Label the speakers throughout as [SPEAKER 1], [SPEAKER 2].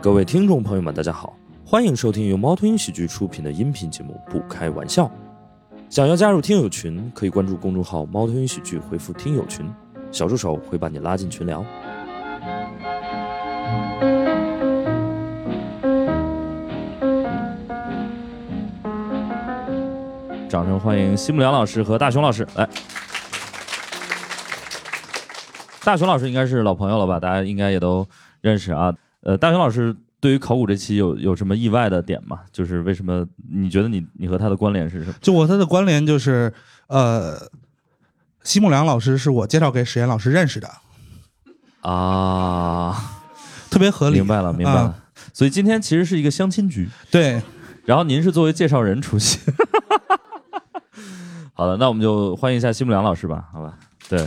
[SPEAKER 1] 各位听众朋友们，大家好，欢迎收听由猫头鹰喜剧出品的音频节目《不开玩笑》。想要加入听友群，可以关注公众号“猫头鹰喜剧”，回复“听友群”，小助手会把你拉进群聊。掌声欢迎西木良老师和大熊老师哎来。大熊老师应该是老朋友了吧？大家应该也都认识啊。呃，大熊老师对于考古这期有有什么意外的点吗？就是为什么你觉得你你和他的关联是什么？
[SPEAKER 2] 就我他的关联就是，呃，西木良老师是我介绍给史岩老师认识的，
[SPEAKER 1] 啊，
[SPEAKER 2] 特别合理。
[SPEAKER 1] 明白了，明白了。
[SPEAKER 2] 啊
[SPEAKER 1] 所以今天其实是一个相亲局，
[SPEAKER 2] 对，
[SPEAKER 1] 然后您是作为介绍人出席。 好的，那我们就欢迎一下西木良老师吧，好吧？对，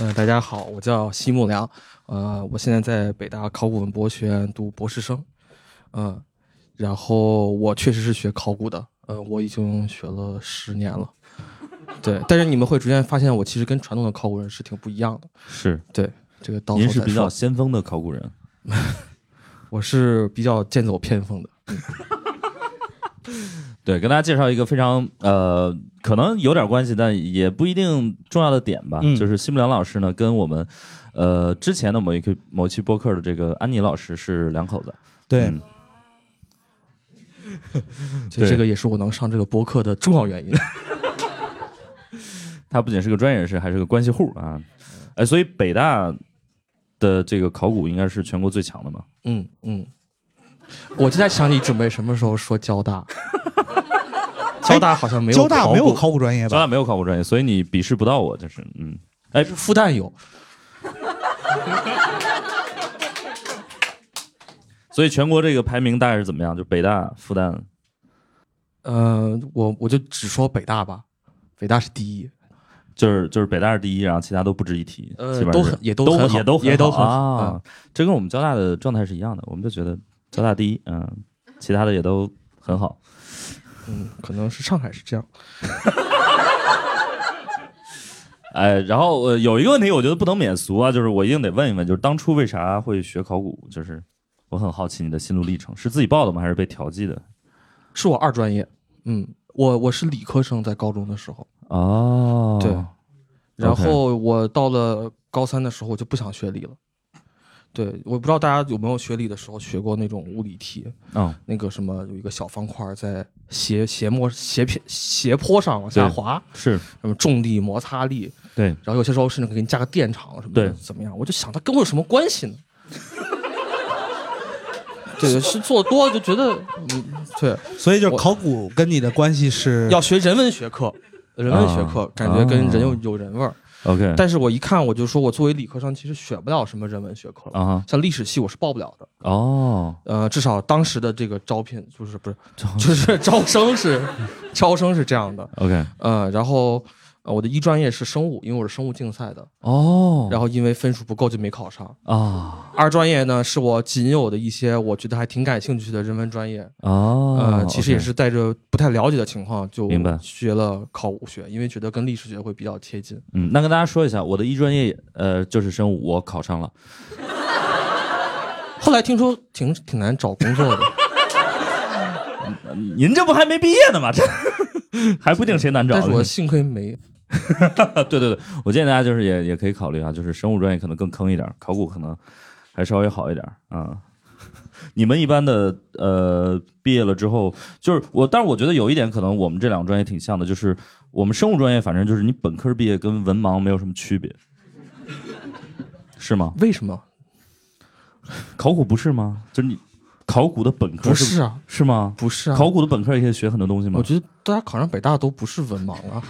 [SPEAKER 3] 呃，大家好，我叫西木良，呃，我现在在北大考古文博学院读博士生，嗯，然后我确实是学考古的，呃，我已经学了十年了，对，但是你们会逐渐发现我其实跟传统的考古人是挺不一样的，
[SPEAKER 1] 是，
[SPEAKER 3] 对，这个到
[SPEAKER 1] 您
[SPEAKER 3] 后
[SPEAKER 1] 是
[SPEAKER 3] 再
[SPEAKER 1] 比较
[SPEAKER 3] 哦说，
[SPEAKER 1] 先锋的考古人。
[SPEAKER 3] 我是比较剑走偏锋的，
[SPEAKER 1] 对，跟大家介绍一个非常呃，可能有点关系，但也不一定重要的点吧。
[SPEAKER 2] 嗯
[SPEAKER 1] 就是西木良老师呢，跟我们呃之前的某一个某期播客的这个安妮老师是两口子。
[SPEAKER 2] 对，
[SPEAKER 1] 嗯
[SPEAKER 3] 所以
[SPEAKER 1] 对
[SPEAKER 3] 这个也是我能上这个播客的重要原因。
[SPEAKER 1] 他不仅是个专业人士，还是个关系户啊。哎，所以北大的这个考古应该是全国最强的嘛。
[SPEAKER 3] 嗯嗯，我就在想你准备什么时候说交大，交大好像没有
[SPEAKER 2] 交大没有
[SPEAKER 3] 古
[SPEAKER 2] 考古专业
[SPEAKER 1] 交
[SPEAKER 2] 吧？
[SPEAKER 1] 大没有考古专业，所以你鄙视不到我，就是嗯。哎，
[SPEAKER 3] 复旦有，
[SPEAKER 1] 所以全国这个排名大概是怎么样？就北大、复旦，
[SPEAKER 3] 呃，我我就只说北大吧，北大是第一，
[SPEAKER 1] 就是就是北大是第一，然后其他都不值一提，
[SPEAKER 3] 呃
[SPEAKER 1] 基本上
[SPEAKER 3] 都
[SPEAKER 1] 是
[SPEAKER 3] 很也都
[SPEAKER 1] 都
[SPEAKER 3] 很好
[SPEAKER 1] 也都
[SPEAKER 3] 也都
[SPEAKER 1] 好
[SPEAKER 3] 很好嗯
[SPEAKER 1] 啊。这跟我们交大的状态是一样的，我们就觉得交大第一，嗯，其他的也都很好。
[SPEAKER 3] 嗯，可能是上海是这样，
[SPEAKER 1] 哎，然后呃，有一个问题，我觉得不能免俗啊，就是我一定得问一问，就是当初为啥会学考古？就是我很好奇你的心路历程，是自己报的吗？还是被调剂的？
[SPEAKER 3] 是我二专业，嗯，我我是理科生，在高中的时候，
[SPEAKER 1] 哦
[SPEAKER 3] 对，然
[SPEAKER 1] OK
[SPEAKER 3] 后我到了高三的时候我就不想学理了，对，我不知道大家有没有学理的时候学过那种物理题，
[SPEAKER 1] 嗯，
[SPEAKER 3] 那个什么有一个小方块在斜斜坡斜偏斜坡上往下
[SPEAKER 1] 对
[SPEAKER 3] 滑，
[SPEAKER 1] 是
[SPEAKER 3] 什么重力摩擦力，
[SPEAKER 1] 对，
[SPEAKER 3] 然后有些时候甚至给你加个电场什么的，
[SPEAKER 1] 对
[SPEAKER 3] 怎么样？我就想它跟我有什么关 系呢？对，是做多就觉得，嗯，对，
[SPEAKER 2] 所以就是考古跟你的关系是
[SPEAKER 3] 要学人文学科，人文学科、
[SPEAKER 1] 啊
[SPEAKER 3] 感觉跟人有
[SPEAKER 1] 啊
[SPEAKER 3] 有人味儿。
[SPEAKER 1] OK，
[SPEAKER 3] 但是我一看，我就说我作为理科生，其实选不了什么人文学科了。
[SPEAKER 1] 啊哈
[SPEAKER 3] 像历史系我是报不了的，
[SPEAKER 1] 哦，
[SPEAKER 3] 呃，至少当时的这个招聘就 是不是就是招生是招生是这样的，
[SPEAKER 1] OK，
[SPEAKER 3] 呃，然后呃我的一专业是生物，因为我是生物竞赛的，
[SPEAKER 1] 哦，
[SPEAKER 3] 然后因为分数不够就没考上，
[SPEAKER 1] 啊
[SPEAKER 3] 二专业呢，是我仅有的一些我觉得还挺感兴趣的人文专业。
[SPEAKER 1] 哦
[SPEAKER 3] 呃，，其实也是带着不太了解的情况就
[SPEAKER 1] 明白
[SPEAKER 3] 学了考古学，因为觉得跟历史学会比较贴近。
[SPEAKER 1] 嗯，那跟大家说一下，我的一专业呃就是生物，我考上了。
[SPEAKER 3] 后来听说挺挺难找工 作的，
[SPEAKER 1] 您这不还没毕业呢吗？这 还不定谁难找
[SPEAKER 3] 但
[SPEAKER 1] 呢。
[SPEAKER 3] 是我幸亏没。
[SPEAKER 1] 对对对，我建议大家就是也也可以考虑啊，就是生物专业可能更坑一点儿，考古可能还稍微好一点儿啊。 你们一般的呃毕业了之后，就是我，但是我觉得有一点可能我们这两个专业挺像的，就是我们生物专业反正就是你本科毕业跟文盲没有什么区别， 是吗？
[SPEAKER 3] 为什么？
[SPEAKER 1] 考古不是吗？就是你考古的本科
[SPEAKER 3] 不
[SPEAKER 1] 是
[SPEAKER 3] 是啊，
[SPEAKER 1] 是吗？
[SPEAKER 3] 不是啊。
[SPEAKER 1] 考古的本科也可以学很多东西吗
[SPEAKER 3] 我？觉得大家考上北大都不是文盲啊。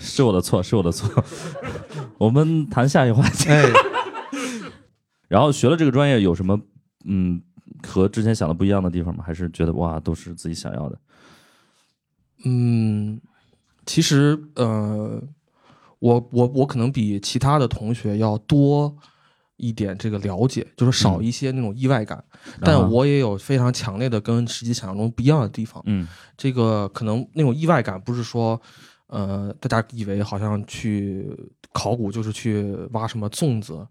[SPEAKER 1] 是我的错，是我的 错。我们谈下一话题。
[SPEAKER 2] 哎，
[SPEAKER 1] 然后学了这个专业有什么嗯和之前想的不一样的地方吗？还是觉得哇都是自己想要的？
[SPEAKER 3] 嗯，其实呃，我我我可能比其他的同学要多一点这个了解，就是少一些那种意外感。
[SPEAKER 1] 嗯啊
[SPEAKER 3] 但我也有非常强烈的跟实际想象中不一样的地方。
[SPEAKER 1] 嗯
[SPEAKER 3] 这个可能那种意外感不是说，呃，大家以为好像去考古就是去挖什么粽子，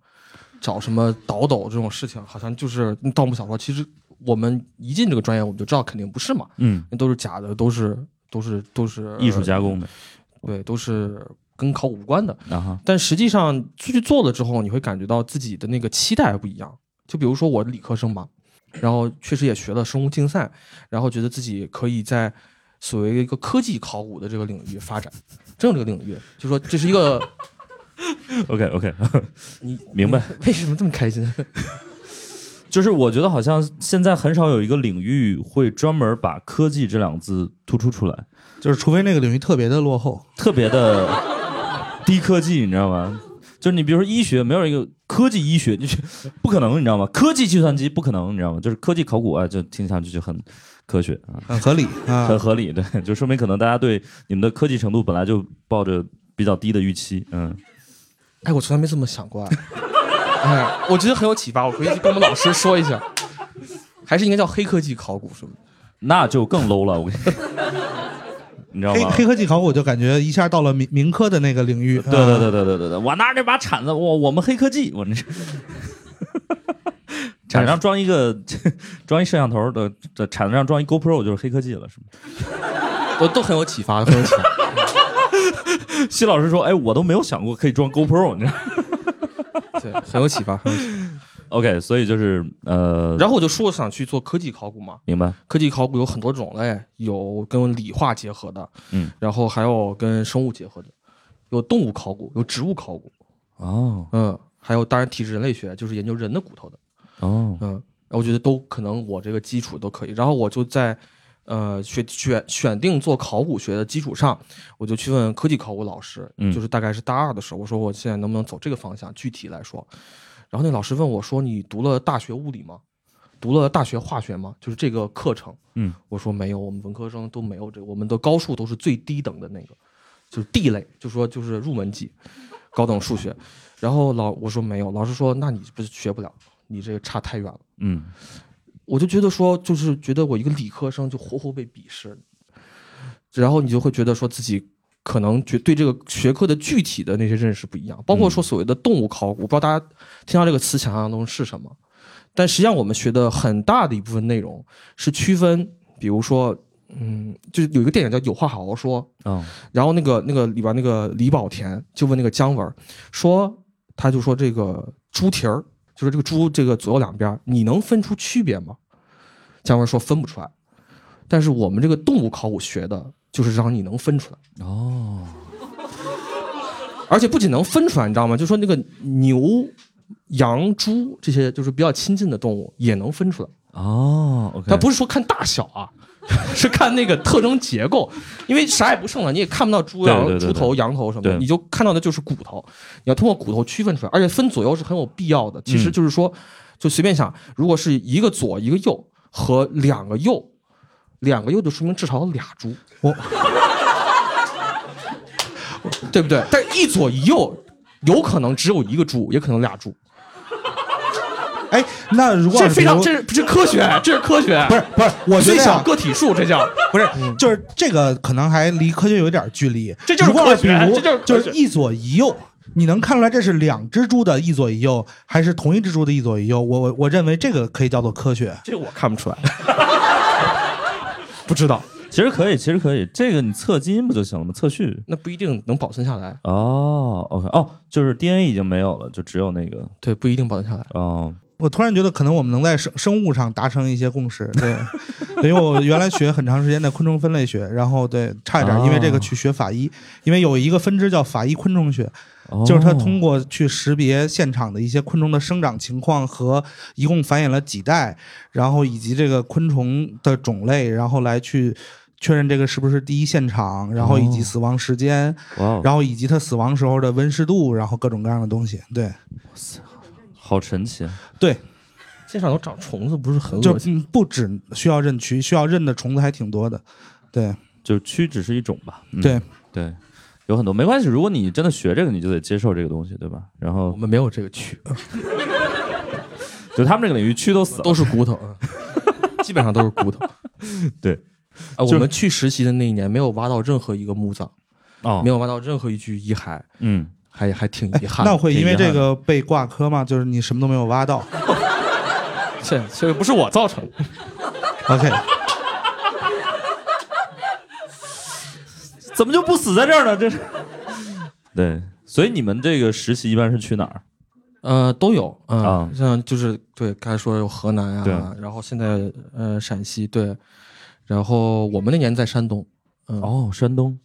[SPEAKER 3] 找什么倒斗这种事情，好像就是盗墓小说。其实我们一进这个专业，我们就知道肯定不是嘛，
[SPEAKER 1] 嗯，
[SPEAKER 3] 那都是假的，都是都是都是
[SPEAKER 1] 艺术加工的
[SPEAKER 3] 对，都是跟考古无关的。
[SPEAKER 1] 啊哈，
[SPEAKER 3] 但实际上出去做了之后，你会感觉到自己的那个期待不一样。就比如说我理科生嘛，然后确实也学了生物竞赛，然后觉得自己可以在所谓一个科技考古的这个领域发展，真有这个领域，就说这是一 个
[SPEAKER 1] OK OK，
[SPEAKER 3] 你
[SPEAKER 1] 明白。
[SPEAKER 3] 为什么这么开心？
[SPEAKER 1] 就是我觉得好像现在很少有一个领域会专门把科技这两个字突出出来，
[SPEAKER 2] 就是除非那个领域特别的落后，
[SPEAKER 1] 特别的低科技，你知道吗？就是你比如说医学，没有一个科技医学，就是不可能，你知道吗？科技计算机不可能，你知道吗？就是科技考古啊，就听上去就很科学啊，
[SPEAKER 2] 很合理啊
[SPEAKER 1] 很。合理，对，就说明可能大家对你们的科技程度本来就抱着比较低的预期，嗯，
[SPEAKER 3] 哎，我从来没这么想过哎。哎，我觉得很有启发，我回去跟我们老师说一下，还是应该叫黑科技考古是吗？
[SPEAKER 1] 那就更 low 了，我跟你，你知道
[SPEAKER 2] 黑
[SPEAKER 1] 吗？
[SPEAKER 2] 黑科技考古就感觉一下到了民民科的那个领域，
[SPEAKER 1] 对对
[SPEAKER 2] 啊
[SPEAKER 1] 对对对对对，我拿着把铲子，我我们黑科技，我那是。铲子上装一个， 装一摄像头的，这铲子上装一 GoPro 就是黑科技了，是吗？
[SPEAKER 3] 都都很有启发，很有启发。
[SPEAKER 1] 西老师说：“哎，我都没有想过可以装 GoPro，你知道
[SPEAKER 3] 对，很有启发，很有启发。
[SPEAKER 1] ？OK，所以就是呃，
[SPEAKER 3] 然后我就说我想去做科技考古嘛，
[SPEAKER 1] 明白，
[SPEAKER 3] 科技考古有很多种类，有跟理化结合的，
[SPEAKER 1] 嗯，
[SPEAKER 3] 然后还有跟生物结合的，有动物考古，有植物考古，
[SPEAKER 1] 哦
[SPEAKER 3] 嗯，还有当然体质人类学，就是研究人的骨头的，
[SPEAKER 1] 哦，
[SPEAKER 3] 嗯，我觉得都可能我这个基础都可以。然后我就在呃选选选定做考古学的基础上，我就去问科技考古老师，
[SPEAKER 1] 嗯
[SPEAKER 3] 就是大概是大二的时候，我说我现在能不能走这个方向，具体来说。然后那老师问我说：“你读了大学物理吗？读了大学化学吗？就是这个课程。”
[SPEAKER 1] 嗯，
[SPEAKER 3] 我说没有，我们文科生都没有这个，我们的高数都是最低等的那个，就是 D 类，就说就是入门级，高等数学。然后老我说没有，老师说那你不是学不了，你这个差太远了。
[SPEAKER 1] 嗯，
[SPEAKER 3] 我就觉得说，就是觉得我一个理科生就活活被鄙视，然后你就会觉得说自己可能觉对这个学科的具体的那些认识不一样，包括说所谓的动物考古，我不知道大家听到这个词想象中是什么，但实际上我们学的很大的一部分内容是区分，比如说，嗯，就是有一个电影叫《有话好好说》，
[SPEAKER 1] 哦，
[SPEAKER 3] 然后那个那个里边那个李保田就问那个姜文儿说，他就说这个猪蹄儿，就是这个猪这个左右两边儿，你能分出区别吗？姜文儿说分不出来，但是我们这个动物考古学的就是让你能分出来。
[SPEAKER 1] 哦，
[SPEAKER 3] 而且不仅能分出来，你知道吗？就说那个牛、羊、猪这些就是比较亲近的动物也能分出来。
[SPEAKER 1] 哦，OK，
[SPEAKER 3] 它不是说看大小啊， 是看那个特征结构，因为啥也不剩了，你也看不到猪
[SPEAKER 1] 对
[SPEAKER 3] 羊
[SPEAKER 1] 对、对
[SPEAKER 3] 猪头、羊头什么的，
[SPEAKER 1] 对
[SPEAKER 3] 你就看到的就是骨头。你要通过骨头区分出来，而且分左右是很有必要的。其实就是说，就随便想，如果是一个左一个右和两个右，两个右就说明至少有俩猪，
[SPEAKER 2] 我
[SPEAKER 3] 对不对？但一左一右有可能只有一个猪，也可能俩猪。
[SPEAKER 2] 哎，那如果
[SPEAKER 3] 这非常
[SPEAKER 2] 比如
[SPEAKER 3] 这是这是科学，这是科学，
[SPEAKER 2] 不是不是，我觉
[SPEAKER 3] 最
[SPEAKER 2] 得
[SPEAKER 3] 小
[SPEAKER 2] 呀
[SPEAKER 3] 个体数，这叫
[SPEAKER 2] 不是，就是这个可能还离科学有点距离。
[SPEAKER 3] 这就是
[SPEAKER 2] 如果
[SPEAKER 3] 科学啊
[SPEAKER 2] 比如
[SPEAKER 3] 这就是
[SPEAKER 2] 就
[SPEAKER 3] 科学
[SPEAKER 2] 是一左一右，你能看出来这是两只猪的一左一右，还是同一只猪的一左一右？我我我认为这个可以叫做科学。
[SPEAKER 3] 这我看不出来，不知道，
[SPEAKER 1] 其实可以，其实可以，这个你测基因不就行了吗？测序。
[SPEAKER 3] 那不一定能保存下来，
[SPEAKER 1] 哦，OK，哦，就是 DNA 已经没有了，就只有那个
[SPEAKER 3] 对，不一定保存下来。
[SPEAKER 1] 哦，
[SPEAKER 2] 我突然觉得，可能我们能在生生物上达成一些共识。 对，因为我原来学很长时间的昆虫分类学，然后对，差一点因为
[SPEAKER 3] 啊
[SPEAKER 2] 这个去学法医，因为有一个分支叫法医昆虫学，
[SPEAKER 1] 哦
[SPEAKER 2] 就是它通过去识别现场的一些昆虫的生长情况和一共繁衍了几代，然后以及这个昆虫的种类，然后来去确认这个是不是第一现场，然后以及死亡时间，
[SPEAKER 1] 哇哦，
[SPEAKER 2] 然后以及它死亡时候的温湿度，然后各种各样的东西。对
[SPEAKER 1] 好神奇啊，
[SPEAKER 2] 对，
[SPEAKER 3] 现场都长虫子，不是很
[SPEAKER 2] 就
[SPEAKER 3] 恶心？
[SPEAKER 2] 嗯不只需要认区，需要认的虫子还挺多的。对
[SPEAKER 1] 就是蛆只是一种吧？嗯、
[SPEAKER 2] 对
[SPEAKER 1] 对，有很多没关系。如果你真的学这个，你就得接受这个东西，对吧？然
[SPEAKER 3] 我
[SPEAKER 1] 后
[SPEAKER 3] 们没有这个区，
[SPEAKER 1] 就他们这个领域蛆都死了
[SPEAKER 3] 都是骨头，嗯 基本上都是骨头。
[SPEAKER 1] 对
[SPEAKER 3] 啊，我
[SPEAKER 1] 是
[SPEAKER 3] 们去实习的那一年没有挖到任何一个墓葬，
[SPEAKER 1] 哦
[SPEAKER 3] 没，有挖到任何一具遗骸，
[SPEAKER 1] 嗯，
[SPEAKER 3] 还还挺遗憾的。
[SPEAKER 2] 那会因
[SPEAKER 1] 挺
[SPEAKER 2] 为
[SPEAKER 1] 遗
[SPEAKER 2] 这
[SPEAKER 1] 憾的
[SPEAKER 2] 个被挂科吗？就是你什么都没有挖到。
[SPEAKER 3] 这这个不是我造成的，
[SPEAKER 2] OK，
[SPEAKER 1] 哦怎么就不死在这儿呢？这 是。对，所以你们这个实习一般是去哪儿？
[SPEAKER 3] 呃，都有，嗯、
[SPEAKER 1] 啊
[SPEAKER 3] 像就是对刚才说有河南
[SPEAKER 1] 对
[SPEAKER 3] 啊，然后现在呃陕西对，然后我们那年在山东，嗯、
[SPEAKER 1] 哦，山东。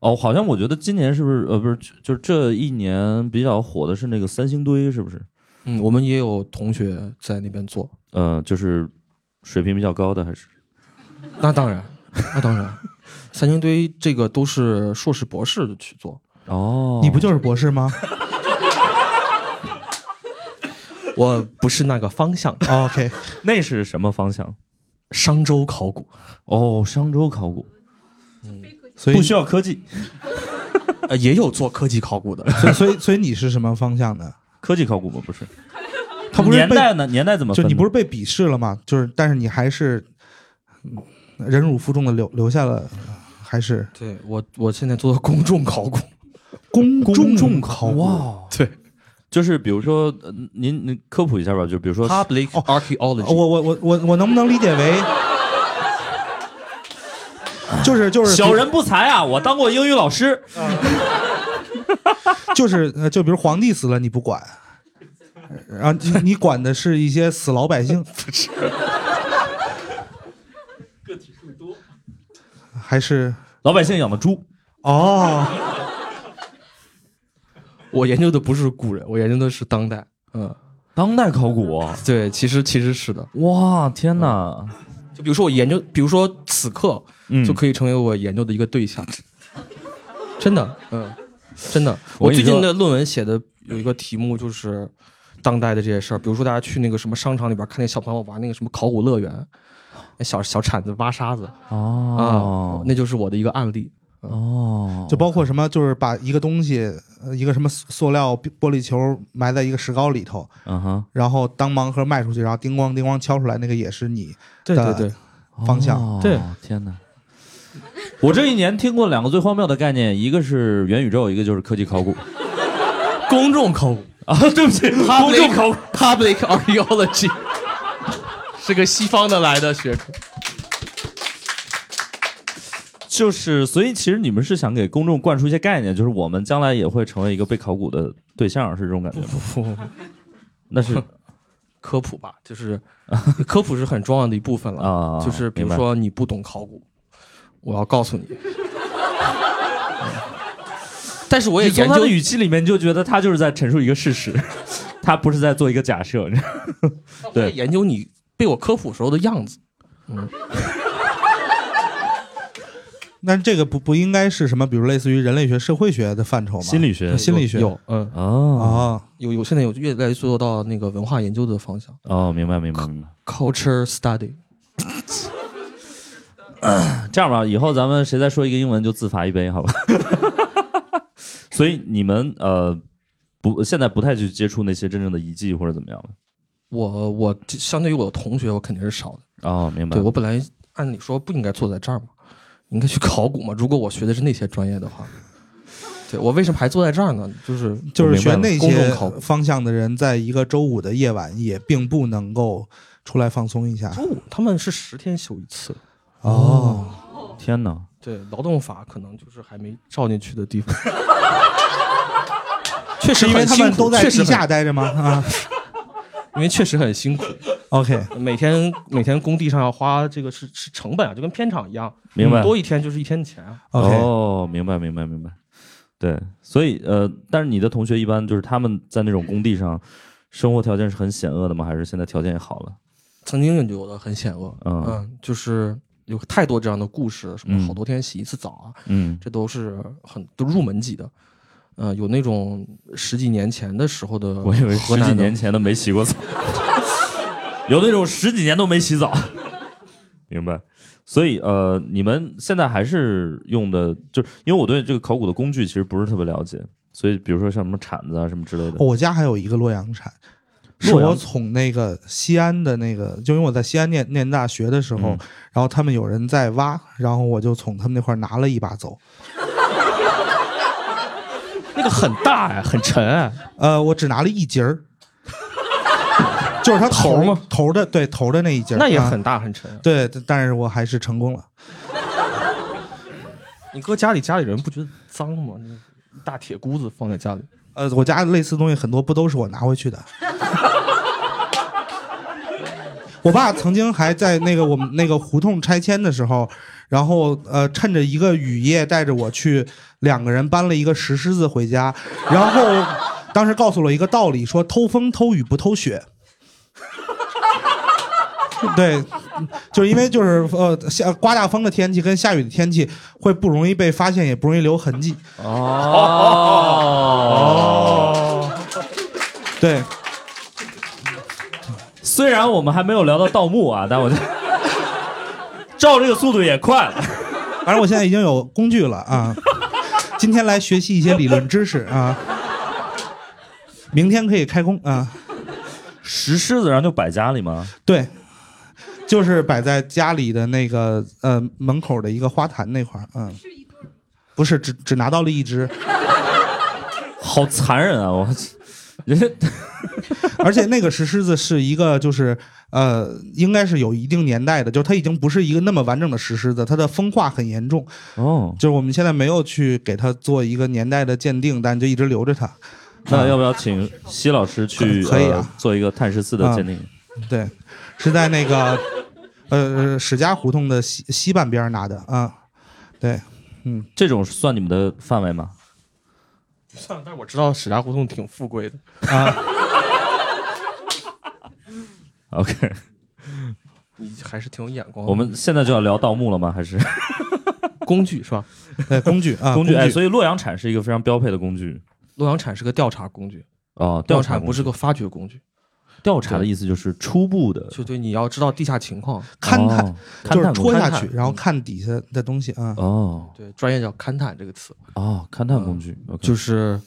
[SPEAKER 1] 哦，好像我觉得今年是不是呃不是，就就是这一年比较火的是那个三星堆，是不是？
[SPEAKER 3] 嗯，我们也有同学在那边做，
[SPEAKER 1] 呃，就是水平比较高的还是？
[SPEAKER 3] 那当然， 那当然，三星堆这个都是硕士博士去做，
[SPEAKER 1] 哦，
[SPEAKER 2] 你不就是博士吗
[SPEAKER 3] 我不是那个方向，
[SPEAKER 2] ？OK，
[SPEAKER 1] 那是什么方向？
[SPEAKER 3] 商周考古，
[SPEAKER 1] 哦，商周考古
[SPEAKER 2] 所以
[SPEAKER 1] 不需要科技，
[SPEAKER 3] 呃，也有做科技考古的，
[SPEAKER 2] 所以所以所以你是什么方向的？
[SPEAKER 1] 科技考古吗？不是，
[SPEAKER 2] 他不是
[SPEAKER 1] 年
[SPEAKER 2] 被
[SPEAKER 1] 代呢？年代怎么
[SPEAKER 2] 就
[SPEAKER 1] 分呢？
[SPEAKER 2] 你不是被鄙视了吗？就是但是你还是嗯忍辱负重的留留下了，还是
[SPEAKER 3] 对我我现在做的公众考古，
[SPEAKER 2] 公
[SPEAKER 1] 公众
[SPEAKER 2] 考古
[SPEAKER 1] 哇，
[SPEAKER 3] 对
[SPEAKER 1] 就是比如说，呃您您科普一下吧，就比如说，
[SPEAKER 3] ，public
[SPEAKER 2] 哦
[SPEAKER 3] archaeology，
[SPEAKER 2] 我我我我我能不能理解为，就是就是
[SPEAKER 1] 小人不才啊，我当过英语老师，
[SPEAKER 2] 就是呃就比如皇帝死了你不管，然后你你管的是一些死老百姓，不是还是
[SPEAKER 1] 老百姓养的猪，
[SPEAKER 2] 哦
[SPEAKER 3] 我研究的不是古人，我研究的是当代，嗯，
[SPEAKER 1] 当代考古啊，
[SPEAKER 3] 对，其实其实是的。
[SPEAKER 1] 哇，天哪，
[SPEAKER 3] 就比如说我研究，比如说此刻
[SPEAKER 1] 嗯
[SPEAKER 3] 就可以成为我研究的一个对象，真的，嗯，真的。
[SPEAKER 1] 我
[SPEAKER 3] 我
[SPEAKER 1] 跟你
[SPEAKER 3] 最
[SPEAKER 1] 说
[SPEAKER 3] 近的论文写的有一个题目就是当代的这些事儿，比如说大家去那个什么商场里边看那小朋友玩那个什么考古乐园，那小小铲子挖沙子
[SPEAKER 1] 嗯
[SPEAKER 3] 啊、
[SPEAKER 1] 哦
[SPEAKER 3] 那就是我的一个案例。
[SPEAKER 1] 哦，
[SPEAKER 2] 就包括什么就是把一个东西呃一个什么塑塑料玻璃球埋在一个石膏里头，
[SPEAKER 1] 嗯哼，
[SPEAKER 2] 然后当盲盒卖出去，然后叮咣叮咣敲出来那个也是你
[SPEAKER 3] 对
[SPEAKER 2] 的
[SPEAKER 3] 对对，
[SPEAKER 2] 方向
[SPEAKER 1] 哦
[SPEAKER 3] 对，
[SPEAKER 1] 天哪。我这一年听过两个最荒谬的概念，一个是元宇宙，一个就是科技考古
[SPEAKER 3] 公众考古
[SPEAKER 1] 啊。对不起，公众考古，
[SPEAKER 3] （public archaeology） 是个西方的来的 学科。
[SPEAKER 1] 就是，所以其实你们是想给公众灌输一些概念，就是我们将来也会成为一个被考古的对象，是这种感觉吗？那 是
[SPEAKER 3] 科普吧，就是 科普是很重要的一部分了。
[SPEAKER 1] 啊
[SPEAKER 3] 就是比
[SPEAKER 1] 明
[SPEAKER 3] 如
[SPEAKER 1] 白
[SPEAKER 3] 说你不懂考古，我要告 诉你。嗯但是我也
[SPEAKER 1] 你从
[SPEAKER 3] 研
[SPEAKER 1] 他
[SPEAKER 3] 究
[SPEAKER 1] 的语气里面就觉得他就是在陈述一个事实， 他不是在做一个假设。
[SPEAKER 3] 我也
[SPEAKER 1] 对
[SPEAKER 3] 研究你被我科普时候的样子。
[SPEAKER 2] 那这个不不应该是什么，比如类似于人类学、社会学的范畴吗？
[SPEAKER 1] 理学
[SPEAKER 2] 对心理学
[SPEAKER 3] 有嗯
[SPEAKER 1] 哦
[SPEAKER 2] 哦，
[SPEAKER 3] 有有现在有越来越做到那个文化研究的方向
[SPEAKER 1] 哦，明白明白明白。
[SPEAKER 3] ，culture study。
[SPEAKER 1] 这样吧，以后咱们谁再说一个英文就自罚一杯，好吧？ 所以你们呃不现在不太去接触那些真正的遗迹或者怎么样了？
[SPEAKER 3] 我我相对于我的同学，我肯定是少的。
[SPEAKER 1] 哦，明白
[SPEAKER 3] 对。
[SPEAKER 2] 嗯
[SPEAKER 3] 我本来按理说不应该坐在这儿嘛，应该去考古嘛。如果我学的是那些专业的话，对我为什么还坐在这儿呢？就是
[SPEAKER 2] 啊就是学
[SPEAKER 1] 我明白
[SPEAKER 2] 那
[SPEAKER 1] 了
[SPEAKER 3] 公
[SPEAKER 2] 些
[SPEAKER 3] 众考古
[SPEAKER 2] 方向的人，在一个周五的夜晚也并不能够出来放松一下。
[SPEAKER 3] 周五他们是十天休一次，
[SPEAKER 2] 哦，
[SPEAKER 1] 天哪！
[SPEAKER 3] 对劳动法可能就是还没照进去的地方。 确实
[SPEAKER 2] 是因为
[SPEAKER 3] 很
[SPEAKER 2] 他
[SPEAKER 3] 辛
[SPEAKER 2] 们
[SPEAKER 3] 苦
[SPEAKER 2] 都在
[SPEAKER 3] 确实
[SPEAKER 2] 地
[SPEAKER 3] 很
[SPEAKER 2] 下待着吗？啊
[SPEAKER 3] 因为确实很辛苦，
[SPEAKER 2] ，OK，
[SPEAKER 3] 每天每天工地上要花这个是是成本啊，就跟片场一样，
[SPEAKER 1] 明白
[SPEAKER 3] 嗯多一天就是一天的钱啊。
[SPEAKER 2] OK
[SPEAKER 1] 哦，明白明白明白。对，所以呃，但是你的同学一般就是他们在那种工地上，生活条件是很险恶的吗？还是现在条件也好了？
[SPEAKER 3] 曾经有的很险恶，
[SPEAKER 1] 嗯
[SPEAKER 3] 就是有太多这样的故事，什么
[SPEAKER 1] 嗯
[SPEAKER 3] 好多天洗一次澡啊，
[SPEAKER 1] 嗯
[SPEAKER 3] 这都是很都入门级的。呃，有那种十几年前的时候的，
[SPEAKER 1] 我以为十
[SPEAKER 3] 河南
[SPEAKER 1] 几
[SPEAKER 3] 的
[SPEAKER 1] 年前的没洗过澡， 有那种十几年都没洗澡， 明白？所以呃，你们现在还是用的，就是因为我对这个考古的工具其实不是特别了解，所以比如说像什么铲子啊什么之类的，
[SPEAKER 2] 哦我家还有一个洛阳铲，是
[SPEAKER 1] 洛阳
[SPEAKER 2] 我从那个西安的那个，就因为我在西安念念大学的时候，
[SPEAKER 1] 嗯
[SPEAKER 2] 然后他们有人在挖，然后我就从他们那块儿拿了一把走。
[SPEAKER 4] 那个很大哎，很沉
[SPEAKER 3] 啊
[SPEAKER 4] 哎。
[SPEAKER 2] 呃，我只拿了一节儿， 就是它
[SPEAKER 4] 头
[SPEAKER 2] 头
[SPEAKER 4] 吗？
[SPEAKER 2] 头的对头的那一节儿，
[SPEAKER 4] 那也
[SPEAKER 2] 啊
[SPEAKER 4] 很大很沉。
[SPEAKER 2] 对，但是我还是成功了。
[SPEAKER 4] 你搁家里，家里人不觉得脏吗？那个大铁箍子放在家里，
[SPEAKER 2] 呃，我家类似的东西很多不都是我拿回去的。我爸曾经还在那个我们那个胡同拆迁的时候，然后呃趁着一个雨夜带着我去，两个人搬了一个石狮子回家，然后当时告诉了我一个道理，说偷风偷雨不偷雪。对，就是因为就是呃下刮大风的天气跟下雨的天气会不容易被发现，也不容易留痕迹。
[SPEAKER 3] 哦
[SPEAKER 1] 哦
[SPEAKER 2] 对，
[SPEAKER 1] 虽然我们还没有聊到盗墓啊，但我 就照这个速度也快了。
[SPEAKER 2] 反正我现在已经有工具了啊。今天来学习一些理论知识啊，明天可以开工啊。
[SPEAKER 1] 石狮子然后就摆家里吗？
[SPEAKER 2] 对，就是摆在家里的那个呃门口的一个花坛那块儿，嗯，不是只只拿到了一只，
[SPEAKER 1] 好残忍啊！我，人家
[SPEAKER 2] 而且那个石狮子是一个就是呃，应该是有一定年代的，就是它已经不是一个那么完整的石狮子，它的风化很严重，
[SPEAKER 1] 哦，
[SPEAKER 2] 就是我们现在没有去给它做一个年代的鉴定，但就一直留着它。
[SPEAKER 1] 那要不要请西老师去
[SPEAKER 2] 可可以啊
[SPEAKER 1] 呃做一个碳十四的鉴定？
[SPEAKER 2] 对，是在那个呃史家胡同的西西半边儿拿的啊。对，
[SPEAKER 1] 这种算你们的范围吗？
[SPEAKER 4] 算了，但我知
[SPEAKER 3] 知道史家胡同挺富贵的，
[SPEAKER 1] OK，
[SPEAKER 3] 你还是挺有眼光的。
[SPEAKER 1] 我们现在就要聊盗墓了吗？还是
[SPEAKER 3] 工具是吧？
[SPEAKER 2] 对，工具啊，
[SPEAKER 1] 啊工具？哎，
[SPEAKER 2] 工具
[SPEAKER 1] 所以洛阳铲是一个非常标配的工具
[SPEAKER 3] 洛阳铲是个调查工具，
[SPEAKER 1] 哦。
[SPEAKER 3] 调
[SPEAKER 1] 查
[SPEAKER 3] 查不
[SPEAKER 1] 工具
[SPEAKER 3] 是个发掘工具，
[SPEAKER 1] 调查的意思，就是初步的
[SPEAKER 3] 就对你要知道地下情况，
[SPEAKER 2] 勘探，
[SPEAKER 1] 哦
[SPEAKER 2] 就
[SPEAKER 1] 勘
[SPEAKER 2] 是
[SPEAKER 1] 探
[SPEAKER 2] 戳
[SPEAKER 1] 工具
[SPEAKER 2] 下
[SPEAKER 3] 勘
[SPEAKER 2] 去，
[SPEAKER 3] 探
[SPEAKER 2] 然后看底下的东西啊。
[SPEAKER 1] 哦
[SPEAKER 3] 对专业叫勘探这个词，
[SPEAKER 1] 哦，勘探工具
[SPEAKER 3] 就是是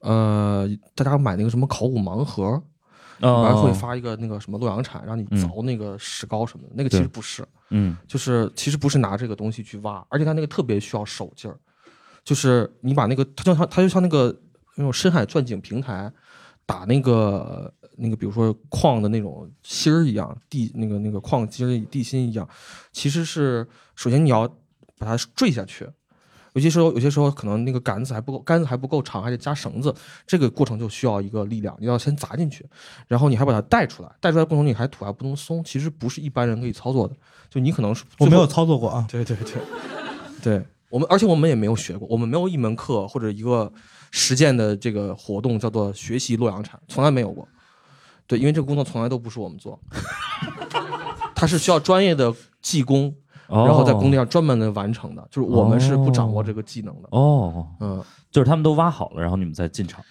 [SPEAKER 3] 呃，大家买那个什么考古盲盒，里面
[SPEAKER 1] 哦
[SPEAKER 3] 会发一个那个什么洛阳铲，让你
[SPEAKER 1] 嗯
[SPEAKER 3] 凿那个石膏什么的，那个其
[SPEAKER 1] 对
[SPEAKER 3] 实不是，
[SPEAKER 1] 嗯
[SPEAKER 3] 就是其实不是拿这个东西去挖，而且它那个特别需要手劲儿，就是你把那个它就像它就像那个那种深海钻井平台打那个那个比如说矿的那种芯儿一样，地那个那个矿芯儿地心一样，其实是首先你要把它坠下去。有些时候，有些时候可能那个杆子还不够，杆子还不够长，还得加绳子，这个过程就需要一个力量，你要先砸进去，然后你还把它带出来，带出来过程中你还土还不能松，其实不是一般人可以操作的，就你可能是
[SPEAKER 2] 我
[SPEAKER 3] 最
[SPEAKER 2] 没
[SPEAKER 3] 后
[SPEAKER 2] 有操作过啊，
[SPEAKER 3] 对对对，对我们，而且我们也没有学过，我们没有一门课或者一个实践的这个活动叫做学习洛阳铲，从来没有过。对，因为这个工作从来都不是我们做， 它是需要专业的技工，
[SPEAKER 1] 哦
[SPEAKER 3] 然后在工地上专门的完成的，就是我们是不掌握这个技能的。
[SPEAKER 1] 哦，
[SPEAKER 3] 嗯，
[SPEAKER 1] 就是他们都挖好了，然后你们再进场。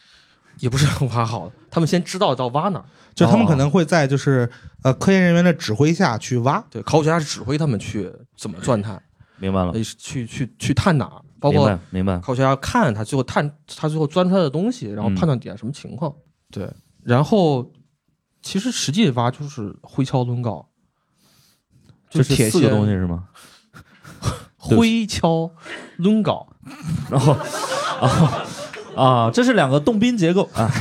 [SPEAKER 3] 也不是很挖好的，他们先知道到挖哪儿，
[SPEAKER 2] 就他们
[SPEAKER 1] 哦
[SPEAKER 2] 可能会在就是呃科研人员的指挥下去挖。
[SPEAKER 3] 对，考古学家是指挥他们去怎么钻探，
[SPEAKER 1] 明白了，
[SPEAKER 3] 呃去去去探哪儿，
[SPEAKER 1] 嗯
[SPEAKER 3] 包
[SPEAKER 1] 明
[SPEAKER 3] 括
[SPEAKER 1] 白明白。
[SPEAKER 3] 靠学家看他最后探他最后钻出来的东西，然后
[SPEAKER 1] 嗯
[SPEAKER 3] 判断底下什么情况。对，然后其实实际挖就是灰锹抡镐，
[SPEAKER 1] 这
[SPEAKER 3] 就是铁
[SPEAKER 1] 四个
[SPEAKER 3] 锨
[SPEAKER 1] 东西是吗？
[SPEAKER 3] 灰锹抡镐，
[SPEAKER 1] 然后啊啊，这是两个动宾结构啊，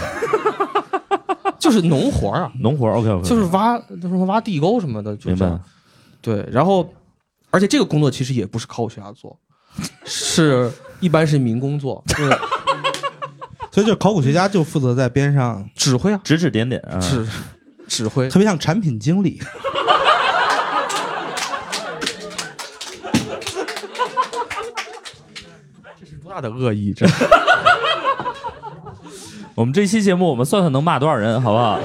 [SPEAKER 3] 就是农活儿 啊，
[SPEAKER 1] 农活 OK OK，
[SPEAKER 3] 就是挖什么挖地沟什么的，就
[SPEAKER 1] 明
[SPEAKER 3] 这
[SPEAKER 1] 白
[SPEAKER 3] 样。对，然后而且这个工作其实也不是考古学家做，是一般是民工做，就是
[SPEAKER 2] 所以就考古学家就负责在边上，
[SPEAKER 3] 指挥啊，
[SPEAKER 1] 指指点点啊，
[SPEAKER 3] 指指挥
[SPEAKER 2] 特别像产品经 理。
[SPEAKER 3] 多大的恶意这。
[SPEAKER 1] 我们这期节目我们算算能骂多少人，好不好？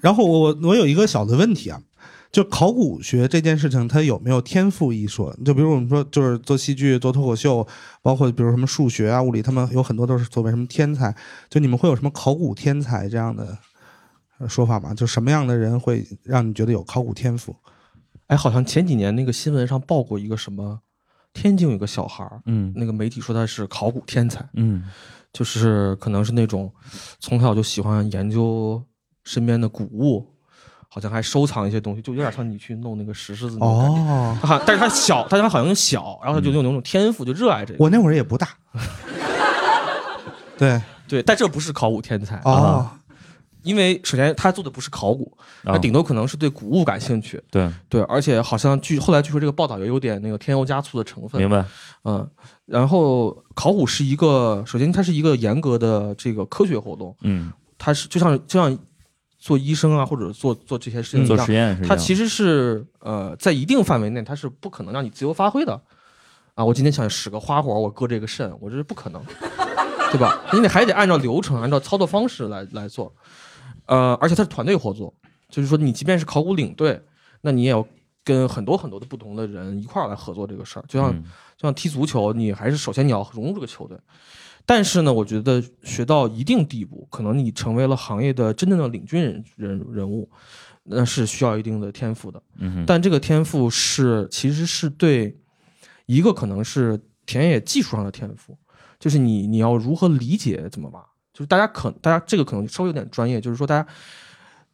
[SPEAKER 2] 然后我我我有一个小的问题啊，就考古学这件事情，它有没有天赋一说？就比如我们说，就是做戏剧、做脱口秀，包括比如什么数学啊、物理，他们有很多都是所谓什么天才。就你们会有什么考古天才这样的呃说法吗？就什么样的人会让你觉得有考古天赋？
[SPEAKER 3] 哎，好像前几年那个新闻上报过一个什么，天津有个小孩儿，
[SPEAKER 1] 嗯
[SPEAKER 3] 那个媒体说他是考古天才，
[SPEAKER 1] 嗯
[SPEAKER 3] 就是可能是那种从小就喜欢研究身边的古物，好像还收藏一些东西，就有点像你去弄那个石狮子那种感啊
[SPEAKER 2] 哦，
[SPEAKER 3] 觉。他好像，但是他小，但是他好像小，然后他就有那种天赋，就热爱这个。
[SPEAKER 2] 我那会儿也不大，对，
[SPEAKER 3] 对，但这不是考古天才，
[SPEAKER 2] 哦，
[SPEAKER 3] 因为首先他做的不是考古，
[SPEAKER 1] 啊
[SPEAKER 3] 他顶多可能是对古物感兴趣。
[SPEAKER 1] 对，
[SPEAKER 3] 对，而且好像据后来据说这个报道也有点那个添油加醋的成分。
[SPEAKER 1] 明白，
[SPEAKER 3] 嗯，然后考古是一个，首先它是一个严格的这个科学活动，
[SPEAKER 1] 嗯，
[SPEAKER 3] 它是就像就像做医生啊，或者做做这些事情一
[SPEAKER 1] 嗯做
[SPEAKER 3] 样，
[SPEAKER 1] 实验是一
[SPEAKER 3] 它
[SPEAKER 1] 样
[SPEAKER 3] 其实是呃在一定范围内，它是不可能让你自由发挥的。啊，我今天想使个花活，我割这个肾，我这是不可能， 对吧？你得还得按照流程，按照操作方式来来做。呃，而且它是团队合作，就是说你即便是考古领队，那你也要跟很多很多的不同的人一块儿来合作这个事儿，就像
[SPEAKER 1] 嗯
[SPEAKER 3] 就像踢足球，你还是首先你要融入这个球队。但是呢，我觉得学到一定地步，可能你成为了行业的真正的领军人人人物，那是需要一定的天赋的。
[SPEAKER 1] 嗯哼
[SPEAKER 3] 但这个天赋是其实是对一个可能是田野技术上的天赋，就是你你要如何理解怎么挖，就是大家可大家这个可能稍微有点专业，就是说大家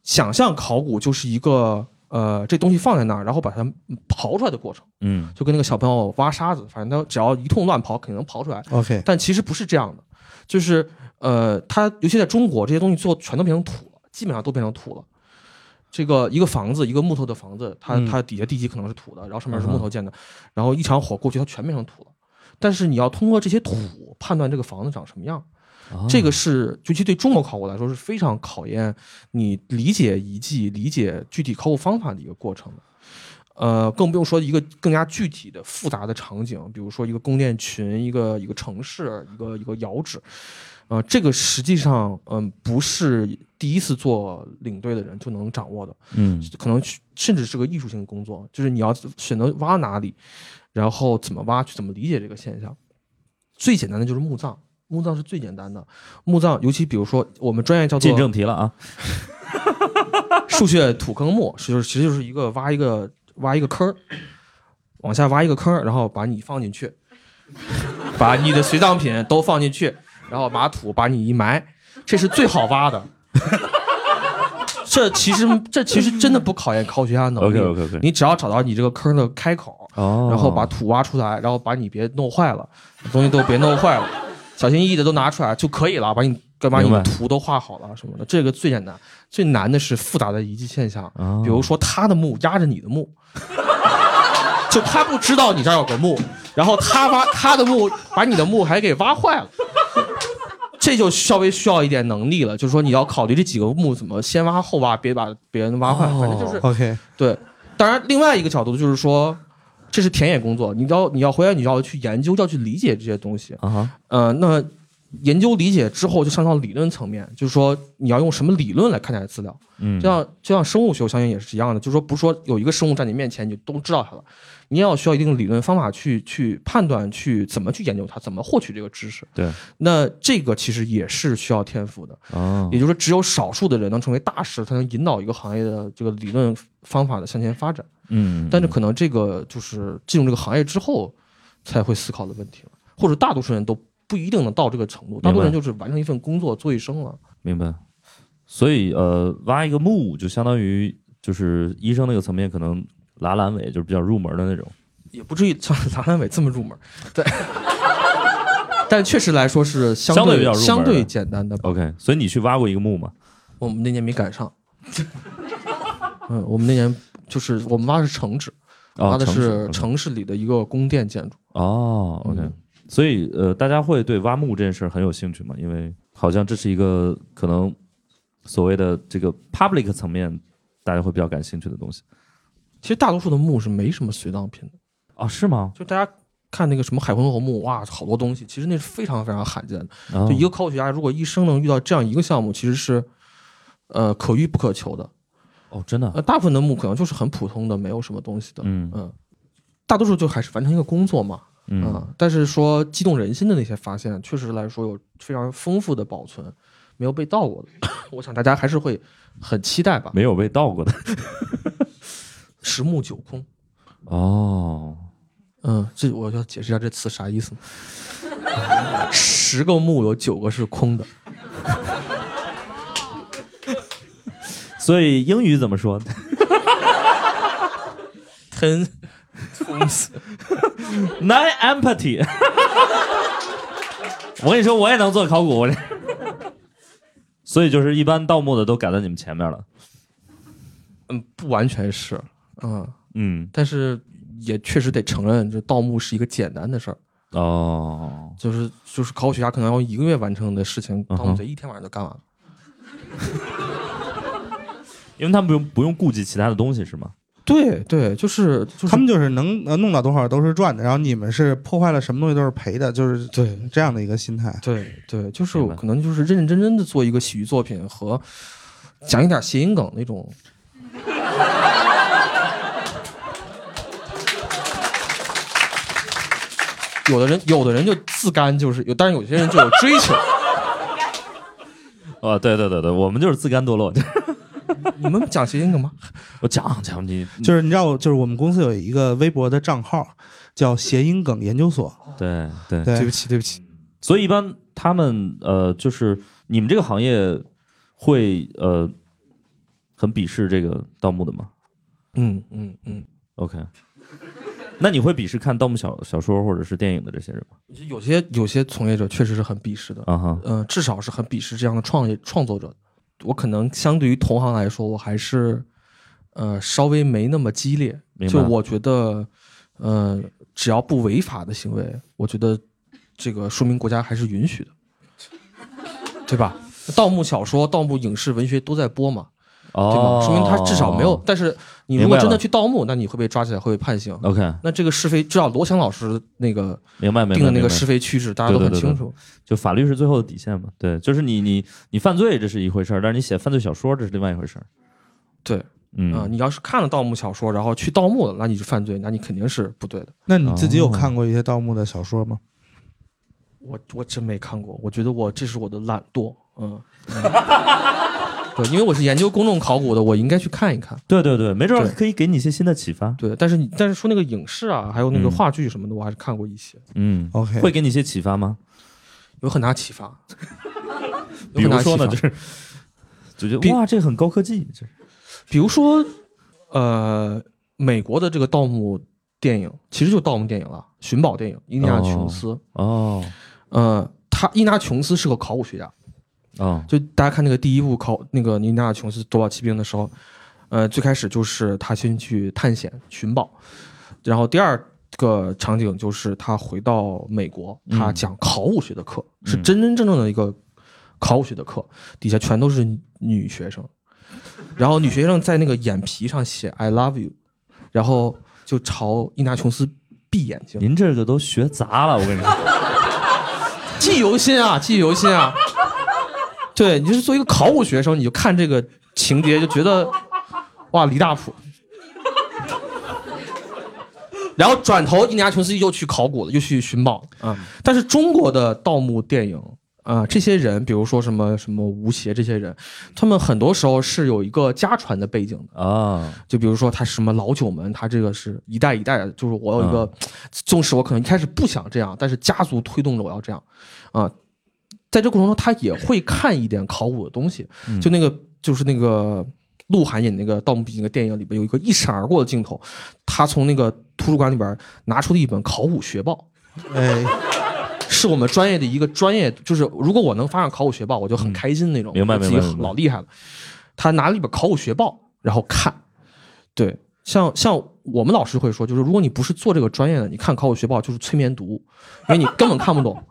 [SPEAKER 3] 想象考古就是一个呃这东西放在那儿，然后把它刨出来的过程。
[SPEAKER 1] 嗯
[SPEAKER 3] 就跟那个小朋友挖沙子，反正他只要一通乱刨，肯定能刨出来。
[SPEAKER 2] ，OK，
[SPEAKER 3] 但其实不是这样的，就是呃，它尤其在中国，这些东西最后全都变成土了，基本上都变成土了。这个一个房子，一个木头的房子，它
[SPEAKER 2] 嗯
[SPEAKER 3] 它底下地基可能是土的，然后上面是木头建的，然后一场火过去，它全变成土了。但是你要通过这些土判断这个房子长什么样，
[SPEAKER 1] 啊
[SPEAKER 3] 这个是尤其对中国考古来说是非常考验你理解遗迹、理解具体考古方法的一个过程的。呃，更不用说一个更加具体的、复杂的场景，比如说一个宫殿群、一个一个城市、一个一个窑址，呃，这个实际上，嗯、不是第一次做领队的人就能掌握的，
[SPEAKER 1] 嗯
[SPEAKER 3] 可能去甚至是个艺术性工作，就是你要选择挖哪里，然后怎么挖，去怎么理解这个现象。最简单的就是墓葬，墓葬是最简单的。墓葬，尤其比如说我们专业叫做
[SPEAKER 1] 进正题了啊，
[SPEAKER 3] 数学土坑墓，是就是其实就是一个挖一个挖一个坑儿，往下挖一个坑儿，然后把你放进去，把你的随葬品都放进去，然后把土把你一埋，这是最好挖的。这其实这其实真的不考验考古学家能力
[SPEAKER 1] OK，OK，OK
[SPEAKER 3] 你只要找到你这个坑的开口，
[SPEAKER 1] 哦
[SPEAKER 3] 然后把土挖出来，然后把你别弄坏了，东西都别弄坏了，小心翼翼的都拿出来就可以了，把你把你
[SPEAKER 1] 明白
[SPEAKER 3] 的图都画好了什么的，这个最简单。最难的是复杂的遗迹现象，
[SPEAKER 1] 哦
[SPEAKER 3] 比如说他的墓压着你的墓， 就他不知道你这儿有个墓，然后他挖他的墓把你的墓还给挖坏了。这就稍微需要一点能力了，就是说你要考虑这几个墓怎么先挖后挖，别把别人挖坏，反正就是
[SPEAKER 2] OK，
[SPEAKER 3] 对，当然另外一个角度就是说，这是田野工作，你要你要回来，你要去研究，要去理解这些东西。
[SPEAKER 1] 啊哈
[SPEAKER 3] 呃，那研究理解之后，就上到理论层面，就是说你要用什么理论来看待资料。
[SPEAKER 1] 嗯
[SPEAKER 3] 就像就像生物学，我相信也是一样的，就是说不是说有一个生物在你面前你就都知道它了，你也要需要一定的理论方法去去判断，去怎么去研究它，怎么获取这个知识。
[SPEAKER 1] 对，
[SPEAKER 3] 那这个其实也是需要天赋的。
[SPEAKER 1] 哦
[SPEAKER 3] 也就是说，只有少数的人能成为大师，才能引导一个行业的这个理论方法的向前发展。
[SPEAKER 1] 嗯，
[SPEAKER 3] 但是可能这个就是进入这个行业之后才会思考的问题了，或者大多数人都不一定能到这个程度，大多数人就是完成一份工作做一生了。
[SPEAKER 1] 明白。所以呃，挖一个墓就相当于就是医生那个层面可能拉阑尾，就是比较入门的那种。
[SPEAKER 3] 也不至于像达兰伟这么入门，对。 但确实来说是相
[SPEAKER 1] 相对比
[SPEAKER 3] 对
[SPEAKER 1] 较入门的
[SPEAKER 3] 相对简单的吧。
[SPEAKER 1] OK，所以你去挖过一个墓吗？
[SPEAKER 3] 我们那年没赶 上，嗯，我们那年就是我们挖的是城址，
[SPEAKER 1] 啊，
[SPEAKER 3] 挖的是
[SPEAKER 1] 城市
[SPEAKER 3] 城市里的一个宫殿建筑。
[SPEAKER 1] 哦，OK，、
[SPEAKER 3] 嗯
[SPEAKER 1] 所以呃，大家会对挖墓这件事儿很有兴趣吗？因为好像这是一个可能所谓的这个 public 层面大家会比较感兴趣的东西
[SPEAKER 3] 其实大多数的墓是没什么随葬品的。
[SPEAKER 1] 啊、是吗？
[SPEAKER 3] 就大家看那个什么海昏侯墓，哇，好多东西，其实那是非常非常罕见的。
[SPEAKER 1] 哦
[SPEAKER 3] 就一个考古学家，如果一生能遇到这样一个项目，其实是呃可遇不可求的。
[SPEAKER 1] 哦，真的啊，
[SPEAKER 3] 呃，大部分的墓可能就是很普通的，没有什么东西的。
[SPEAKER 1] 嗯
[SPEAKER 3] 嗯，大多数就还是完成一个工作嘛。
[SPEAKER 1] 嗯
[SPEAKER 3] 啊但是说激动人心的那些发现，确实来说有非常丰富的保存，没有被盗过的， 我想大家还是会很期待吧。
[SPEAKER 1] 没有被盗过的
[SPEAKER 3] 十墓九空。
[SPEAKER 1] 哦，
[SPEAKER 3] 嗯，这我要解释一下这词啥意思吗？ 十个墓有九个是空的，
[SPEAKER 1] 所以英语怎么说？
[SPEAKER 3] ten
[SPEAKER 1] Nine empty， 我跟你说，我也能做考古，我这。所以就是一般盗墓的都赶在你们前面了。
[SPEAKER 3] 嗯，不完全是，嗯，
[SPEAKER 1] 嗯，
[SPEAKER 3] 但是也确实得承认，就盗墓是一个简单的事儿，
[SPEAKER 1] 哦，
[SPEAKER 3] 就是就是考古学家可能要一个月完成的事情，
[SPEAKER 1] 嗯哼
[SPEAKER 3] 盗墓贼一天晚上就干完了。
[SPEAKER 1] 因为他们不用不用顾及其他的东西是吗？
[SPEAKER 3] 对对，就是就是
[SPEAKER 2] 他们就是能呃弄到多少都是赚的，然后你们是破坏了什么东西都是赔的，就是
[SPEAKER 3] 对
[SPEAKER 2] 这样的一个心态。
[SPEAKER 3] 对对，就是
[SPEAKER 1] 明
[SPEAKER 3] 我
[SPEAKER 1] 白
[SPEAKER 3] 可能就是认认真真的做一个喜剧作品和讲一点谐音梗那种。有的人，有的人就自甘，就是有，但是有些人就有追求。
[SPEAKER 1] 哦，对对对对，我们就是自甘堕落。
[SPEAKER 3] 你们讲谐音梗吗？
[SPEAKER 1] 我讲讲你，
[SPEAKER 2] 就是你知道，就是我们公司有一个微博的账号叫谐音梗研究所，
[SPEAKER 1] 对嗯对，
[SPEAKER 2] 对
[SPEAKER 3] 对不起，对不起，
[SPEAKER 1] 所以一般他们呃，就是你们这个行业会呃很鄙视这个盗墓的吗
[SPEAKER 3] 嗯嗯嗯，
[SPEAKER 1] ？OK，那你会鄙视看盗墓小小说或者是电影的这些人吗？
[SPEAKER 3] 有些有些从业者确实是很鄙视的，
[SPEAKER 1] 啊哈，
[SPEAKER 3] 呃，至少是很鄙视这样的创业创作者。我可能相对于同行来说，我还是呃稍微没那么激烈。
[SPEAKER 1] 明白
[SPEAKER 3] 就我觉得，呃，只要不违法的行为，我觉得这个说明国家还是 允许的，对吧？盗墓小说、盗墓影视、文学都在播嘛，对吧？
[SPEAKER 1] 哦，
[SPEAKER 3] 说明他至少没有。但是你如
[SPEAKER 1] 明
[SPEAKER 3] 果
[SPEAKER 1] 白
[SPEAKER 3] 真的
[SPEAKER 1] 了嗯
[SPEAKER 3] 去盗墓，那你会被抓起来，会被判刑。
[SPEAKER 1] OK，
[SPEAKER 3] 那这个是非，至少罗翔老师那个
[SPEAKER 1] 明白明白。
[SPEAKER 3] 定的
[SPEAKER 1] 明
[SPEAKER 3] 那
[SPEAKER 1] 白
[SPEAKER 3] 个是非曲直，大家都
[SPEAKER 1] 对
[SPEAKER 3] 很
[SPEAKER 1] 对对
[SPEAKER 3] 清楚。
[SPEAKER 1] 就法律是最后的底线嘛？对，就是你你你犯罪这是一回事儿，但是你写犯罪小说这是另外一回事儿。
[SPEAKER 3] 对，
[SPEAKER 1] 嗯，
[SPEAKER 3] 啊、你要是看了盗墓小说，然后去盗墓了，那你就犯罪，那你肯定是不对的。
[SPEAKER 2] 那你自己
[SPEAKER 1] 哦
[SPEAKER 2] 有看过一些盗墓的小说吗？
[SPEAKER 3] 我我真没看过，我觉得我这是我的懒惰，嗯， 嗯对，因为我是研究公众考古的，我应该去看一看。
[SPEAKER 1] 对对对，没准儿
[SPEAKER 3] 对
[SPEAKER 1] 可以给你一些新的启发。
[SPEAKER 3] 对，但是你但是说那个影视啊，还有那个
[SPEAKER 1] 嗯
[SPEAKER 3] 话剧什么的，我还是看过一些，
[SPEAKER 1] 嗯
[SPEAKER 2] OK
[SPEAKER 1] 会给你一些启发吗？
[SPEAKER 3] 有很大启发。
[SPEAKER 1] 比如
[SPEAKER 3] 有很大
[SPEAKER 1] 说呢，就
[SPEAKER 3] 启发
[SPEAKER 1] 是就觉
[SPEAKER 3] 比
[SPEAKER 1] 得哇，这很高科技，这是
[SPEAKER 3] 比如说，呃，美国的这个盗墓电影，其实就盗墓电影了，寻宝电影《伊利亚
[SPEAKER 1] 哦
[SPEAKER 3] 琼斯》
[SPEAKER 1] 哦
[SPEAKER 3] 呃，他伊纳琼斯是个考古学家，
[SPEAKER 1] 哦
[SPEAKER 3] 就大家看那个第一部考那个尼娜琼斯夺宝奇兵的时候，呃，最开始就是他先去探险寻宝，然后第二个场景就是他回到美国，
[SPEAKER 1] 嗯
[SPEAKER 3] 他讲考古学的课，是
[SPEAKER 1] 嗯
[SPEAKER 3] 真真正正的一个考古学的课，底下全都是女学生，然后女学生在那个眼皮上写 “I love you”，然后就朝伊娜琼斯闭眼睛，
[SPEAKER 1] 您这个都学杂了，我跟你说，
[SPEAKER 3] 记忆犹新啊，记忆犹新啊。对，你就是作为一个考古学生，你就看这个情节就觉得，哇，离大谱。然后转头，印第安琼斯又去考古了，又去寻宝啊、但是中国的盗墓电影啊、这些人，比如说什么什么吴邪这些人，他们很多时候是有一个家传的背景的。
[SPEAKER 1] 啊，
[SPEAKER 3] 就比如说他什么老九门，他这个是一代一代的，就是我有一个，纵使我可能一开始不想这样，但是家族推动着我要这样，啊、在这过程中他也会看一点考古的东西，
[SPEAKER 1] 嗯
[SPEAKER 3] 就那个就是那个鹿晗演那个《盗墓笔记》那个电影里边有一个一闪而过的镜头，他从那个图书馆里边拿出了一本考古学报，
[SPEAKER 2] 哎，
[SPEAKER 3] 是我们专业的一个专业，就是如果我能发上考古学报，我就很开心那种，
[SPEAKER 1] 嗯明白明白
[SPEAKER 3] 我自己
[SPEAKER 1] 明白
[SPEAKER 3] 老厉害了。他拿了一本考古学报，然后看，对，像像我们老师会说，就是如果你不是做这个专业的，你看考古学报就是催眠读，因为你根本看不懂。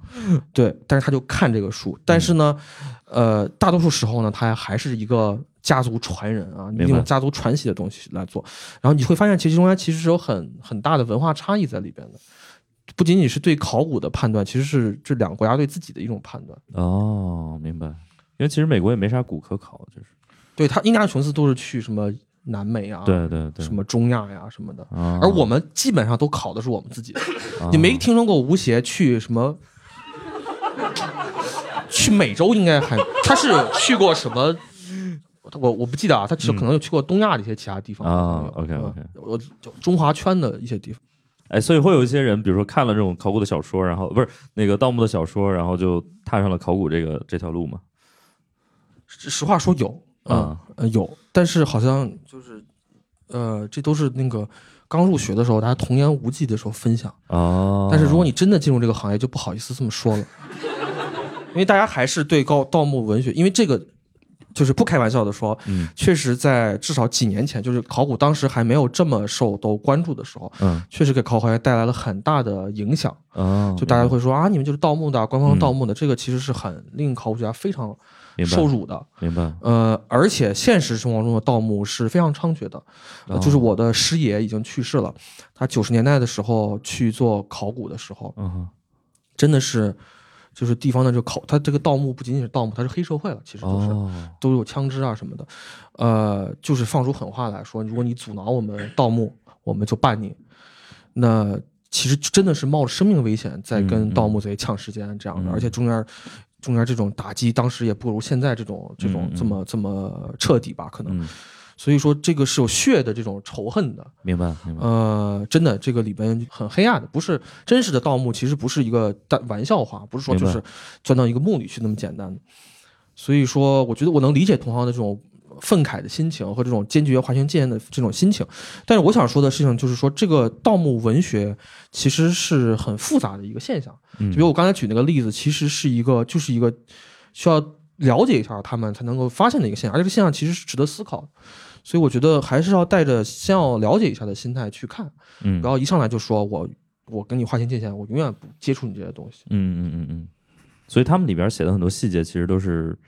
[SPEAKER 3] 对，但是他就看这个书，但是呢，呃，大多数时候呢，他还是一个家族传人啊，
[SPEAKER 1] 明白
[SPEAKER 3] 那种家族传奇的东西来做。然后你会发现，其实中间其实是有很很大的文化差异在里边的。不仅仅是对考古的判断，其实是这两个国家对自己的一种判断。
[SPEAKER 1] 哦，明白。因为其实美国也没啥古可考，就是
[SPEAKER 3] 对他，印第安琼斯都是去什么南美啊，
[SPEAKER 1] 对对对
[SPEAKER 3] 什，么中亚呀、什么的，
[SPEAKER 1] 啊
[SPEAKER 3] 而我们基本上都考的是我们自己。
[SPEAKER 1] 啊
[SPEAKER 3] 你没听说过吴邪去什么？去美洲应该还他是去过什么？我我不记得啊，他只可能有去过东亚的一些其他地方
[SPEAKER 1] 啊，OK，OK
[SPEAKER 3] 嗯我就中华圈的一些地方。
[SPEAKER 1] 哎，所以会有一些人，比如说看了这种考古的小说，然后不是那个盗墓的小说，然后就踏上了考古这个这条路嘛？
[SPEAKER 3] 实实话说有
[SPEAKER 1] 啊
[SPEAKER 3] 啊、嗯呃有，但是好像就是呃，这都是那个刚入学的时候，大家童言无忌的时候分享。
[SPEAKER 1] 哦，
[SPEAKER 3] 但是如果你真的进入这个行业，就不好意思这么说了。因为大家还是对高盗墓文学，因为这个就是不开玩笑的说，
[SPEAKER 1] 嗯
[SPEAKER 3] 确实在至少几年前，就是考古当时还没有这么受都关注的时候，
[SPEAKER 1] 嗯
[SPEAKER 3] 确实给考古行业带来了很大的影响。
[SPEAKER 1] 哦，
[SPEAKER 3] 就大家
[SPEAKER 1] 明白
[SPEAKER 3] 会说啊，你们就是盗墓的，官方
[SPEAKER 1] 嗯
[SPEAKER 3] 盗墓的，这个其实是很令考古学家非常
[SPEAKER 1] 明白
[SPEAKER 3] 受辱的。
[SPEAKER 1] 明白了
[SPEAKER 3] 呃，而且现实生活中的盗墓是非常猖獗的，呃就是
[SPEAKER 1] 哦
[SPEAKER 3] 我的师爷已经去世了，他九十年代的时候去做考古的时候，
[SPEAKER 1] 嗯哼
[SPEAKER 3] 真的是就是地方的就考，他这个盗墓不仅仅是盗墓，他是黑社会了，其实都是、
[SPEAKER 1] 哦
[SPEAKER 3] 都有枪支啊什么的，呃，就是放出狠话来说，如果你阻挠我们盗墓，我们就办你。那其实真的是冒着生命危险在
[SPEAKER 1] 嗯
[SPEAKER 3] 跟
[SPEAKER 1] 嗯
[SPEAKER 3] 盗墓贼抢时间这样的，
[SPEAKER 1] 嗯
[SPEAKER 3] 而且中间中间这种打击，当时也不如现在这种这种
[SPEAKER 1] 嗯嗯
[SPEAKER 3] 这么、这么彻底吧，可能。
[SPEAKER 1] 嗯
[SPEAKER 3] 所以说这个是有血的这种仇恨的，
[SPEAKER 1] 明白明白
[SPEAKER 3] 呃，真的这个里边很黑暗的，不是真实的盗墓，其实不是一个大玩笑话，不是说就
[SPEAKER 1] 明白
[SPEAKER 3] 是钻到一个墓里去那么简单的。所以说，我觉得我能理解同行的这种呃愤慨的心情和这种坚决划清界限的这种心情。但是我想说的事情就是说，这个盗墓文学其实是很复杂的一个现象。
[SPEAKER 1] 嗯
[SPEAKER 3] 就比如我刚才举那个例子，其实是一个就是一个需要了解一下他们才能够发现的一个现象，而这个现象其实是值得思考的。所以我觉得还是要带着先要了解一下的心态去看，
[SPEAKER 1] 嗯
[SPEAKER 3] 不要一上来就说我我跟你划清界限，我永远不接触你这些东西。
[SPEAKER 1] 嗯嗯嗯嗯，所以他们里边写的很多细节其实都是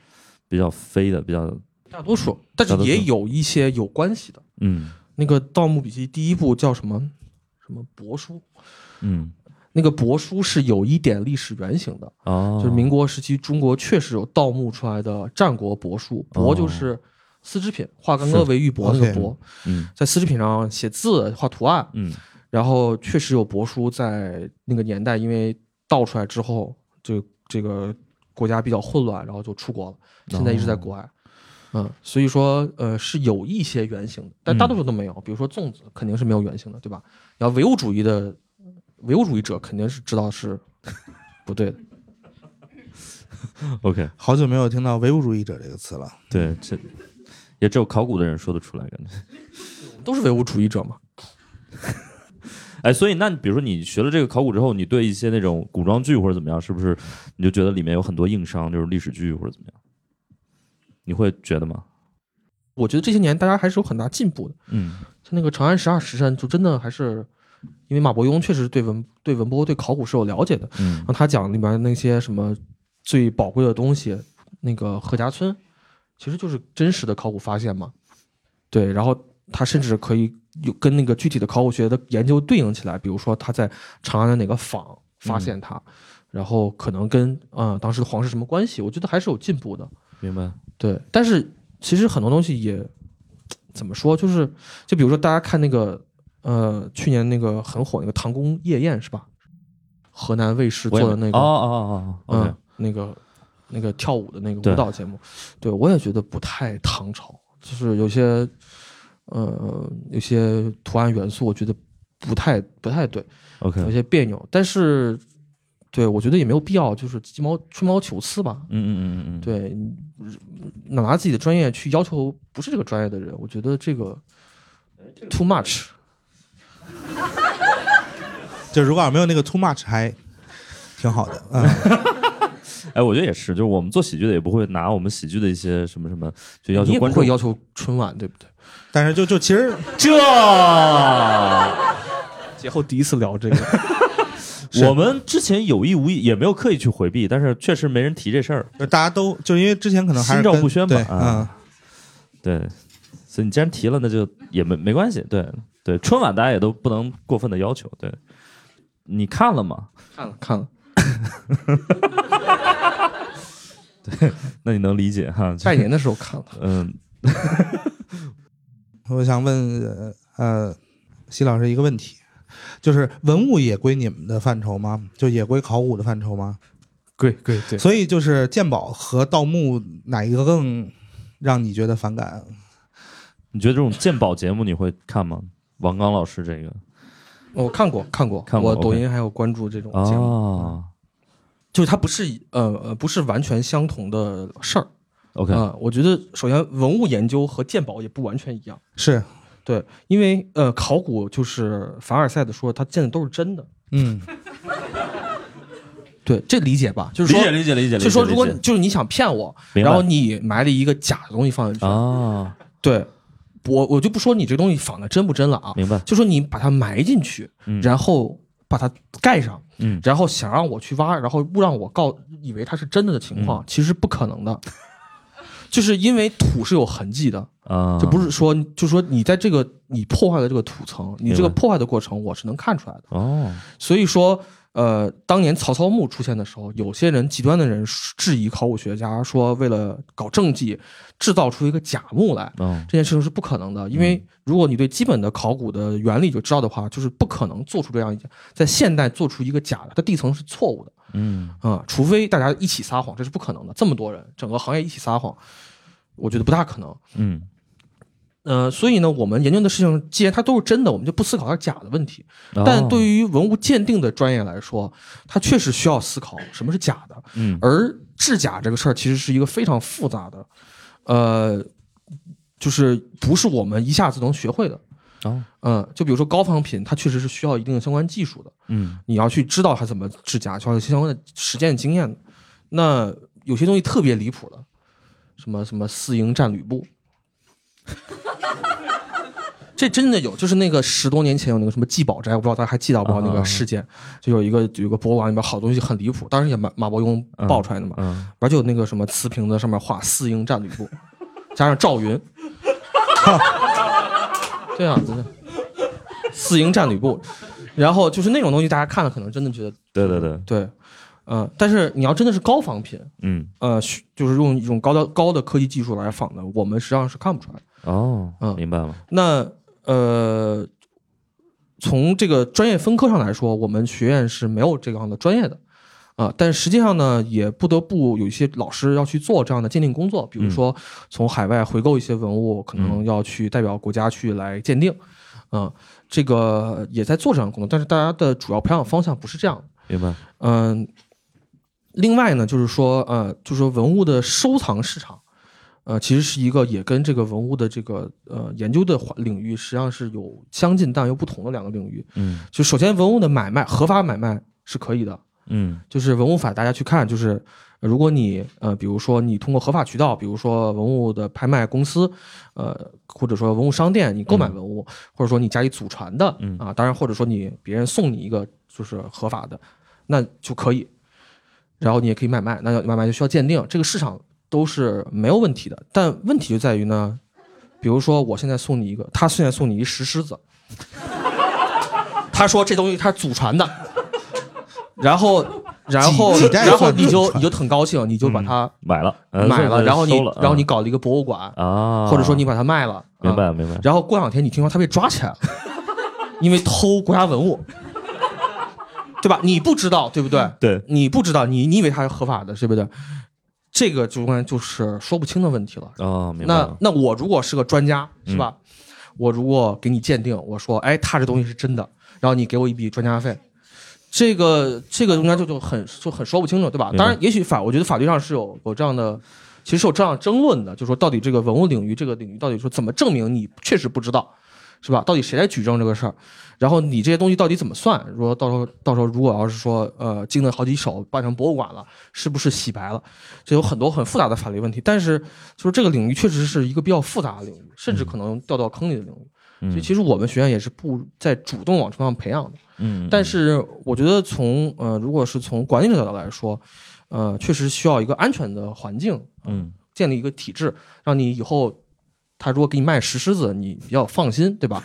[SPEAKER 1] 比较飞的，比较
[SPEAKER 3] 大多
[SPEAKER 1] 嗯
[SPEAKER 3] 数，但是
[SPEAKER 1] 大多数
[SPEAKER 3] 也有一些有关系的。
[SPEAKER 1] 嗯
[SPEAKER 3] 那个《盗墓笔记》第一部叫什么什么帛书，
[SPEAKER 1] 嗯
[SPEAKER 3] 那个帛书是有一点历史原型的，
[SPEAKER 1] 哦，
[SPEAKER 3] 就是民国时期中国确实有盗墓出来的战国帛书，帛就是丝织品，化干戈为玉帛那个
[SPEAKER 2] 是
[SPEAKER 3] 帛，
[SPEAKER 1] 嗯
[SPEAKER 3] 在丝织品上写字、画图案，
[SPEAKER 1] 嗯
[SPEAKER 3] 然后确实有帛书在那个年代，因为盗出来之后，这这个国家比较混乱，然后就出国了，现在一直在国外。嗯，所以说，呃，是有一些原型的，但大多数都没有。比如说粽子，肯定是没有原型的，对吧？然后唯物主义的唯物主义者肯定是知道是不对的。
[SPEAKER 1] ，OK，
[SPEAKER 2] 好久没有听到唯物主义者这个词了。
[SPEAKER 1] 对，这也只有考古的人说得出来，感觉。
[SPEAKER 3] 都是唯物主义者嘛。
[SPEAKER 1] 哎，所以那你比如说你学了这个考古之后，你对一些那种古装剧或者怎么样，是不是你就觉得里面有很多硬伤，就是历史剧或者怎么样？你会觉得吗？
[SPEAKER 3] 我觉得这些年大家还是有很大进步的，
[SPEAKER 1] 嗯
[SPEAKER 3] 像那个《长安十二时辰》，就真的还是因为马伯庸确实对文对文博对考古是有了解的，
[SPEAKER 1] 嗯
[SPEAKER 3] 然后他讲里面那些什么最宝贵的东西，那个贺家村其实就是真实的考古发现嘛。对，然后他甚至可以有跟那个具体的考古学的研究对应起来，比如说他在长安的哪个坊发现它，然后可能跟呃当时的皇室什么关系，我觉得还是有进步的。
[SPEAKER 1] 明白。
[SPEAKER 3] 对，但是其实很多东西也怎么说，就是就比如说大家看那个呃去年那个很火那个《唐宫夜宴》是吧？河南卫视做的那
[SPEAKER 1] 哦
[SPEAKER 3] 个，
[SPEAKER 1] 哦哦哦
[SPEAKER 3] 嗯
[SPEAKER 1] ，OK，，
[SPEAKER 3] 那个那个跳舞的那个
[SPEAKER 1] 对
[SPEAKER 3] 舞蹈节目，对我也觉得不太唐朝，就是有些呃有些图案元素，我觉得不太不太对，有
[SPEAKER 1] OK，
[SPEAKER 3] 些别扭，但是。对，我觉得也没有必要，就是鸡毛吹毛求疵吧。
[SPEAKER 1] 嗯嗯嗯嗯嗯，
[SPEAKER 3] 对，你拿拿自己的专业去要求不是这个专业的人，我觉得这个 too much。
[SPEAKER 2] 就如果要没有那个 too much，还挺好的。嗯，
[SPEAKER 1] 哎，我觉得也是，就是我们做喜剧的也不会拿我们喜剧的一些什么什么就要
[SPEAKER 3] 你
[SPEAKER 1] 求
[SPEAKER 3] 也不
[SPEAKER 1] 观众
[SPEAKER 3] 会要求春晚，对不对？
[SPEAKER 2] 但是就就其实
[SPEAKER 1] 这。
[SPEAKER 3] 节后第一次聊这个，
[SPEAKER 1] 我们之前有意无意也没有刻意去回避，但是确实没人提这事儿。
[SPEAKER 2] 就大家都就因为之前可能还是
[SPEAKER 1] 心照
[SPEAKER 2] 跟
[SPEAKER 1] 不宣吧
[SPEAKER 2] 对，嗯
[SPEAKER 1] 啊，对，所以你既然提了，那就也没没关系。对对，春晚大家也都不能过分的要求。对，你看了吗？
[SPEAKER 3] 看了看了，
[SPEAKER 1] 那你能理解哈？
[SPEAKER 3] 拜年的时候看了。
[SPEAKER 1] 嗯，
[SPEAKER 2] 嗯我想问呃呃，西老师一个问题，就是文物也归你们的范畴吗？就也归考古的范畴吗？
[SPEAKER 3] 对对对，
[SPEAKER 2] 所以就是鉴宝和盗墓哪一个更让你觉得反感？
[SPEAKER 1] 你觉得这种鉴宝节目你会看吗？王刚老师这个
[SPEAKER 3] 我看过看过，
[SPEAKER 1] 看过
[SPEAKER 3] 我抖
[SPEAKER 1] OK
[SPEAKER 3] 音还有关注这种节目，嗯
[SPEAKER 1] 哦
[SPEAKER 3] 就是它不是呃呃不是完全相同的事儿
[SPEAKER 1] ，OK，
[SPEAKER 3] 啊、我觉得首先文物研究和鉴宝也不完全一样。
[SPEAKER 2] 是，
[SPEAKER 3] 对，因为呃，考
[SPEAKER 1] 嗯
[SPEAKER 3] 古就是凡尔赛的说，他建的都是真的，
[SPEAKER 2] 嗯，
[SPEAKER 3] 对，这理解吧，就是
[SPEAKER 1] 理
[SPEAKER 3] 说
[SPEAKER 1] 解理解理解理解。
[SPEAKER 3] 就说如果
[SPEAKER 1] 理
[SPEAKER 3] 你
[SPEAKER 1] 解
[SPEAKER 3] 就是你想骗我，
[SPEAKER 1] 明白
[SPEAKER 3] 然后你埋了一个假的东西放进去，
[SPEAKER 1] 啊，
[SPEAKER 3] 对我我就不说你这东西仿的真不真了啊，
[SPEAKER 1] 明白，
[SPEAKER 3] 就说你把它埋进去，
[SPEAKER 1] 嗯
[SPEAKER 3] 然后把它盖上，
[SPEAKER 1] 嗯
[SPEAKER 3] 然后想让我去挖，然后不让我告以为它是真的的情
[SPEAKER 1] 嗯
[SPEAKER 3] 况，其实不可能的，就是因为土是有痕迹的，
[SPEAKER 1] 啊，
[SPEAKER 3] 就不是说就说你在这个你破坏了这个土层，你这
[SPEAKER 1] 明
[SPEAKER 3] 个
[SPEAKER 1] 白
[SPEAKER 3] 破坏的过程我是能看出来的。
[SPEAKER 1] 哦，
[SPEAKER 3] 所以说，呃，当年曹操墓出现的时候，有些人极端的人质疑考古学家说，为了搞政绩，制造出一个假墓来，
[SPEAKER 1] 哦，
[SPEAKER 3] 这件事情是不可能的。因为如果你对基本的考古的原理就知道的话，就是不可能做出这样一件在现代做出一个假的，它地层是错误的
[SPEAKER 1] 嗯，
[SPEAKER 3] 啊、除非大家一起撒谎，这是不可能的。这么多人，整个行业一起撒谎，我觉得不大可能。
[SPEAKER 1] 嗯，
[SPEAKER 3] 呃，所以呢，我们研究的事情，既然它都是真的，我们就不思考它是假的问题。
[SPEAKER 1] 哦
[SPEAKER 3] 但对，于文物鉴定的专业来说，它确实需要思考什么是假的，
[SPEAKER 1] 嗯，
[SPEAKER 3] 而制假这个事儿其实是一个非常复杂的，呃，就是不是我们一下子能学会的。
[SPEAKER 1] 哦，
[SPEAKER 3] 嗯，就比如说高仿品，它确实是需要一定的相关技术的，
[SPEAKER 1] 嗯，
[SPEAKER 3] 你要去知道它怎么制假，需要有相关的实践经验的。那有些东西特别离谱的，什么什么四营战吕布， 这真的有，就是那个十多年前有那个什么季宝斋，我不知道大家还记得不？那
[SPEAKER 1] 啊啊
[SPEAKER 3] 个
[SPEAKER 1] 啊
[SPEAKER 3] 事件，就有一个有一个博物馆里面好东西很离谱，当时也马马伯庸爆出来的嘛，
[SPEAKER 1] 嗯，
[SPEAKER 3] 然后就有那个什么瓷瓶子上面画四英战吕布，加上赵云， 这样子的四英战吕布，然后就是那种东西，大家看了可能真的觉得
[SPEAKER 1] 对对对，
[SPEAKER 3] 对，嗯、但是你要真的是高仿品，
[SPEAKER 1] 嗯，
[SPEAKER 3] 呃，需就是用一种高的高的科技技术来仿的，我们实际上是看不出来的。
[SPEAKER 1] 哦，
[SPEAKER 3] 嗯
[SPEAKER 1] 明白了，
[SPEAKER 3] 那呃，从这个专业分科上来说，我们学院是没有这样的专业的。啊、但实际上呢，也不得不有一些老师要去做这样的鉴定工作，比如
[SPEAKER 1] 嗯
[SPEAKER 3] 说从海外回购一些文物，可能要去代表国家去来鉴定，嗯、这个也在做这样的工作，但是大家的主要培养方向不是这样的，
[SPEAKER 1] 明白，
[SPEAKER 3] 嗯，另外呢，就是说，呃，就是说文物的收藏市场，呃，其实是一个也跟这个文物的这个呃研究的环领域，实际上是有相近但又不同的两个领域。
[SPEAKER 1] 嗯
[SPEAKER 3] 就首先，文物的买卖，合法买卖是可以的，
[SPEAKER 1] 嗯
[SPEAKER 3] 就是文物法，大家去看，就是呃如果你呃，比如说你通过合法渠道，比如说文物的拍卖公司，呃，或者说文物商店，你购买文物，或者说你家里祖传的，
[SPEAKER 1] 嗯
[SPEAKER 3] 啊，当然或者说你别人送你一个就是合法的，那就可以。然后你也可以买卖，那要买卖就需要鉴定，这个市场都是没有问题的。但问题就在于呢，比如说我现在送你一个，他现在送你一石狮子，他说这东西他是祖传的，然后然后
[SPEAKER 2] 几几代
[SPEAKER 3] 然后
[SPEAKER 2] 算
[SPEAKER 3] 你
[SPEAKER 2] 祖
[SPEAKER 3] 就
[SPEAKER 2] 传
[SPEAKER 3] 你就很高兴，你就把它
[SPEAKER 1] 买了，呃
[SPEAKER 3] 买了，
[SPEAKER 1] 收
[SPEAKER 3] 然后你
[SPEAKER 1] 收了
[SPEAKER 3] 然后你
[SPEAKER 1] 嗯
[SPEAKER 3] 搞了一个博物馆，
[SPEAKER 1] 啊，
[SPEAKER 3] 或者说你把它卖了，
[SPEAKER 1] 明
[SPEAKER 3] 啊
[SPEAKER 1] 白明白，
[SPEAKER 3] 然后过两天你听说他被抓 起来了，因为偷国家文物，对吧？你不知道，对不对？
[SPEAKER 1] 对，
[SPEAKER 3] 你不知道，你你以为它是合法的，对不对？这个就关于就是说不清的问题了。
[SPEAKER 1] 哦，明白嗯
[SPEAKER 3] 那
[SPEAKER 1] 了，
[SPEAKER 3] 那我如果是个专家，是吧？我如果给你鉴定，我说，哎，他这东西是真的，然后你给我一笔专家费，这个这个中间就就很就很说不清楚，对吧？
[SPEAKER 1] 明白
[SPEAKER 3] 当然，也许法，我觉得法律上是有有这样的，其实是有这样争论的，就是说到底这个文物领域这个领域到底说怎么证明你确实不知道，是吧？到底谁来举证这个事儿？然后你这些东西到底怎么算？如果到时候到时候如果要是说呃经了好几手办成博物馆了，是不是洗白了？这有很多很复杂的法律问题。但是就是这个领域确实是一个比较复杂的领域，甚至可能掉到坑里的领域。所
[SPEAKER 1] 嗯
[SPEAKER 3] 以其实我们学院也是不在主动往这方面培养的。
[SPEAKER 1] 嗯，
[SPEAKER 3] 但是我觉得从呃如果是从管理者角度来说，呃确实需要一个安全的环境，
[SPEAKER 1] 嗯
[SPEAKER 3] 建立一个体制，让你以后他如果给你卖石狮子，你比较放心，对吧？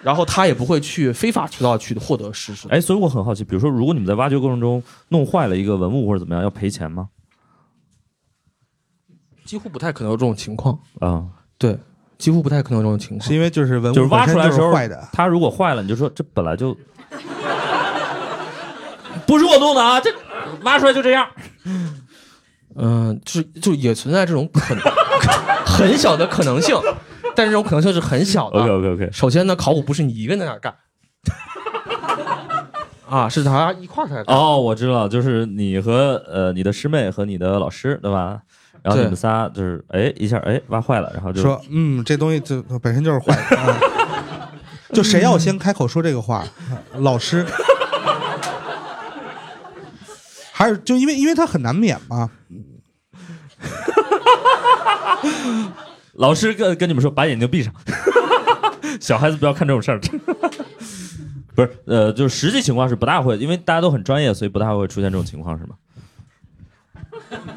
[SPEAKER 3] 然后他也不会去非法渠道去获得石狮子。
[SPEAKER 1] 哎，所以我很好奇，比如说，如果你们在挖掘过程中弄坏了一个文物或者怎么样，要赔钱吗？
[SPEAKER 3] 几乎不太可能有这种情况，
[SPEAKER 1] 啊，
[SPEAKER 3] 对，几乎不太可能有这种情
[SPEAKER 2] 是
[SPEAKER 3] 况。
[SPEAKER 2] 因为就是文物
[SPEAKER 1] 就是挖
[SPEAKER 2] 本身
[SPEAKER 1] 出来的
[SPEAKER 2] 就
[SPEAKER 1] 时候
[SPEAKER 2] 是坏的，
[SPEAKER 1] 它如果坏了，你就说这本来就 不是我弄的啊，这挖出来就这样。
[SPEAKER 3] 嗯、就是就也存在这种可能 很小的可能性，但是这种可能性是很小的。
[SPEAKER 1] OK OK OK，
[SPEAKER 3] 首先呢，考古不是你一个人在那儿干， 啊，是大家一块儿在那儿干。
[SPEAKER 1] 哦，我知道，就是你和呃你的师妹和你的老师对吧？然后
[SPEAKER 3] 对
[SPEAKER 1] 你们仨就是哎一下哎挖坏了，然后就
[SPEAKER 2] 说嗯，这东西就本身就是坏的。 啊就
[SPEAKER 1] 嗯
[SPEAKER 2] 谁要先开口说这个话，老师还是就因为因为它很难免嘛。
[SPEAKER 1] 老师跟跟你们说，把眼睛闭上，小孩子不要看这种事儿。 不是，呃，就是实际情况是不大会，因为大家都很专业，所以不大会出现这种情况，是吧？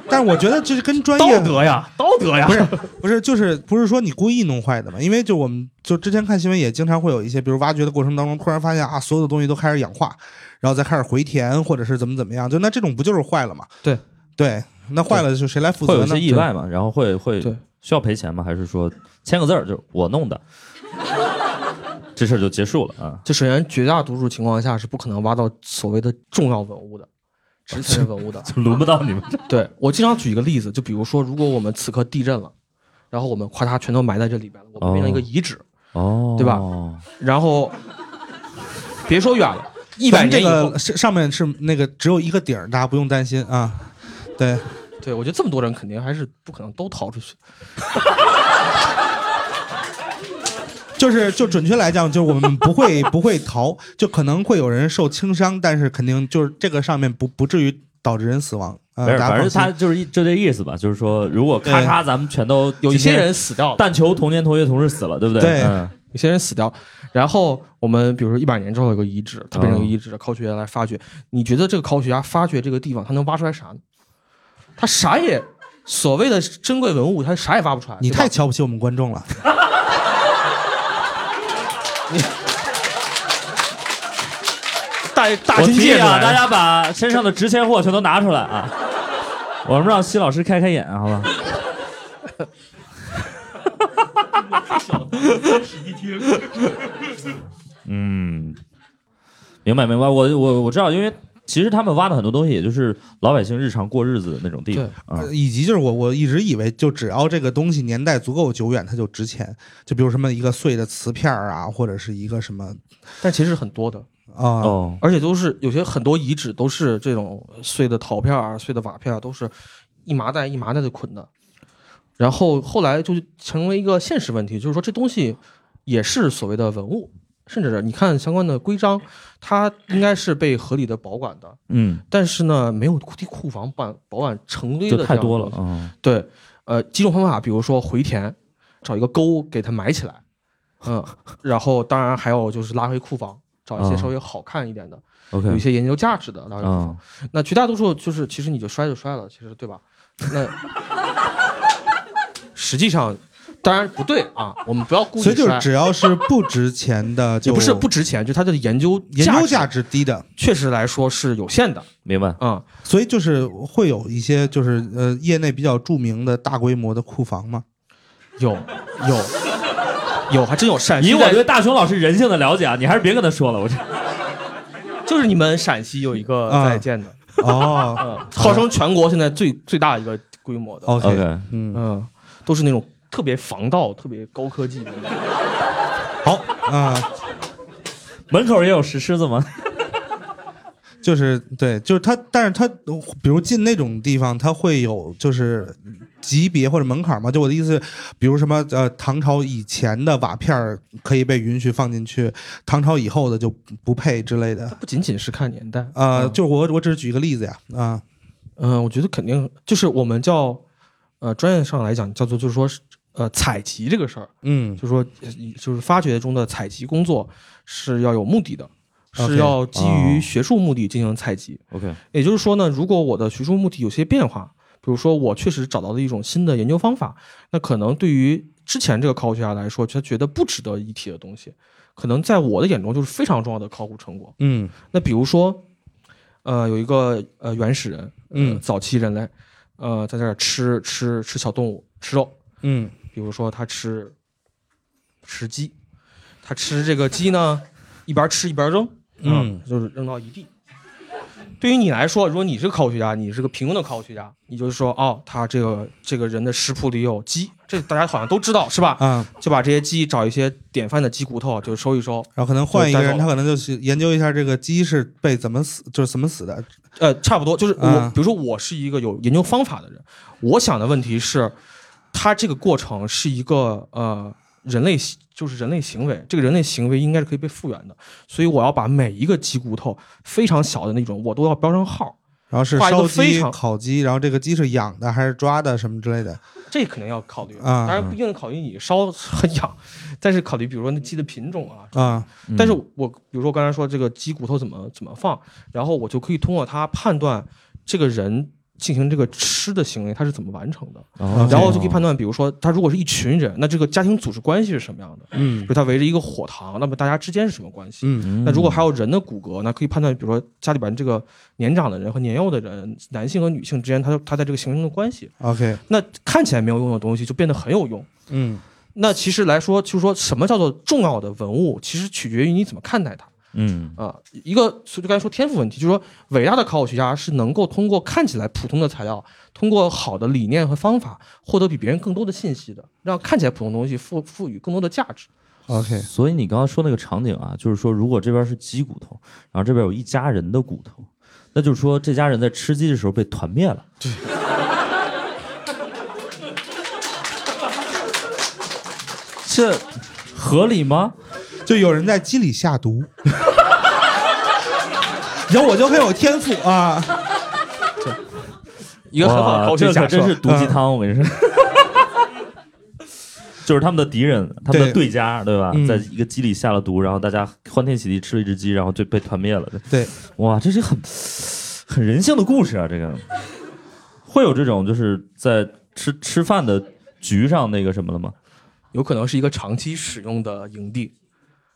[SPEAKER 2] 但是我觉得这是跟专业
[SPEAKER 4] 道德呀，道德呀，
[SPEAKER 2] 不是不是，就是不是说你故意弄坏的嘛？因为就我们就之前看新闻也经常会有一些，比如挖掘的过程当中，突然发现啊，所有的东西都开始氧化，然后再开始回填，或者是怎么怎么样，就那这种不就是坏了嘛？
[SPEAKER 3] 对
[SPEAKER 2] 对，那坏了就谁来负
[SPEAKER 1] 会有
[SPEAKER 2] 责
[SPEAKER 1] 一
[SPEAKER 2] 呢
[SPEAKER 1] 些？意外嘛，然后会会
[SPEAKER 3] 对
[SPEAKER 1] 需要赔钱吗？还是说签个字儿，就是我弄的，这事儿就结束了啊？
[SPEAKER 3] 就首先绝大多数情况下是不可能挖到所谓的重要文物的，值钱的文 物的。
[SPEAKER 1] 就轮不到你们这。
[SPEAKER 3] 对我经常举一个例子，就比如说，如果我们此刻地震了，然后我们咵嚓全都埋在这里边了，我们变成一个遗址，
[SPEAKER 1] 哦，
[SPEAKER 3] 对吧？然后别说远了，一百
[SPEAKER 2] 咱
[SPEAKER 3] 年
[SPEAKER 2] 这
[SPEAKER 3] 以后，
[SPEAKER 2] 个上上面是那个只有一个顶儿，大家不用担心啊。对，
[SPEAKER 3] 对我觉得这么多人肯定还是不可能都逃出去。
[SPEAKER 2] 就是就准确来讲，就是我们不会不会逃，就可能会有人受轻伤，但是肯定就是这个上面不不至于导致人死亡。呃
[SPEAKER 1] 没事，
[SPEAKER 2] 大家
[SPEAKER 1] 反正
[SPEAKER 2] 放心
[SPEAKER 1] 他就是一就这意思吧，就是说，如果咔嚓，咱们全都
[SPEAKER 3] 有一
[SPEAKER 1] 今
[SPEAKER 3] 些
[SPEAKER 1] 天
[SPEAKER 3] 人死掉了，
[SPEAKER 1] 但求同年同月同日死了，对不对？
[SPEAKER 2] 对
[SPEAKER 1] 嗯
[SPEAKER 3] 有些人死掉，然后我们比如说一百年之后有个遗址，它变成一个遗址，考古学家来发掘。你觉得这个考古学家发掘这个地方，他能挖出来啥呢？他啥也所谓的珍贵文物，他啥也挖不出来。
[SPEAKER 2] 你
[SPEAKER 3] 对吧
[SPEAKER 2] 太瞧不起我们观众了。
[SPEAKER 3] 大大
[SPEAKER 1] 我
[SPEAKER 3] 军
[SPEAKER 1] 提议
[SPEAKER 3] 界
[SPEAKER 1] 啊，大家把身上的值钱货全都拿出来啊！我们让西老师开开眼，啊好吧？嗯，明白明白，我我我知道，因为其实他们挖的很多东西，也就是老百姓日常过日子的那种地方啊。
[SPEAKER 2] 呃以及就是我我一直以为，就只要这个东西年代足够久远，它就值钱。就比如什么一个碎的瓷片儿啊，或者是一个什么
[SPEAKER 3] 但其实很多的，
[SPEAKER 2] 啊、
[SPEAKER 1] 哦，
[SPEAKER 3] 而且都是有些很多遗址都是这种碎的陶片儿、啊碎的瓦片儿，都是一麻袋一麻袋的捆的。然后后来就成为一个现实问题，就是说这东西也是所谓的文物，甚至是你看相关的规章，它应该是被合理的保管的，
[SPEAKER 1] 嗯，
[SPEAKER 3] 但是呢，没有地库房办保管成堆的
[SPEAKER 1] 就太
[SPEAKER 3] 这样的
[SPEAKER 1] 多了
[SPEAKER 3] 东西
[SPEAKER 1] 啊。
[SPEAKER 3] 对，呃，几种方法，比如说回填，找一个沟给它埋起来，嗯，然后当然还有就是拉回库房，找一些
[SPEAKER 1] 啊
[SPEAKER 3] 稍微好看一点的，有一
[SPEAKER 1] OK，
[SPEAKER 3] 些研究价值的拉回库
[SPEAKER 2] 嗯
[SPEAKER 3] 房。
[SPEAKER 1] 啊，
[SPEAKER 3] 那绝大多数就是其实你就摔就摔了，其实对吧？ 那实际上当然不对啊，我们不要故意
[SPEAKER 2] 所以就是
[SPEAKER 3] 摔
[SPEAKER 2] 只要是不值钱的就，
[SPEAKER 3] 也不是不值钱，就它的研究
[SPEAKER 2] 研究
[SPEAKER 3] 价
[SPEAKER 2] 价
[SPEAKER 3] 值
[SPEAKER 2] 值低的，
[SPEAKER 3] 确实来说是有限的
[SPEAKER 1] 明白。
[SPEAKER 3] 啊、
[SPEAKER 2] 所以就是会有一些就是呃业内比较著名的大规模的库房嘛。
[SPEAKER 3] 有有有，还真有陕
[SPEAKER 1] 以
[SPEAKER 3] 西
[SPEAKER 1] 我
[SPEAKER 3] 在
[SPEAKER 1] 对大雄老师人性的了解啊，你还是别跟他说了，我这
[SPEAKER 3] 就是你们陕西有一个
[SPEAKER 2] 啊
[SPEAKER 3] 在建的，
[SPEAKER 2] 哦
[SPEAKER 3] 嗯，号称全国现在最最大一个规模的，
[SPEAKER 2] ，OK，, 嗯，
[SPEAKER 3] 嗯，都是那种特别防盗、特别高科技的那种。
[SPEAKER 2] 好啊、
[SPEAKER 1] 门口也有石狮子吗？
[SPEAKER 2] 就是对，就是它，但是它比如进那种地方，它会有就是级别或者门槛嘛？就我的意思是，比如什么呃，唐朝以前的瓦片儿可以被允许放进去，唐朝以后的就不配之类的。
[SPEAKER 3] 不仅仅是看年代，
[SPEAKER 2] 呃，
[SPEAKER 3] 嗯
[SPEAKER 2] 就我我只是举一个例子呀，啊、
[SPEAKER 3] 嗯，我觉得肯定就是我们叫，呃，专业上来讲叫做就是说是，呃，采集这个事儿，
[SPEAKER 2] 嗯
[SPEAKER 3] 就是说呃就是发掘中的采集工作是要有目的的，
[SPEAKER 2] OK，
[SPEAKER 3] 是要基
[SPEAKER 1] 哦
[SPEAKER 3] 于学术目的进行采集。
[SPEAKER 1] OK，
[SPEAKER 3] 也就是说呢，如果我的学术目的有些变化，比如说我确实找到了一种新的研究方法，那可能对于之前这个考古学家来说，他觉得不值得一提的东西，可能在我的眼中就是非常重要的考古成果。
[SPEAKER 2] 嗯
[SPEAKER 3] 那比如说，呃，有一个呃原始人，呃
[SPEAKER 2] 嗯
[SPEAKER 3] 早期人类，呃，在这儿吃吃吃小动物，吃肉，
[SPEAKER 2] 嗯
[SPEAKER 3] 比如说他吃吃鸡，他吃这个鸡呢，一边吃一边扔，
[SPEAKER 2] 嗯
[SPEAKER 3] 啊就是扔到一地。对于你来说，如果你是个考古学家，你是个平庸的考古学家，你就是说，哦，他这个这个人的食谱里有鸡，这大家好像都知道是吧？
[SPEAKER 2] 啊，
[SPEAKER 3] 就把这些鸡找一些典范的鸡骨头啊就收一收，
[SPEAKER 2] 然后可能换一个人，
[SPEAKER 3] 就带走了
[SPEAKER 2] 他可能就去研究一下这个鸡是被怎么死，就是怎么死的。
[SPEAKER 3] 呃，差不多就是我，
[SPEAKER 2] 嗯
[SPEAKER 3] 比如说我是一个有研究方法的人，我想的问题是，他这个过程是一个呃人类行就是人类行为，这个人类行为应该是可以被复原的，所以我要把每一个鸡骨头非常小的那种我都要标上号，
[SPEAKER 2] 然后是
[SPEAKER 3] 画一个
[SPEAKER 2] 烧
[SPEAKER 3] 非
[SPEAKER 2] 鸡、
[SPEAKER 3] 常
[SPEAKER 2] 烤鸡，然后这个鸡是养的还是抓的什么之类的。
[SPEAKER 3] 这肯定要考虑。
[SPEAKER 2] 啊
[SPEAKER 3] 当然不一定考虑你烧和养，但是考虑比如说那鸡的品种啊。
[SPEAKER 2] 啊、
[SPEAKER 3] 但是我比如说我刚才说这个鸡骨头怎么怎么放，然后我就可以通过它判断这个人进行这个吃的行为他是怎么完成的，
[SPEAKER 1] 哦
[SPEAKER 3] 然后就可以判断，比如说他如果是一群人，那这个家庭组织关系是什么样的？
[SPEAKER 2] 嗯
[SPEAKER 3] 比如他围着一个火塘，那么大家之间是什么关系？
[SPEAKER 2] 嗯
[SPEAKER 1] 嗯
[SPEAKER 3] 那如果还有人的骨骼，那可以判断，比如说家里边这个年长的人和年幼的人，男性和女性之间，他他在这个形成的关系，
[SPEAKER 2] ，OK，
[SPEAKER 3] 那看起来没有用的东西就变得很有用。
[SPEAKER 2] 嗯
[SPEAKER 3] 那其实来说，就是说什么叫做重要的文物，其实取决于你怎么看待它
[SPEAKER 1] 嗯
[SPEAKER 3] 啊、一个就刚才说天赋问题，就是说伟大的考古学家是能够通过看起来普通的材料，通过好的理念和方法，获得比别人更多的信息的，让看起来普通的东西赋赋予更多的价值。
[SPEAKER 2] ，OK，
[SPEAKER 1] 所以你刚刚说那个场景啊，就是说如果这边是鸡骨头，然后这边有一家人的骨头，那就是说这家人在吃鸡的时候被团灭了。对。 这合理吗？
[SPEAKER 2] 就有人在鸡里下 毒。有我就很有天赋啊！
[SPEAKER 3] 一个很好的考古学
[SPEAKER 1] 这
[SPEAKER 3] 假
[SPEAKER 1] 可
[SPEAKER 3] 设，嗯
[SPEAKER 1] 真是毒鸡汤，我跟你说。 就是他们的敌人，他们的
[SPEAKER 2] 对
[SPEAKER 1] 对家，对吧？
[SPEAKER 2] 嗯
[SPEAKER 1] 在一个鸡里下了毒，然后大家欢天喜地吃了一只鸡，然后就被团灭了。
[SPEAKER 2] 对，
[SPEAKER 1] 哇，这是很很人性的故事啊！这个会有这种就是在吃吃饭的局上那个什么了吗？
[SPEAKER 5] 有可能是一个长期使用的营地。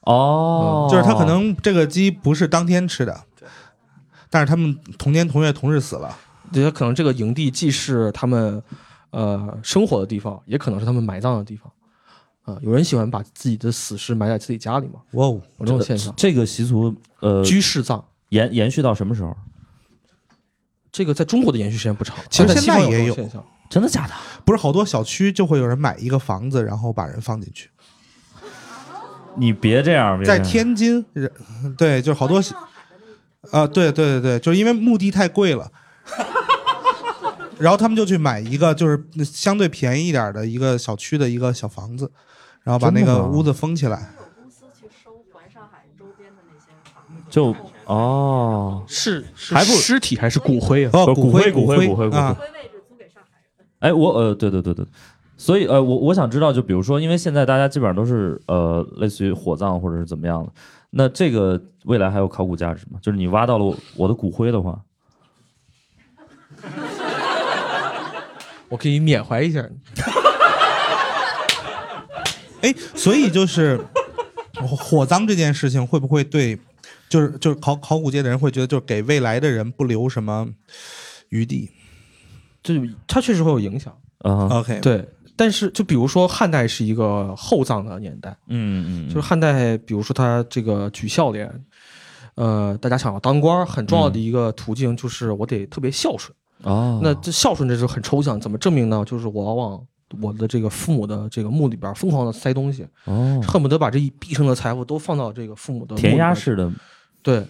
[SPEAKER 1] 哦，
[SPEAKER 2] 嗯就是他可能这个鸡不是当天吃的，但是他们同年同月同日死了。
[SPEAKER 3] 对，他可能这个营地既是他们呃生活的地方，也可能是他们埋葬的地方。啊、有人喜欢把自己的死尸埋在自己家里嘛？
[SPEAKER 2] 哇哦，
[SPEAKER 3] 有这种现象，
[SPEAKER 1] 这个习俗，呃，
[SPEAKER 3] 居室葬。
[SPEAKER 1] 延延续到什么时候？
[SPEAKER 3] 这个在中国的延续时间不长，
[SPEAKER 2] 其实
[SPEAKER 3] 但在西方
[SPEAKER 2] 现在也
[SPEAKER 3] 有
[SPEAKER 2] 有
[SPEAKER 3] 这种现象。
[SPEAKER 1] 真的假的？
[SPEAKER 2] 不是好多小区就会有人买一个房子，然后把人放进去。
[SPEAKER 1] 你别这样，别这
[SPEAKER 2] 在
[SPEAKER 1] 样
[SPEAKER 2] 天津，人对，就是好多小，啊，对对对对，就是因为墓地太贵了，然后他们就去买一个就是相对便宜一点的一个小区的一个小房子，然后把那
[SPEAKER 1] 真的
[SPEAKER 2] 个
[SPEAKER 1] 吗
[SPEAKER 2] 屋子封起来。
[SPEAKER 6] 公司去收环上海周边的那些房子，
[SPEAKER 1] 嗯就哦，
[SPEAKER 3] 是是
[SPEAKER 1] 还不
[SPEAKER 3] 尸体还是骨灰啊？
[SPEAKER 2] 哦，
[SPEAKER 1] 不是骨
[SPEAKER 2] 骨
[SPEAKER 1] 灰
[SPEAKER 2] 骨
[SPEAKER 1] 骨
[SPEAKER 2] 灰
[SPEAKER 1] 灰骨灰骨
[SPEAKER 2] 啊，
[SPEAKER 6] 归位置租给上海人。
[SPEAKER 1] 哎，我呃，对对对对，所以呃，我我想知道，就比如说，因为现在大家基本上都是呃，类似于火葬或者是怎么样的，那这个未来还有考古价值吗？就是你挖到了我我的骨灰的话，
[SPEAKER 3] 我可以缅怀一下你。
[SPEAKER 2] 哎，所以就是火火葬这件事情会不会对，就是就是考考古界的人会觉得，就是给未来的人不留什么余地
[SPEAKER 3] 就是它确实会有影响，
[SPEAKER 1] 啊、
[SPEAKER 2] ？OK，
[SPEAKER 3] 对。但是就比如说汉代是一个厚葬的年代，
[SPEAKER 1] 嗯嗯，
[SPEAKER 3] 就是汉代，比如说他这个举孝廉，呃，大家想要当官儿很重要的一个途径就是我得特别孝顺。
[SPEAKER 1] 哦，
[SPEAKER 3] 那这孝顺这是很抽象，怎么证明呢？就是我要往我的这个父母的这个墓里边疯狂的塞东西，
[SPEAKER 1] 哦，
[SPEAKER 3] 恨不得把这一毕生的财富都放到这个父母的墓里边
[SPEAKER 1] 填鸭。式的
[SPEAKER 3] 对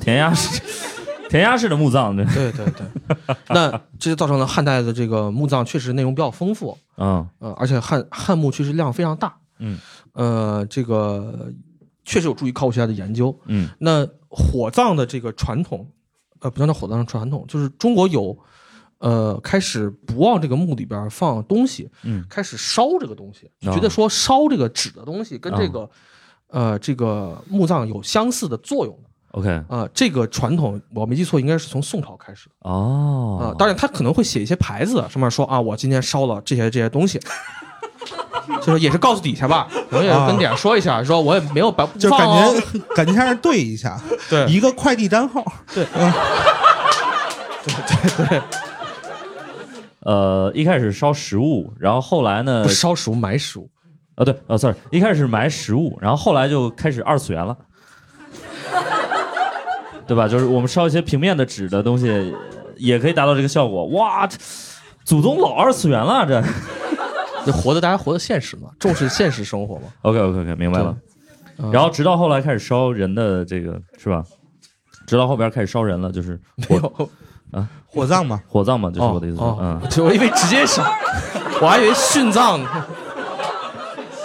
[SPEAKER 1] 填鸭式 填鸭式的墓葬，对，
[SPEAKER 3] 对对对， 那这就造成了汉代的这个墓葬确实内容比较丰富，
[SPEAKER 1] 嗯
[SPEAKER 3] 呃，而且汉汉墓确实量非常大，
[SPEAKER 1] 嗯，
[SPEAKER 3] 呃，这个确实有助于考古学家的研究。
[SPEAKER 1] 嗯
[SPEAKER 3] 那火葬的这个传统，呃，不能叫火葬的传统，就是中国有，呃，开始不往这个墓里边放东西，
[SPEAKER 1] 嗯，
[SPEAKER 3] 开始烧这个东西，
[SPEAKER 1] 啊
[SPEAKER 3] 觉得说烧这个纸的东西跟这
[SPEAKER 1] 啊
[SPEAKER 3] 个，呃，这个墓葬有相似的作用的。
[SPEAKER 1] ，OK，
[SPEAKER 3] 啊、这个传统我没记错，应该是从宋朝开始的
[SPEAKER 1] 哦，
[SPEAKER 3] 啊、当然，他可能会写一些牌子，上面说啊，我今天烧了这些这些东西， 就是也是告诉底下吧，可能也是跟底下说一下，说我也没有白不
[SPEAKER 2] 就
[SPEAKER 3] 放
[SPEAKER 2] 感
[SPEAKER 3] 哦、
[SPEAKER 2] 觉感觉像是对一下，
[SPEAKER 3] 对
[SPEAKER 2] 一个快递单号，
[SPEAKER 1] 呃，一开始烧食物，然后后来呢
[SPEAKER 3] 不，烧食物埋食物，
[SPEAKER 1] 啊对，啊 sorry，一开始是埋食物，然后后来就开始二次 元了，对吧？就是我们烧一些平面的纸的东西，也可以达到这个效果。哇，这祖宗老二次元了，这。
[SPEAKER 3] 就活得大家活得现实嘛，重视现实生活嘛。
[SPEAKER 1] OK OK OK，明白了。
[SPEAKER 3] 嗯
[SPEAKER 1] 然后直到后来开始烧人的这个是吧？直到后边开始烧人了，就是
[SPEAKER 3] 没有，
[SPEAKER 2] 火葬嘛。
[SPEAKER 1] 火葬嘛，就是我的意思。
[SPEAKER 3] 哦
[SPEAKER 1] 嗯，
[SPEAKER 3] 就我以为直接烧，我还以为殉葬呢，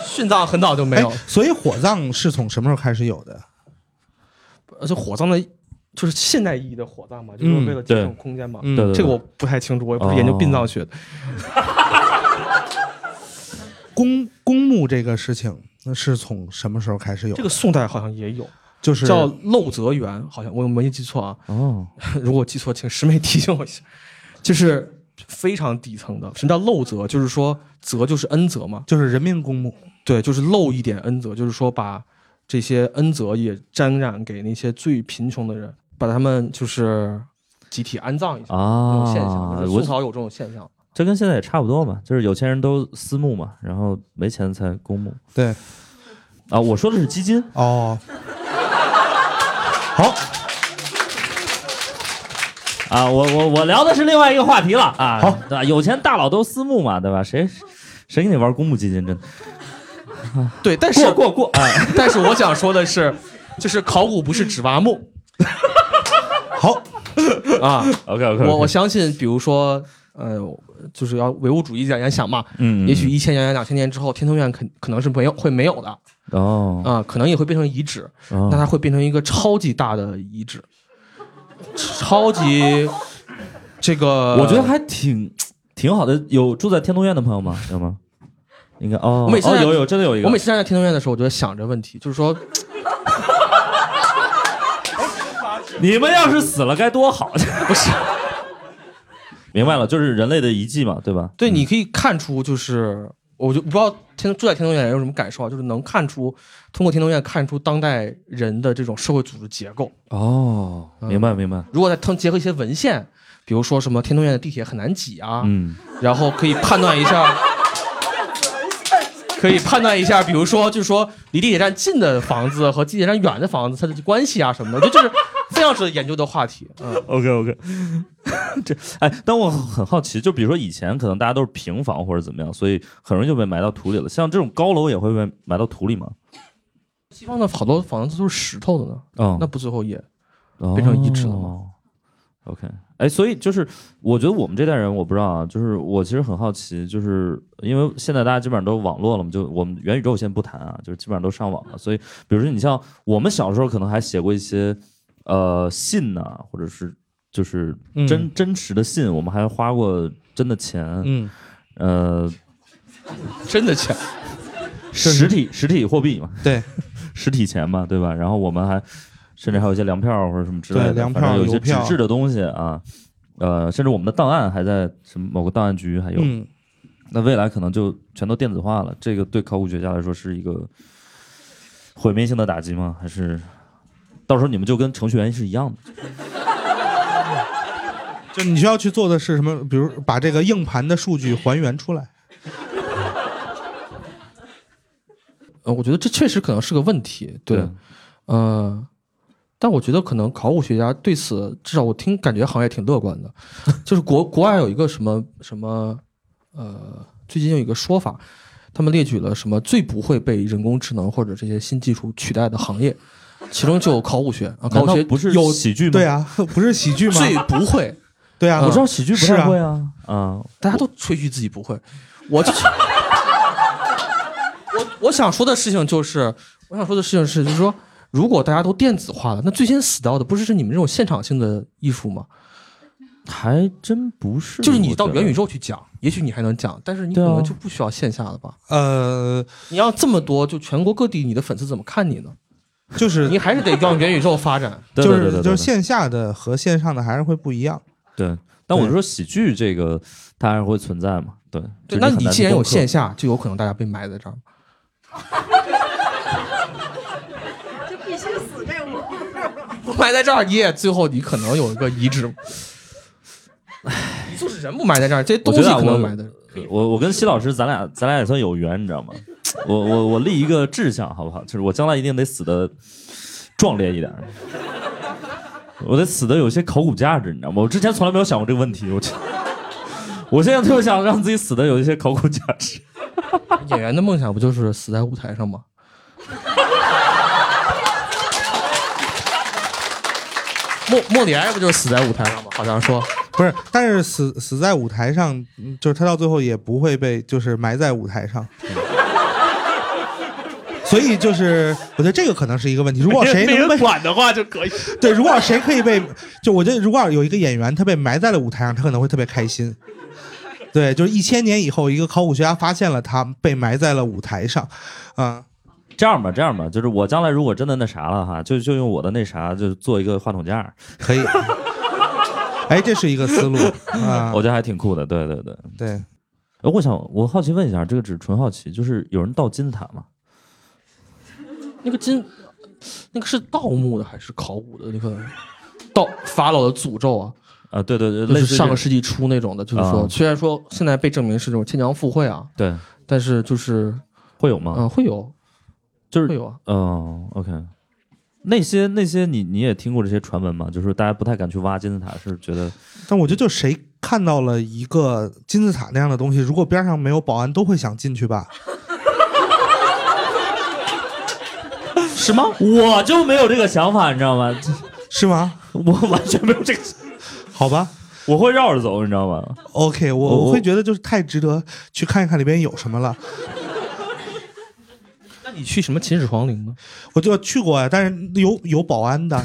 [SPEAKER 3] 殉葬很早就没
[SPEAKER 2] 哎
[SPEAKER 3] 有，，
[SPEAKER 2] 所以火葬是从什么时候开始有的？
[SPEAKER 3] 呃而且火葬的就是现代意义的火葬嘛，就是为了节省空间嘛。
[SPEAKER 2] 嗯
[SPEAKER 1] 对对
[SPEAKER 3] 这个我不太清楚，我也不是
[SPEAKER 1] 哦
[SPEAKER 3] 研究殡葬学的。
[SPEAKER 2] 公公墓这个事情，那是从什么时候开始有的？
[SPEAKER 3] 这个宋代好像也有，
[SPEAKER 2] 就是
[SPEAKER 3] 叫漏泽园，好像我没记错啊。
[SPEAKER 1] 哦，
[SPEAKER 3] 如果记错，请师妹提醒我一下。 就是非常底层的，什么叫漏泽？就是说泽就是恩泽嘛，
[SPEAKER 2] 就是人民公墓，
[SPEAKER 3] 对，就是漏一点恩泽，就是说把这些恩泽也沾染给那些最贫穷的人，把他们就是集体安葬一下。这
[SPEAKER 1] 啊
[SPEAKER 3] 种现象，就是
[SPEAKER 1] 我
[SPEAKER 3] 宋朝有这种现象。
[SPEAKER 1] 这跟现在也差不多嘛，就是有钱人都私募嘛，然后没钱才公募
[SPEAKER 2] 对，
[SPEAKER 1] 啊。我说的是基金，
[SPEAKER 2] 哦，好，
[SPEAKER 1] 啊，我我我聊的是另外一个话题了啊。
[SPEAKER 2] 好
[SPEAKER 1] 对吧？有钱大佬都私募嘛，对吧？谁谁给你玩公募基金？真的
[SPEAKER 3] 对，但是
[SPEAKER 1] 过过过，哎，
[SPEAKER 3] 但是我想说的是，就是考古不是纸 娃墓
[SPEAKER 2] 好，
[SPEAKER 3] 啊。
[SPEAKER 1] OK OK，
[SPEAKER 3] 我我相信，比如说，呃，就是要唯物主义这样想嘛，
[SPEAKER 1] 嗯，嗯
[SPEAKER 3] 也许一千年、两千年之后，天通苑肯可能是没有会没有的啊、
[SPEAKER 1] 哦，
[SPEAKER 3] 可能也会变成遗址，
[SPEAKER 1] 哦
[SPEAKER 3] 那它会变成一个超级大的遗址，超级这个，
[SPEAKER 1] 我觉得还挺挺好的。有住在天通苑的朋友吗？有吗？应该哦，
[SPEAKER 3] 我每次
[SPEAKER 1] 哦
[SPEAKER 3] 在
[SPEAKER 1] 有有真的有一个，
[SPEAKER 3] 我每次站在天通苑的时候，我就在想这问题，就是说，
[SPEAKER 1] 你们要是死了该多好， 不是？明白了，就是人类的遗迹嘛，对吧？
[SPEAKER 3] 对，你可以看出，就是我就不知道天住在天通苑人有什么感受啊，就是能看出通过天通苑看出当代人的这种社会组织结构。
[SPEAKER 1] 哦，明白明白，
[SPEAKER 3] 如果再通结合一些文献，比如说什么天通苑的地铁很难挤啊，
[SPEAKER 1] 嗯，
[SPEAKER 3] 然后可以判断一下，可以判断一下，比如说就是说离地铁站近的房子和地铁站远的房子它的关系啊什么的，我觉得这是非常值得研究的话题。嗯，
[SPEAKER 1] OK OK，这哎，但我很好奇，就比如说以前可能大家都是平房或者怎么样，所以很容易就被埋到土里了。像这种高楼也会被埋到土里吗？
[SPEAKER 3] 西方的好多房子都是石头的呢，
[SPEAKER 1] 嗯
[SPEAKER 3] 那不最后也
[SPEAKER 1] 那
[SPEAKER 3] 变成遗址了吗
[SPEAKER 1] 哦、？OK，哎，所以就是我觉得我们这代人，我不知道啊，就是我其实很好奇，就是因为现在大家基本上都网络了嘛，就我们元宇宙先不谈啊，就是基本上都上网了，所以比如说你像我们小时候可能还写过一些呃信呐、或者是就是
[SPEAKER 2] 嗯
[SPEAKER 1] 真、真实的信，我们还花过真的钱，
[SPEAKER 2] 嗯，
[SPEAKER 1] 呃，
[SPEAKER 3] 真的假？
[SPEAKER 1] 实体实体货币嘛，
[SPEAKER 2] 对，
[SPEAKER 1] 实体钱嘛，对吧？然后我们还甚至还有一些粮票或者什么之类的，
[SPEAKER 2] 对粮票
[SPEAKER 1] 反正有一些
[SPEAKER 2] 邮
[SPEAKER 1] 纸
[SPEAKER 2] 票
[SPEAKER 1] 质的东西啊，呃，甚至我们的档案还在什么某个档案局还有，
[SPEAKER 2] 嗯，
[SPEAKER 1] 那未来可能就全都电子化了。这个对考古学家来说是一个毁灭性的打击吗？还是到时候你们就跟程序员是一样的？
[SPEAKER 2] 就你需要去做的是什么？比如把这个硬盘的数据还原出来，
[SPEAKER 3] 呃，我觉得这确实可能是个问题。对，呃，但我觉得可能考古学家对此，至少我听感觉行业挺乐观 的。就是国国外有一个什么什么，呃，最近有一个说法，他们列举了什么最不会被人工智能或者这些新技术取代的行业，其中就有考古学啊，考
[SPEAKER 1] 难
[SPEAKER 3] 古
[SPEAKER 1] 道
[SPEAKER 3] 学
[SPEAKER 1] 不是
[SPEAKER 3] 有
[SPEAKER 1] 喜剧吗？
[SPEAKER 2] 对，啊， 不是喜剧吗？
[SPEAKER 3] 最不会，
[SPEAKER 2] 对啊，
[SPEAKER 1] 我知道喜剧不
[SPEAKER 2] 是
[SPEAKER 1] 太
[SPEAKER 2] 啊
[SPEAKER 1] 会啊，啊，
[SPEAKER 3] 大家都吹嘘自己不会，我就是。我我想说的事情就是，我想说的事情是，就是说，如果大家都电子化了，那最先死掉的不是是你们这种现场性的艺术吗？
[SPEAKER 1] 还真不是。
[SPEAKER 3] 就是你到
[SPEAKER 1] 我觉得
[SPEAKER 3] 元宇宙去讲，也许你还能讲，但是你可
[SPEAKER 1] 对啊
[SPEAKER 3] 能就不需要线下了吧？
[SPEAKER 2] 呃，
[SPEAKER 3] 你要这么多，就全国各地你的粉丝怎么看你呢？
[SPEAKER 2] 就是
[SPEAKER 3] 你还是得往元宇宙发展。
[SPEAKER 1] 对
[SPEAKER 2] 就
[SPEAKER 1] 对对对
[SPEAKER 2] 是
[SPEAKER 1] 对
[SPEAKER 2] 就
[SPEAKER 1] 对
[SPEAKER 2] 是线下的和线上的还是会不一样。
[SPEAKER 1] 对，但我
[SPEAKER 2] 对
[SPEAKER 1] 是说喜剧这个它还是会存在嘛？对，就
[SPEAKER 3] 对，那
[SPEAKER 1] 很
[SPEAKER 3] 你
[SPEAKER 1] 难
[SPEAKER 3] 既然
[SPEAKER 1] 攻
[SPEAKER 3] 有
[SPEAKER 1] 克
[SPEAKER 3] 线下，就有可能大家被埋在这儿。
[SPEAKER 6] 就必须死这屋。
[SPEAKER 3] 埋在这儿，你也最后你可能有一个遗址。 就是人不埋在这儿，这些东西
[SPEAKER 1] 我觉得啊
[SPEAKER 3] 可能
[SPEAKER 1] 我
[SPEAKER 3] 埋在这儿。
[SPEAKER 1] 我我跟西老师，咱俩咱俩也算有缘，你知道吗？我我我立一个志向，好不好？就是我将来一定得死的壮烈一点儿，我得死的有些考古价值，你知道吗？我之前从来没有想过这个问题，我 这我现在特别想让自己死的有一些考古价值。
[SPEAKER 3] 演员的梦想不就是死在舞台上吗？ 莫莫里埃不就是死在舞台上吗？好像说，
[SPEAKER 2] 不是，但是死死在舞台上，嗯就是他到最后也不会被就是埋在舞台上，所以就是我觉得这个可能是一个问题。如 果谁
[SPEAKER 7] 没
[SPEAKER 2] 能
[SPEAKER 7] 人
[SPEAKER 2] 被
[SPEAKER 7] 管的话就可以。
[SPEAKER 2] 对，如果谁可以被，就我觉得如果有一个演员他被埋在了舞台上，他可能会特别开心。对，就是一千年以后，一个考古学家发现了他被埋在了舞台上，啊、
[SPEAKER 1] 这样吧，这样吧，就是我将来如果真的那啥了哈，就就用我的那啥，就做一个话筒架儿，
[SPEAKER 2] 可以。哎，这是一个思路啊、
[SPEAKER 1] 我觉得还挺酷的。对对对，
[SPEAKER 2] 对，
[SPEAKER 1] 哎，我想我好奇问一下，这个只是纯好奇，就是有人盗金字塔吗？
[SPEAKER 3] 那个金，那个是盗墓的还是考古的？那个盗法老的诅咒啊，
[SPEAKER 1] 啊，对对对，
[SPEAKER 3] 就
[SPEAKER 1] 类
[SPEAKER 3] 是
[SPEAKER 1] 似于
[SPEAKER 3] 上个
[SPEAKER 1] 这
[SPEAKER 3] 世纪初那种的，就是说，
[SPEAKER 1] 啊
[SPEAKER 3] 虽然说现在被证明是这种牵强附会啊，
[SPEAKER 1] 对
[SPEAKER 3] 但是就是
[SPEAKER 1] 会有吗？
[SPEAKER 3] 嗯、会有，
[SPEAKER 1] 就是
[SPEAKER 3] 会有啊。
[SPEAKER 1] 哦，OK。那些那些你你也听过这些传闻吗？就是说大家不太敢去挖金字塔，是觉得
[SPEAKER 2] 但我觉得就谁看到了一个金字塔那样的东西，如果边上没有保安，都会想进 去吧？
[SPEAKER 1] 是吗？我就没有这个想法，你知道吗？
[SPEAKER 2] 是吗？
[SPEAKER 1] 我完全没有这个，
[SPEAKER 2] 好吧
[SPEAKER 1] 我会绕着走，你知道吗？
[SPEAKER 2] ，OK，
[SPEAKER 1] 我
[SPEAKER 2] 我
[SPEAKER 1] 我
[SPEAKER 2] 我会觉得就是太值得去看一看里边有什么了。
[SPEAKER 3] 那你去什么秦始皇陵呢？
[SPEAKER 2] 我就去过呀，但是有有保安的，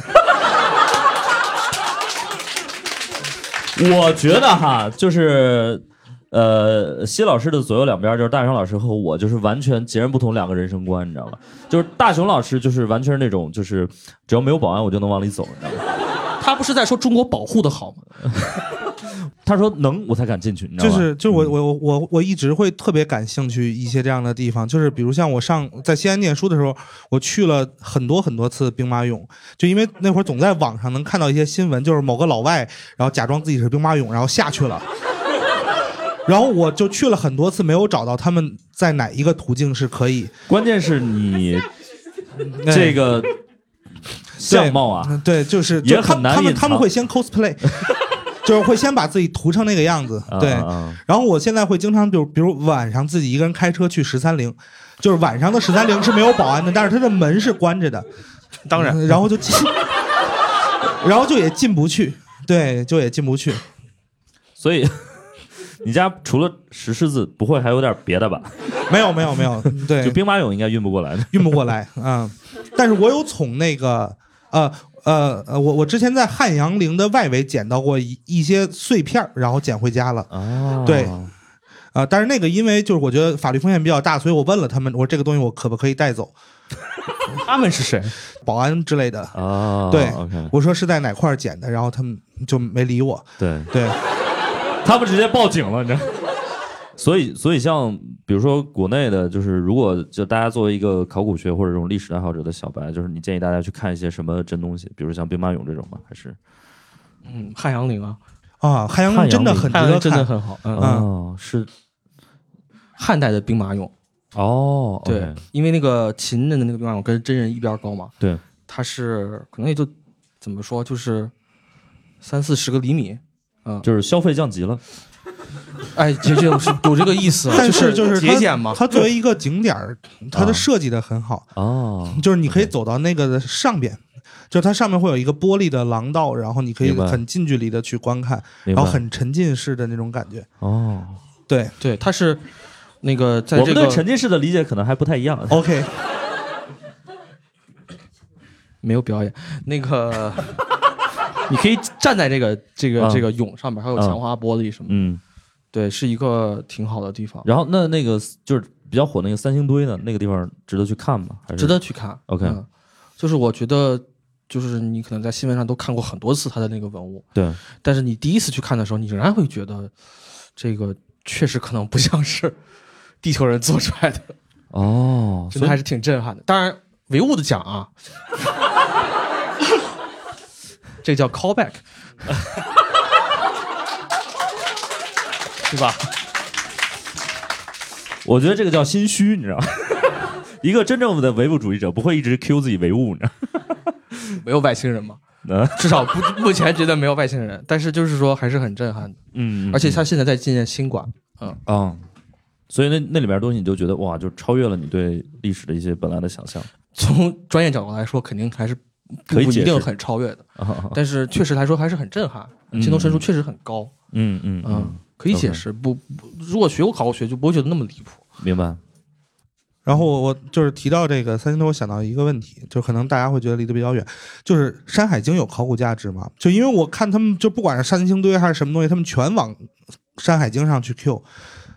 [SPEAKER 1] 我觉得哈，就是。呃，西老师的左右两边就是大雄老师和我，就是完全截然不同两个人生观，你知道吧？就是大雄老师就是完全是那种，就是只要没有保安我就能往里走，你知道吗？
[SPEAKER 3] 他不是在说中国保护的好吗？
[SPEAKER 1] 他说能我才敢进去，你知道嗯
[SPEAKER 2] 就
[SPEAKER 1] 吗？
[SPEAKER 2] 是就是我我我我我一直会特别感兴趣一些这样的地方，就是比如像我上在西安念书的时候，我去了很多很多次兵马俑，就因为那会儿总在网上能看到一些新闻，就是某个老外然后假装自己是兵马俑，然后下去了。然后我就去了很多次，没有找到他们在哪一个途径是可以
[SPEAKER 1] 关键是你
[SPEAKER 2] 哎
[SPEAKER 1] 这个相貌啊，
[SPEAKER 2] 嗯对，就是
[SPEAKER 1] 也
[SPEAKER 2] 就他
[SPEAKER 1] 很难
[SPEAKER 2] 他们
[SPEAKER 1] 隐藏
[SPEAKER 2] 他们会 先 cosplay，就是会先把自己涂成那个样子，对。
[SPEAKER 1] 啊啊啊
[SPEAKER 2] 然后我现在会经常，就比如晚上自己一个人开车去十三陵，就是晚上的十三陵是没有保安的，但是它的门是关着的，
[SPEAKER 7] 当然，
[SPEAKER 2] 嗯然后就进，然后就也进不去，对，就也进不去。
[SPEAKER 1] 所以你家除了石狮子，不会还有点别的吧？
[SPEAKER 2] 没有没有没有，
[SPEAKER 1] 就
[SPEAKER 2] 对，
[SPEAKER 1] 兵马俑应该运不过来的。
[SPEAKER 2] 运不过来啊、嗯。但是我有从那个呃呃呃，我我之前在汉阳陵的外围捡到过一一些碎片儿，然后捡回家了。
[SPEAKER 1] 哦
[SPEAKER 2] 对啊、但是那个因为就是我觉得法律风险比较大，所以我问了他们，我说这个东西我可不可以带走，
[SPEAKER 3] 他们是谁？
[SPEAKER 2] 保安之类的。
[SPEAKER 1] 哦，
[SPEAKER 2] 对
[SPEAKER 1] ，OK，
[SPEAKER 2] 我说是在哪块儿捡的，然后他们就没理我。
[SPEAKER 1] 对，
[SPEAKER 2] 对，
[SPEAKER 1] 他们直接报警了，你知道。所以，所以像比如说国内的，就是如果就大家作为一个考古学或者这种历史爱好者的小白，就是你建议大家去看一些什么真东西，比如像兵马俑这种吗？还是
[SPEAKER 3] 嗯，汉阳陵啊，
[SPEAKER 2] 啊，汉阳
[SPEAKER 1] 汉
[SPEAKER 2] 陵真的
[SPEAKER 1] 阳陵
[SPEAKER 2] 很值
[SPEAKER 3] 汉阳
[SPEAKER 2] 得
[SPEAKER 3] 陵真的
[SPEAKER 2] 看。
[SPEAKER 3] 很好。嗯，
[SPEAKER 1] 哦，是
[SPEAKER 3] 汉代的兵马俑，
[SPEAKER 1] 哦，
[SPEAKER 3] 对
[SPEAKER 1] OK
[SPEAKER 3] 因为那个秦人的那个兵马俑跟真人一边高嘛，
[SPEAKER 1] 对，
[SPEAKER 3] 它是可能也就怎么说，就是三四十个厘米。
[SPEAKER 1] 就是消费降级了。
[SPEAKER 3] 哎，这这 种是有这个意思啊，
[SPEAKER 2] 但
[SPEAKER 3] 是
[SPEAKER 2] 是就是
[SPEAKER 3] 节
[SPEAKER 2] 它
[SPEAKER 3] 俭嘛。
[SPEAKER 2] 它作为一个景点儿，它
[SPEAKER 3] 啊
[SPEAKER 2] 的设计的很好，
[SPEAKER 1] 哦，
[SPEAKER 2] 就是你可以
[SPEAKER 1] OK
[SPEAKER 2] 走到那个的上边，就是它上面会有一个玻璃的廊道，然后你可以
[SPEAKER 1] 明白
[SPEAKER 2] 很近距离的去观看，
[SPEAKER 1] 明
[SPEAKER 2] 然
[SPEAKER 1] 白
[SPEAKER 2] 后很沉浸式的那种感觉。
[SPEAKER 1] 哦，
[SPEAKER 2] 对
[SPEAKER 3] 对，它是那个哦在
[SPEAKER 1] 我
[SPEAKER 3] 这
[SPEAKER 1] 们对
[SPEAKER 3] 个
[SPEAKER 1] 沉浸式的理解可能还不太一样。
[SPEAKER 2] ，OK，
[SPEAKER 3] 没有表演，那个你可以站在这个这个
[SPEAKER 1] 嗯
[SPEAKER 3] 这个俑上面，还有
[SPEAKER 1] 嗯
[SPEAKER 3] 强化玻璃什么的。
[SPEAKER 1] 嗯，
[SPEAKER 3] 对，是一个挺好的地方，
[SPEAKER 1] 然后那那个就是比较火那个三星堆呢，那个地方值得去看吗？还是
[SPEAKER 3] 值得去看。
[SPEAKER 1] OK
[SPEAKER 3] 嗯就是我觉得，就是你可能在新闻上都看过很多次它的那个文物，
[SPEAKER 1] 对，
[SPEAKER 3] 但是你第一次去看的时候，你仍然会觉得这个确实可能不 像是地球人做出来的，
[SPEAKER 1] 哦，
[SPEAKER 3] 真
[SPEAKER 1] 所
[SPEAKER 3] 的
[SPEAKER 1] 以
[SPEAKER 3] 还是挺震撼的。当然，唯物的讲 啊，这叫 callback，是吧？
[SPEAKER 1] 我觉得这个叫心虚，你知道吗？ 一个真正的唯物主义者不会一直 Q 自己唯物，你知道
[SPEAKER 3] 没有外星人嘛，
[SPEAKER 1] 吗？
[SPEAKER 3] 至少不目前觉得没有外星人，但是就是说还是很震撼的。
[SPEAKER 1] 嗯，
[SPEAKER 3] 而且他现在在进建新馆，嗯，
[SPEAKER 1] 啊、所以那那里边的东西你就觉得哇，就超越了你对历史的一些本来的想象
[SPEAKER 3] 从专业角度来说，肯定还是
[SPEAKER 1] 可以
[SPEAKER 3] 不
[SPEAKER 1] 解释
[SPEAKER 3] 一定很超越的，
[SPEAKER 1] 啊。
[SPEAKER 3] 但是确实来说还是很震撼，
[SPEAKER 1] 嗯
[SPEAKER 3] 青铜神树确实很高。
[SPEAKER 1] 嗯嗯
[SPEAKER 3] 嗯，可以解
[SPEAKER 1] OK
[SPEAKER 3] 释。不，不如果学过考古学，就不会觉得那么离谱。
[SPEAKER 1] 明白。
[SPEAKER 2] 然后我我就是提到这个三星堆，我想到一个问题，就可能大家会觉得离得比较远，就是《山海经》有考古价值吗？就因为我看他们，就不管是三星堆还是什么东西，他们全往《山海经》上去 Q，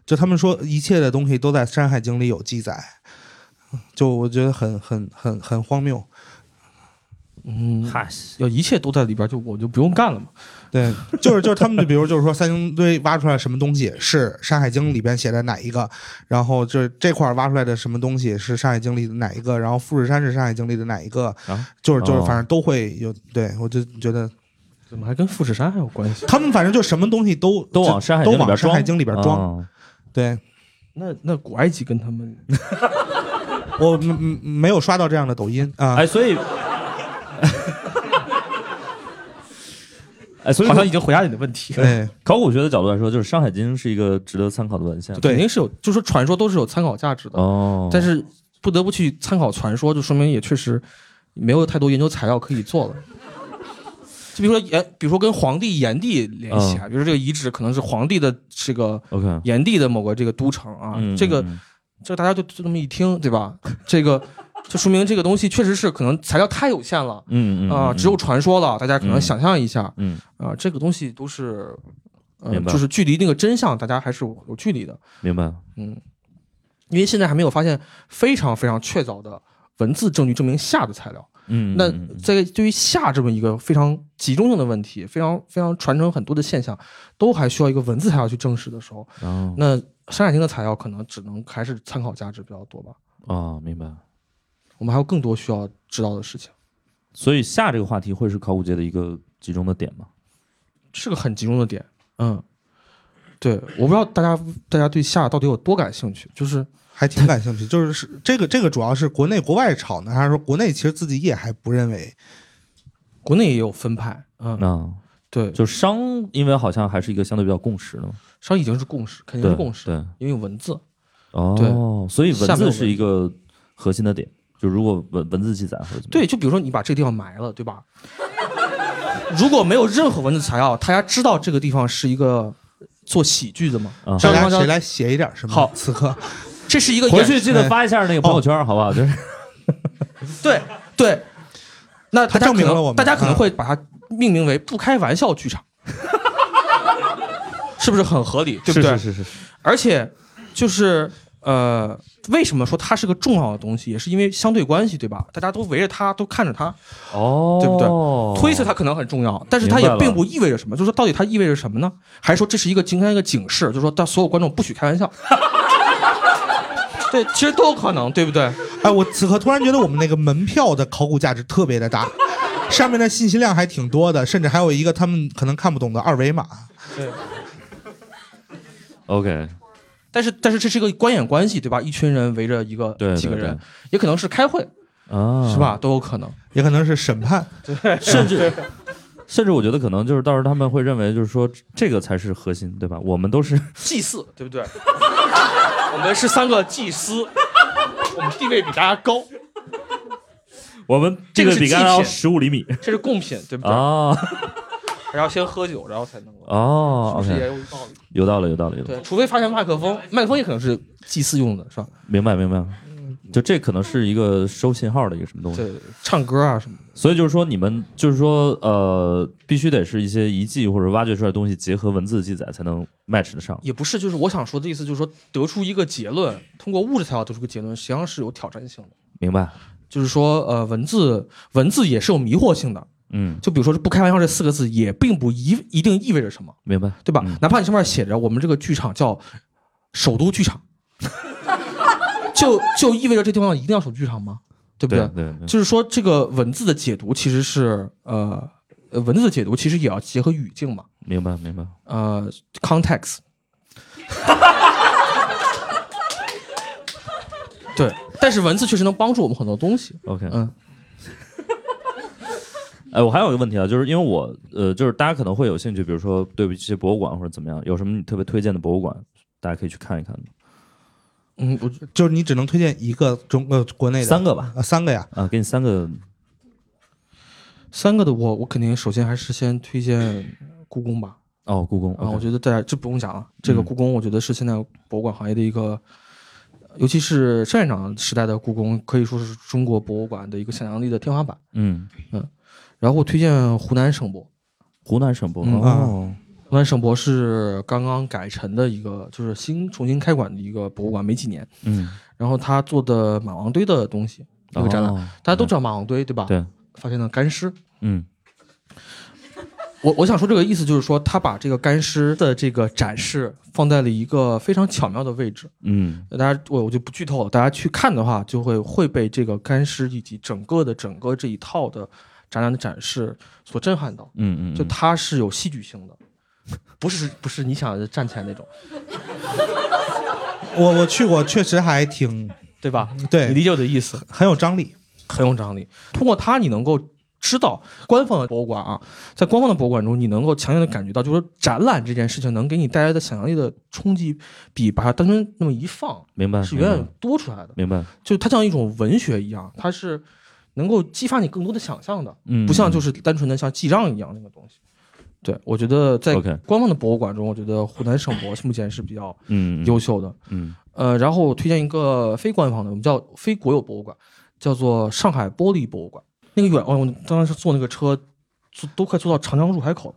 [SPEAKER 2] 就他们说一切的东西都在《山海经》里有记载，就我觉得很很很很荒谬。
[SPEAKER 3] 嗯，
[SPEAKER 1] 嗨，
[SPEAKER 3] 要一切都在里边，就我就不用干了嘛。
[SPEAKER 2] 对，就是就是他们，就比如就是说三星堆挖出来什么东西是《山海经》里边写的哪一个，然后就是这块儿挖出来的什么东西是《山海经》里的哪一个，然后富士山是《山海经》里的哪一个，
[SPEAKER 1] 啊
[SPEAKER 2] 就是就是
[SPEAKER 1] 哦
[SPEAKER 2] 反正都会有。对我就觉得
[SPEAKER 3] 怎么还跟富士山还有关系？
[SPEAKER 2] 他们反正就什么东西都
[SPEAKER 1] 都
[SPEAKER 2] 就
[SPEAKER 1] 往《山海
[SPEAKER 2] 都
[SPEAKER 1] 经》里
[SPEAKER 2] 往
[SPEAKER 1] 边
[SPEAKER 2] 《山
[SPEAKER 1] 装，
[SPEAKER 2] 海经》里边装。
[SPEAKER 1] 啊
[SPEAKER 2] 对
[SPEAKER 3] 那那古埃及跟他们
[SPEAKER 2] 我嗯嗯没有刷到这样的抖音啊，
[SPEAKER 1] 哎， 所以，哎，所以
[SPEAKER 3] 好像已经回答你的问题了。
[SPEAKER 2] 对
[SPEAKER 1] 考古学的角度来说，就是《山海经》是一个值得参考的文献。
[SPEAKER 3] 肯定是有，就是说传说都是有参考价值的。
[SPEAKER 1] 哦，
[SPEAKER 3] 但是不得不去参考传说，就说明也确实没有太多研究材料可以做了。就比如说炎，比如说跟皇帝炎帝联系
[SPEAKER 1] 嗯
[SPEAKER 3] 啊，比如说这个遗址可能是皇帝的这个
[SPEAKER 1] OK，
[SPEAKER 3] 炎帝的某个这个都城啊，
[SPEAKER 1] 嗯，
[SPEAKER 3] 这个
[SPEAKER 1] 嗯
[SPEAKER 3] 这个大家就就这么一听，对吧？这个就说明这个东西确实是可能材料太有限了
[SPEAKER 1] 嗯嗯
[SPEAKER 3] 啊、
[SPEAKER 1] 嗯
[SPEAKER 3] 只有传说了，大家可能
[SPEAKER 1] 嗯
[SPEAKER 3] 想象一下啊、
[SPEAKER 1] 嗯
[SPEAKER 3] 这个东西都是呃
[SPEAKER 1] 明，白
[SPEAKER 3] 就是距离那个真相，大家还是有有距离的。
[SPEAKER 1] 明白了。
[SPEAKER 3] 因为现在还没有发现非常非常确凿的文字证据证明夏的材料。
[SPEAKER 1] 嗯，
[SPEAKER 3] 那
[SPEAKER 1] 嗯嗯
[SPEAKER 3] 在对于夏这么一个非常集中性的问题，非常非常传承很多的现象，都还需要一个文字材料去证实的时候，
[SPEAKER 1] 哦
[SPEAKER 3] 那《山海经》的材料可能只能还是参考价值比较多吧。
[SPEAKER 1] 哦，明白了。
[SPEAKER 3] 我们还有更多需要知道的事情，
[SPEAKER 1] 所以下这个话题会是考古界的一个集中的点吗？
[SPEAKER 3] 是个很集中的点。嗯，对，我不知道大家大家对夏到底有多感兴趣，就是
[SPEAKER 2] 还挺感兴趣。就是是这个这个主要是国内国外炒呢，还是说国内其实自己也还不认为
[SPEAKER 3] 国内也有分派。嗯，
[SPEAKER 1] 啊，
[SPEAKER 3] 对，
[SPEAKER 1] 就商，因为好像还是一个相对比较共识的嘛，
[SPEAKER 3] 上已经是共识，肯定
[SPEAKER 1] 对
[SPEAKER 3] 是共识，
[SPEAKER 1] 对，
[SPEAKER 3] 因为有文字。
[SPEAKER 1] 哦，所以文
[SPEAKER 3] 下面
[SPEAKER 1] 字
[SPEAKER 3] 有文
[SPEAKER 1] 是一个核心的点，就如果文文字记载或者怎么样
[SPEAKER 3] 对，就比如说你把这个地方埋了，对吧？如果没有任何文字材料，大家知道这个地方是一个做喜剧的吗？
[SPEAKER 1] 啊
[SPEAKER 3] 这
[SPEAKER 2] 大家
[SPEAKER 3] 样的
[SPEAKER 2] 谁
[SPEAKER 3] 话，
[SPEAKER 2] 来写一点什么？
[SPEAKER 3] 好
[SPEAKER 2] 此刻
[SPEAKER 3] 这是一个
[SPEAKER 1] 回
[SPEAKER 3] 演
[SPEAKER 1] 去记得发一下那个朋友圈，好不好？就是
[SPEAKER 3] 哎对对。那
[SPEAKER 2] 它
[SPEAKER 3] 大家
[SPEAKER 2] 证
[SPEAKER 3] 可
[SPEAKER 2] 明了
[SPEAKER 3] 能
[SPEAKER 2] 我们
[SPEAKER 3] 大家可能
[SPEAKER 2] 啊
[SPEAKER 3] 会
[SPEAKER 1] 嗯
[SPEAKER 3] 把它命名为“不开玩笑 剧场”，是不是很合理？对不对？
[SPEAKER 1] 是是是，
[SPEAKER 3] 而且就是呃，为什么说它是个重要的东西，也是因为相对关系，对吧？大家都围着它，都看着它，
[SPEAKER 1] 哦，
[SPEAKER 3] 对不对
[SPEAKER 1] 对
[SPEAKER 3] 推测它可能很重要，但是它
[SPEAKER 1] 明
[SPEAKER 3] 也
[SPEAKER 1] 白了
[SPEAKER 3] 并不意味着什么。就是说，到底它意味着什么呢？还是说这是一个今天一个警示，就是说，到所有观众不许开玩 笑。对，其实都有可能，对不对？
[SPEAKER 2] 哎，我此刻突然觉得我们那个门票的考古价值特别的大，上面的信息量还挺多的，甚至还有一个他们可能看不懂的二维码。
[SPEAKER 1] OK，
[SPEAKER 3] 但是，但是这是一个观演关系，对吧？一群人围着一个
[SPEAKER 1] 对对
[SPEAKER 3] 几个人，也可能是开会，
[SPEAKER 1] 啊，
[SPEAKER 3] 是？吧？都有可能。
[SPEAKER 2] 也可能是审判，
[SPEAKER 1] 甚至。甚至我觉得可能就是到时候他们会认为，就是说这个才是核心，对吧？我们都是
[SPEAKER 3] 祭祀，对不对？我们是三个祭司，我们地位比大家高，
[SPEAKER 1] 我们
[SPEAKER 3] 这个是
[SPEAKER 1] 比
[SPEAKER 3] 祭
[SPEAKER 1] 干要
[SPEAKER 3] 品
[SPEAKER 1] 十五厘米
[SPEAKER 3] 这是贡品，对不对？
[SPEAKER 1] 啊
[SPEAKER 3] 还要先喝酒，然后才能够，
[SPEAKER 1] 哦
[SPEAKER 3] 是不是也
[SPEAKER 1] ，OK，
[SPEAKER 3] 有道理？
[SPEAKER 1] 有道理，有道理，有道理
[SPEAKER 3] 对，除非发现麦克风，麦克风也可能是祭祀用的，是吧？
[SPEAKER 1] 明白明白，就这可能是一个收信号的一个什么东西，
[SPEAKER 3] 嗯对，唱歌啊什么的。
[SPEAKER 1] 所以就是说你们就是说呃，必须得是一些遗迹或者挖掘出来的东西结合文字记载才能 match 得上。
[SPEAKER 3] 也不是，就是我想说的意思，就是说得出一个结论，通过物质材料得出个结论，实际上是有挑战性的。
[SPEAKER 1] 明白？
[SPEAKER 3] 就是说，呃，文字文字也是有迷惑性的。
[SPEAKER 1] 嗯，
[SPEAKER 3] 就比如说“这不开玩笑”这四个字，也并不一一定意味着什么，
[SPEAKER 1] 明白。
[SPEAKER 3] 对吧？
[SPEAKER 1] 嗯
[SPEAKER 3] 哪怕你上面写着我们这个剧场叫首 都剧场，就就意味着这地方一定要首都剧场吗？对不
[SPEAKER 1] 对对对
[SPEAKER 3] 就是说，这个文字的解读其实是呃，呃文字的解读其实也要结合语境嘛，
[SPEAKER 1] 明白明白。
[SPEAKER 3] 呃，context。对，但是文字确实能帮助我们很多东西。
[SPEAKER 1] OK，
[SPEAKER 3] 嗯，
[SPEAKER 1] 哎，我还有一个问题啊，就是因为我呃，就是大家可能会有兴趣，比如说对一些博物馆或者怎么样，有什么你特别推荐的博物馆，大家可以去看一看的。
[SPEAKER 3] 嗯，我觉得
[SPEAKER 2] 就是你只能推荐一个中呃国内的
[SPEAKER 1] 三个吧，
[SPEAKER 2] 啊三个呀，
[SPEAKER 1] 啊，给你三个
[SPEAKER 3] 三个的我，我肯定首先还是先推荐故宫吧。
[SPEAKER 1] 哦，故宫
[SPEAKER 3] 啊，我
[SPEAKER 1] ，OK，
[SPEAKER 3] 觉得大家这不用讲了，这个
[SPEAKER 1] 嗯
[SPEAKER 3] 故宫我觉得是现在博物馆行业的一个尤其是上一场时代的故宫，可以说是中国博物馆的一个想象力的天花板。
[SPEAKER 1] 嗯，
[SPEAKER 3] 然后我推荐湖南省博，
[SPEAKER 1] 湖南省博、
[SPEAKER 3] 嗯
[SPEAKER 1] 哦，
[SPEAKER 3] 湖南省博是刚刚改成的一个，就是新重新开馆的一个博物馆，没几年。
[SPEAKER 1] 嗯，
[SPEAKER 3] 然后他做的马王堆的东西，啊一个展览，
[SPEAKER 1] 哦
[SPEAKER 3] 大家都知道马王堆对吧？
[SPEAKER 1] 对，
[SPEAKER 3] 发现了干尸。
[SPEAKER 1] 嗯
[SPEAKER 3] 我我想说这个意思就是说，他把这个干尸的这个展示放在了一个非常巧妙的位置。
[SPEAKER 1] 嗯
[SPEAKER 3] 大家我我就不剧透了，大家去看的话，就会会被这个干尸以及整个的整个这一套的展览的展示所震撼到。
[SPEAKER 1] 嗯嗯，
[SPEAKER 3] 就它是有戏剧性的，不是不是你想站起来那种，
[SPEAKER 2] 啊我我去过，确实还挺
[SPEAKER 3] 对吧？你
[SPEAKER 2] 对，
[SPEAKER 3] 理解我的意思，
[SPEAKER 2] 很有张力。
[SPEAKER 3] 很有张力。通过它，你能够知道官方的博物馆啊，在官方的博物馆中，你能够强烈的感觉到，就是说展览这件事情能给你带来的想象力的冲击，比把它单纯那么一放
[SPEAKER 1] 明白，嗯
[SPEAKER 3] 是
[SPEAKER 1] 明
[SPEAKER 3] 远
[SPEAKER 1] 白
[SPEAKER 3] 远多出来的。
[SPEAKER 1] 明白，
[SPEAKER 3] 就它像一种文学一样，它是能够激发你更多的想象的，
[SPEAKER 1] 嗯，
[SPEAKER 3] 不像就是是单纯的像记账一样那个东西。对，我觉得在
[SPEAKER 1] OK，
[SPEAKER 3] 官方的博物馆中，我觉得湖南省博目前是比较
[SPEAKER 1] 嗯，
[SPEAKER 3] 优秀的。
[SPEAKER 1] 嗯
[SPEAKER 3] 呃，然后我推荐一个非官方的，我们叫非国有博物馆，叫做上海玻璃博物馆。那个远，哦、我当时坐那个车，坐都快坐到长江入海口了。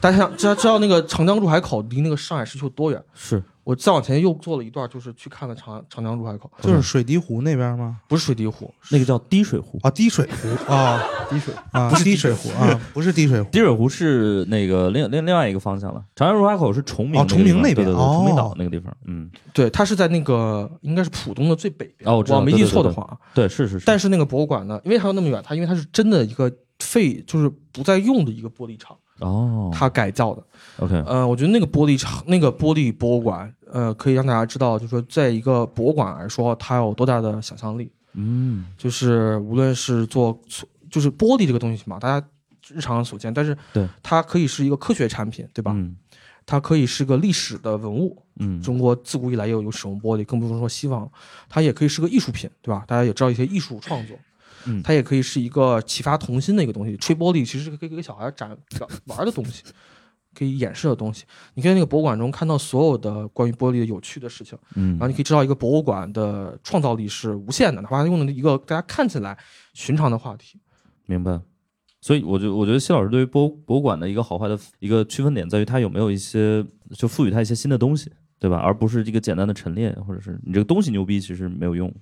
[SPEAKER 3] 大家想知道知道那个长江入海口离那个上海市区有多远？
[SPEAKER 1] 是
[SPEAKER 3] 我再往前又坐了一段，就是去看了长长江入海口，
[SPEAKER 2] 就是水滴湖那边吗？
[SPEAKER 3] 不是水滴湖，
[SPEAKER 1] 那个叫滴水湖，
[SPEAKER 2] 啊，滴水湖啊，
[SPEAKER 3] 滴水
[SPEAKER 2] 啊，
[SPEAKER 3] 不是
[SPEAKER 2] 滴
[SPEAKER 3] 滴
[SPEAKER 2] 水
[SPEAKER 3] 水
[SPEAKER 2] 湖啊，不是滴水湖。
[SPEAKER 1] 滴水湖是那个另另另外一个方向了，长江入海口是崇明
[SPEAKER 2] 哦崇明
[SPEAKER 1] 那
[SPEAKER 2] 那
[SPEAKER 1] 个地方
[SPEAKER 2] 边
[SPEAKER 1] 对对对崇明
[SPEAKER 2] 哦
[SPEAKER 1] 岛那个地方，嗯，
[SPEAKER 3] 对，它是在那个应该是浦东的最北边。
[SPEAKER 1] 哦我知道
[SPEAKER 3] 没
[SPEAKER 1] 对
[SPEAKER 3] 记
[SPEAKER 1] 对
[SPEAKER 3] 错的
[SPEAKER 1] 对
[SPEAKER 3] 话啊。
[SPEAKER 1] 对，是是是，
[SPEAKER 3] 但是那个博物馆呢，因为它有那么远，它因为它是真的一个废，就是不再用的一个玻璃厂，
[SPEAKER 1] 哦，
[SPEAKER 3] 它改造的。
[SPEAKER 1] OK，
[SPEAKER 3] 呃，我觉得那个玻璃厂，那个玻璃博物馆，呃，可以让大家知道，就是说，在一个博物馆来说，它有多大的想象力。
[SPEAKER 1] 嗯
[SPEAKER 3] 就是无论是做，就是玻璃这个东西嘛，大家日常所见，但是
[SPEAKER 1] 对
[SPEAKER 3] 它可以是一个科学产品，对吧？
[SPEAKER 1] 嗯
[SPEAKER 3] 它可以是个历史的文物，
[SPEAKER 1] 嗯
[SPEAKER 3] 中国自古以来也有有使用玻璃，更不用说西方，它也可以是个艺术品，对吧？大家也知道一些艺术创作。
[SPEAKER 1] 嗯
[SPEAKER 3] 它也可以是一个启发童心的一个东西。吹玻璃其实是可以给小孩展玩玩的东西，可以演示的东西。你可以在那个博物馆中看到所有的关于玻璃的有趣的事情，
[SPEAKER 1] 嗯
[SPEAKER 3] 然后你可以知道一个博物馆的创造力是无限的，哪怕它用了一个大家看起来寻常的话题。
[SPEAKER 1] 明白。所以我觉我觉得谢老师对于博博物馆的一个好坏的一个区分点，在于它有没有一些就赋予它一些新的东西，对吧？而不是一个简单的陈列，或者是你这个东西牛逼，其实没有用。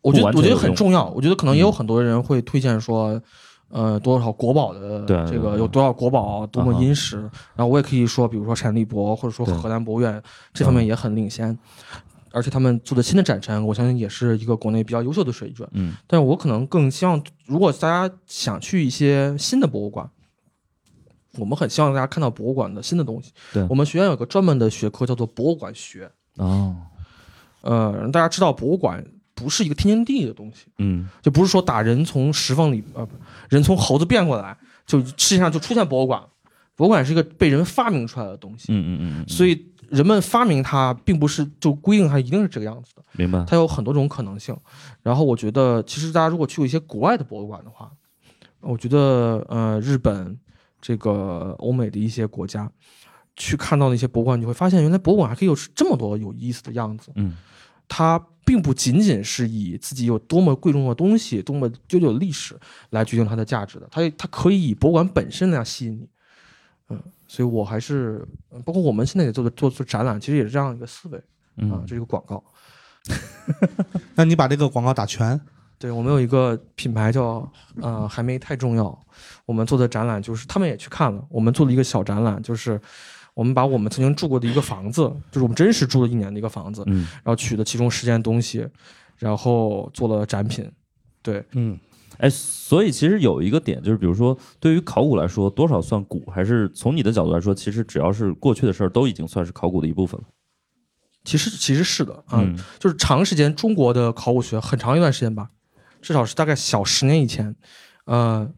[SPEAKER 3] 我觉
[SPEAKER 1] 不
[SPEAKER 3] 得
[SPEAKER 1] 完全
[SPEAKER 3] 我觉得
[SPEAKER 1] 有
[SPEAKER 3] 很
[SPEAKER 1] 用
[SPEAKER 3] 重要，我觉得可能也有
[SPEAKER 1] 嗯
[SPEAKER 3] 很多人会推荐说，呃，多少国宝的
[SPEAKER 1] 对对
[SPEAKER 3] 这个
[SPEAKER 1] 对
[SPEAKER 3] 有多少国宝，多么
[SPEAKER 1] 啊哈
[SPEAKER 3] 殷实。然后我也可以说，比如说陕历博或者说
[SPEAKER 1] 对嗯
[SPEAKER 3] 河南博物院这方面也很领先，而且他们做的新的展陈，我相信也是一个国内比较优秀的水准。
[SPEAKER 1] 嗯，
[SPEAKER 3] 但我可能更希望，如果大家想去一些新的博物馆，我们很希望大家看到博物馆的新的东西。
[SPEAKER 1] 对
[SPEAKER 3] 我们学院有个专门的学科叫做博物馆学，
[SPEAKER 1] 哦，
[SPEAKER 3] 呃，让大家知道博物馆不是一个天经地义的东西。
[SPEAKER 1] 嗯
[SPEAKER 3] 就不是说打人从石缝里，呃，不人从猴子变过来，就世界上就出现博物馆了。博物馆是一个被人发明出来的东西，
[SPEAKER 1] 嗯嗯嗯嗯，
[SPEAKER 3] 所以人们发明它，并不是就规定它一定是这个样子的，
[SPEAKER 1] 明白。
[SPEAKER 3] 它有很多种可能性。然后我觉得，其实大家如果去过一些国外的博物馆的话，我觉得，呃，日本这个欧美的一些国家。去看到那些博物馆，你会发现原来博物馆还可以有这么多有意思的样子。
[SPEAKER 1] 嗯
[SPEAKER 3] 它并不仅仅是以自己有多么贵重的东西、多么悠久的历史来决定它的价值的，它它可以以博物馆本身来吸引你。嗯，所以我还是，嗯包括我们现在也做的做做展览，其实也是这样一个思维啊，
[SPEAKER 1] 嗯
[SPEAKER 3] 这是一个广告。
[SPEAKER 2] 那你把这个广告打全，
[SPEAKER 3] 对我们有一个品牌叫呃还没太重要，我们做的展览就是他们也去看了，我们做了一个小展览，就是我们把我们曾经住过的一个房子，就是我们真实住了一年的一个房子，
[SPEAKER 1] 嗯，
[SPEAKER 3] 然后取的其中十件东西，然后做了展品。对，
[SPEAKER 2] 嗯，
[SPEAKER 1] 哎，所以其实有一个点就是，比如说对于考古来说，多少算古，还是从你的角度来说，其实只要是过去的事儿，都已经算是考古的一部分了。
[SPEAKER 3] 其实其实是的啊、
[SPEAKER 1] 嗯
[SPEAKER 3] 就是长时间中国的考古学很长一段时间吧，至少是大概小十年以前，呃，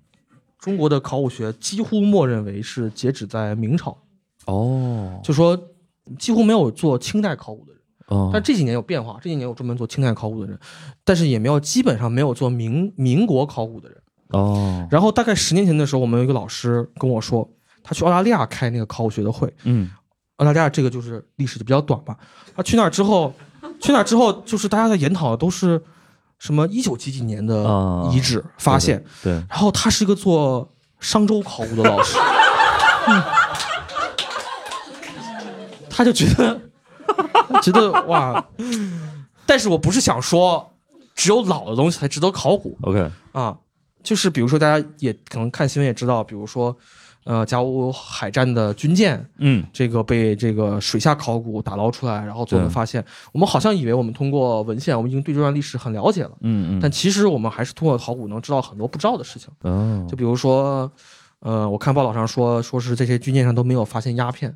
[SPEAKER 3] 中国的考古学几乎默认为是截止在明朝，
[SPEAKER 1] 哦
[SPEAKER 3] 就说几乎没有做清代考古的人。
[SPEAKER 1] 哦，
[SPEAKER 3] 但这几年有变化，这几年有专门做清代考古的人，但是也没有基本上没有做民民国考古的人。
[SPEAKER 1] 哦，
[SPEAKER 3] 然后大概十年前的时候，我们有一个老师跟我说，他去澳大利亚开那个考古学的会，
[SPEAKER 1] 嗯
[SPEAKER 3] 澳大利亚这个就是历史就比较短嘛。他去那儿之后，去那之后，就是大家在研讨的都是什么一九几几年的
[SPEAKER 1] 啊
[SPEAKER 3] 遗址发现，
[SPEAKER 1] 对对
[SPEAKER 3] 然后他是一个做商周考古的老师，嗯、他就觉得觉得哇，但是我不是想说只有老的东西才值得考古，
[SPEAKER 1] OK，
[SPEAKER 3] 啊，就是比如说大家也可能看新闻也知道，比如说，呃，甲午海战的军舰，
[SPEAKER 1] 嗯，
[SPEAKER 3] 这个被这个水下考古打捞出来，然后最后
[SPEAKER 1] 对
[SPEAKER 3] 发现，我们好像以为我们通过文献，我们已经对这段历史很了解了，
[SPEAKER 1] 嗯
[SPEAKER 3] 但其实我们还是通过考古能知道很多不知道的事情，
[SPEAKER 1] 嗯，
[SPEAKER 3] 就比如说，呃，我看报道上说，说是这些军舰上都没有发现鸦片。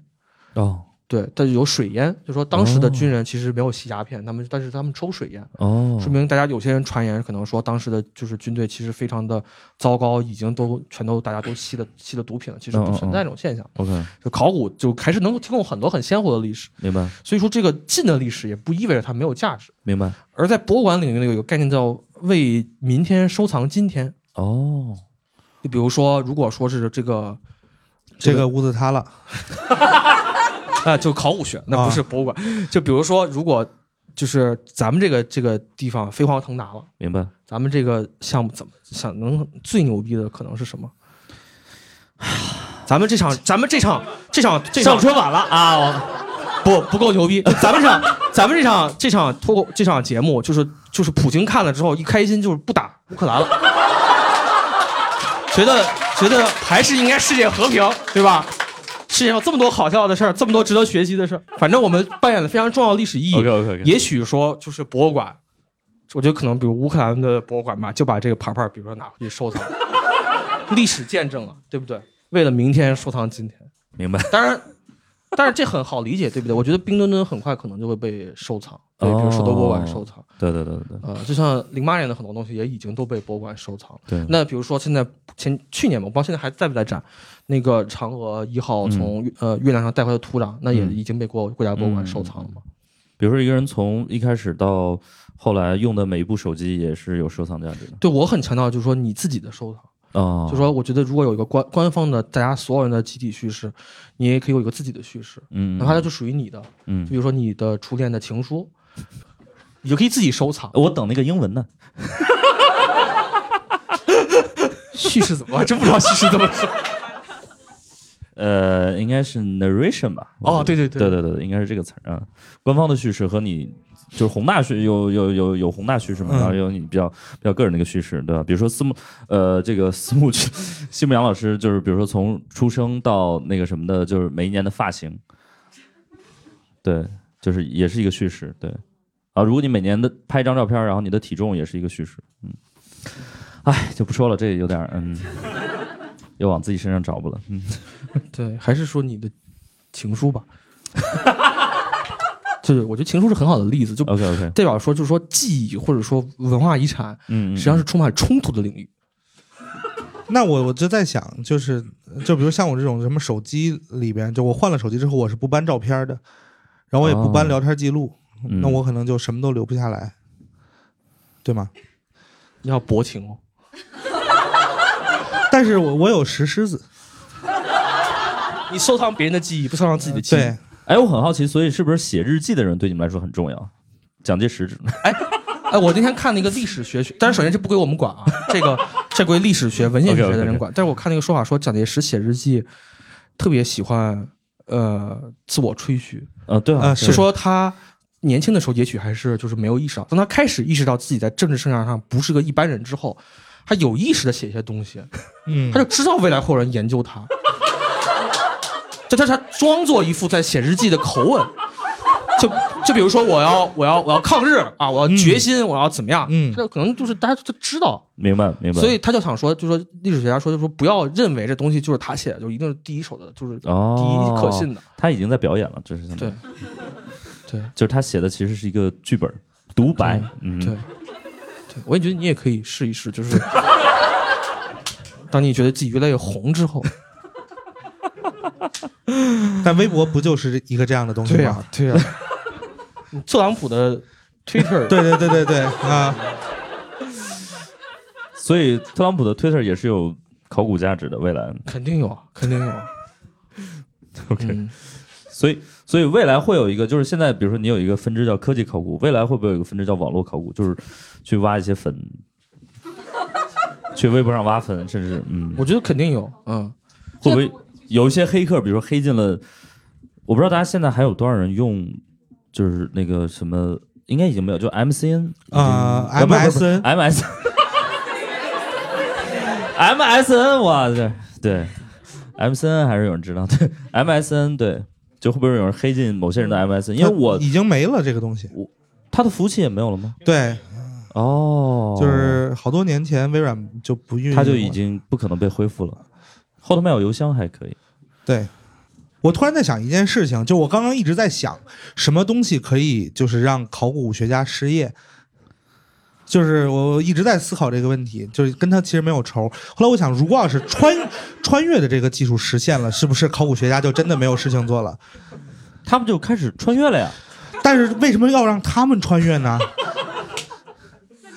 [SPEAKER 1] 哦哦
[SPEAKER 3] 对，但是有水烟，就说当时
[SPEAKER 1] 哦
[SPEAKER 3] 的军人其实没有吸鸦片，他们但是他们抽水烟，
[SPEAKER 1] 哦，
[SPEAKER 3] 说明大家有些人传言可能说当时的就是军队其实非常的糟糕，已经都全都大家都吸了吸了毒品了，其实
[SPEAKER 1] 嗯
[SPEAKER 3] 不存在这种现象。
[SPEAKER 1] OK，
[SPEAKER 3] 就考古就还是能够提供很多很鲜活的历史，
[SPEAKER 1] 明白
[SPEAKER 3] 所以说这个近的历史也不意味着它没有价值。
[SPEAKER 1] 明白
[SPEAKER 3] 而在博物馆领域呢，有个概念叫为明天收藏今天，
[SPEAKER 1] 哦，
[SPEAKER 3] 就比如说如果说是这个
[SPEAKER 2] 这个屋子塌了，
[SPEAKER 3] 啊，就考古学，那不是博物馆。就比如说如果就是咱们这个这个地方飞黄腾达了。
[SPEAKER 1] 明白。
[SPEAKER 3] 咱们这个项目怎么想能最牛逼的可能是什么？咱们 这场，咱们这场，这场，这场
[SPEAKER 1] 春晚了啊，我
[SPEAKER 3] 不不够牛逼。咱们这场， 咱们这场，这场脱口这场节目，就是就是普京看了之后一开心就是不打乌克兰了，觉得觉得还是应该世界和平，对吧？世界上有这么多好笑的事儿，这么多值得学习的事儿，反正我们扮演了非常重要的历史意义。
[SPEAKER 1] OK OK OK，
[SPEAKER 3] 也许说就是博物馆，我觉得可能比如乌克兰的博物馆吧，就把这个牌牌，比如说拿回去收 藏，历史见证了，对不对？为了明天收藏今天，
[SPEAKER 1] 明白。
[SPEAKER 3] 当然，但是这很好理解，对不对？我觉得冰墩墩很快可能就会被收
[SPEAKER 1] 哦
[SPEAKER 3] 藏，被比如说多博物馆收藏，
[SPEAKER 1] 对对对对对
[SPEAKER 3] 呃，就像零八年的很多东西也已经都被博物馆收藏了。
[SPEAKER 1] 对，
[SPEAKER 3] 那比如说现在前去年吧，我不知道现在还在不在展，那个嫦娥一号从、呃月亮上带回的土壤，那也
[SPEAKER 1] 嗯
[SPEAKER 3] 已经被国国家博物馆收藏了嘛？
[SPEAKER 1] 比如说一个人从一开始到后来用的每一部手机也是有收藏价值的
[SPEAKER 3] 对我很强调就是说你自己的收藏。
[SPEAKER 1] 哦，
[SPEAKER 3] 就说我觉得如果有一个官官方的大家所有人的集体叙事，你也可以有一个自己的叙事，
[SPEAKER 1] 嗯，
[SPEAKER 3] 那它就属于你的。
[SPEAKER 1] 嗯
[SPEAKER 3] 就比如说你的初恋的情书，你就可以自己收藏。
[SPEAKER 1] 我等那个英文呢，
[SPEAKER 3] 叙事怎么？我还真 不知道叙事怎么说。
[SPEAKER 1] 呃，应该是 narration 吧？
[SPEAKER 3] 哦
[SPEAKER 1] 我觉得
[SPEAKER 3] 对对
[SPEAKER 1] 对
[SPEAKER 3] 对
[SPEAKER 1] 对对，应该是这个词儿啊。官方的叙事和你就是宏大叙有有有有宏大叙事嘛，
[SPEAKER 2] 嗯
[SPEAKER 1] 然后有你比较比较个人的一个叙事，对吧？比如说私募，呃，这个私募区 西木阳老师就是，比如说从出生到那个什么的，就是每一年的发型，对，就是也是一个叙事，对。啊，如果你每年的拍一张照片，然后你的体重也是一个叙事，嗯，哎，就不说了，这有点儿嗯， 又往自己身上找补了，嗯。
[SPEAKER 3] 对，还是说你的情书吧。 就是我觉得情书是很好的例子，就
[SPEAKER 1] OK OK，
[SPEAKER 3] 代表说就是说记忆或者说文化遗产，
[SPEAKER 1] 嗯，嗯
[SPEAKER 3] 实际上是充满冲突的领域。
[SPEAKER 2] 那我我就在想，就是就比如像我这种什么手机里边，就我换了手机之后，我是不搬照片的，然后我也不搬
[SPEAKER 1] 哦
[SPEAKER 2] 聊天记录，
[SPEAKER 1] 嗯
[SPEAKER 2] 那我可能就什么都留不下来，对吗？
[SPEAKER 3] 你要薄情哦，
[SPEAKER 2] 但是我我有石狮子，
[SPEAKER 3] 你收藏别人的记忆，不收藏自己的记忆。
[SPEAKER 2] 对，
[SPEAKER 1] 哎，我很好奇，所以是不是写日记的人对你们来说很重要？蒋介石，
[SPEAKER 3] 哎，我那天看了一个历史学学，但是首先这不归我们管啊，这个这归历史学、文献学
[SPEAKER 1] OK，OK，OK
[SPEAKER 3] 的人管。但是我看那个说法说，蒋介石写日记特别喜欢呃自我吹嘘，
[SPEAKER 1] 呃，对 啊，
[SPEAKER 2] 呃
[SPEAKER 1] 对
[SPEAKER 3] 就说他年轻的时候也许还是就是没有意识到，当他开始意识到自己在政治生涯上不是个一般人之后，他有意识的写一些东西，
[SPEAKER 2] 嗯
[SPEAKER 3] 他，就知道未来会有人研究他， 就他他装作一副在写日记的口吻，就就比如说我要我要我要抗日啊，我要决心，我要怎么样？
[SPEAKER 2] 嗯
[SPEAKER 3] 这可能就是大家都知道，
[SPEAKER 1] 明白明白，
[SPEAKER 3] 所以他就想说，就说历史学家说，就说不要认为这东西就是他写的，就一定是第一手的，就是第
[SPEAKER 1] 哦
[SPEAKER 3] 一可信的。
[SPEAKER 1] 他已经在表演了，这是相当于
[SPEAKER 3] 对，对
[SPEAKER 1] 就是他写的其实是一个剧本独白，嗯，
[SPEAKER 3] 对，对，我也觉得你也可以试一试， 就是当你觉得自己越来越红之后，
[SPEAKER 2] 但微博不就是一个这样的东西
[SPEAKER 1] 啊
[SPEAKER 2] 吗？
[SPEAKER 3] 对 呀、特朗普的 Twitter
[SPEAKER 2] 对对对对对 啊，
[SPEAKER 1] 所以特朗普的 Twitter 也是有 考古价值的，未来嗯
[SPEAKER 3] 肯定有啊，肯定有啊。
[SPEAKER 1] OK，、
[SPEAKER 3] 嗯，
[SPEAKER 1] 所以，所以未来会有一个，就是现在，比如说你有一个分支叫科技考古，未来会不会有一个分支叫网络考古，就是去挖一些坟，去微博上挖坟，甚至嗯，
[SPEAKER 3] 我觉得肯定有，嗯，
[SPEAKER 1] 会不会有一些黑客，比如说黑进了，我不知道大家现在还有多少人用，就是那个什么，应该已经没有，就 MCN
[SPEAKER 2] 啊
[SPEAKER 1] 已经不是不是不是
[SPEAKER 2] MSN
[SPEAKER 1] MS MSN，哇对对，MSN 还是有人知道，对 MSN 对，就会不会有人黑进某些人的 MSN？因为我
[SPEAKER 2] 已经没了这个东西。
[SPEAKER 1] 他的服务器也没有了吗？
[SPEAKER 2] 对，
[SPEAKER 1] 哦，
[SPEAKER 2] 就是好多年前微软就不运用了，
[SPEAKER 1] 他就已经不可能被恢复了。后头麦有邮箱还可以，
[SPEAKER 2] 对。我突然在想一件事情，就我刚刚一直在想，什么东西可以就是让考古学家失业？就是我一直在思考这个问题，就是跟他其实没有仇。后来我想，如果要是穿穿越的这个技术实现了，是不是考古学家就真的没有事情做了？
[SPEAKER 1] 他们就开始穿越了呀。
[SPEAKER 2] 但是为什么要让他们穿越呢？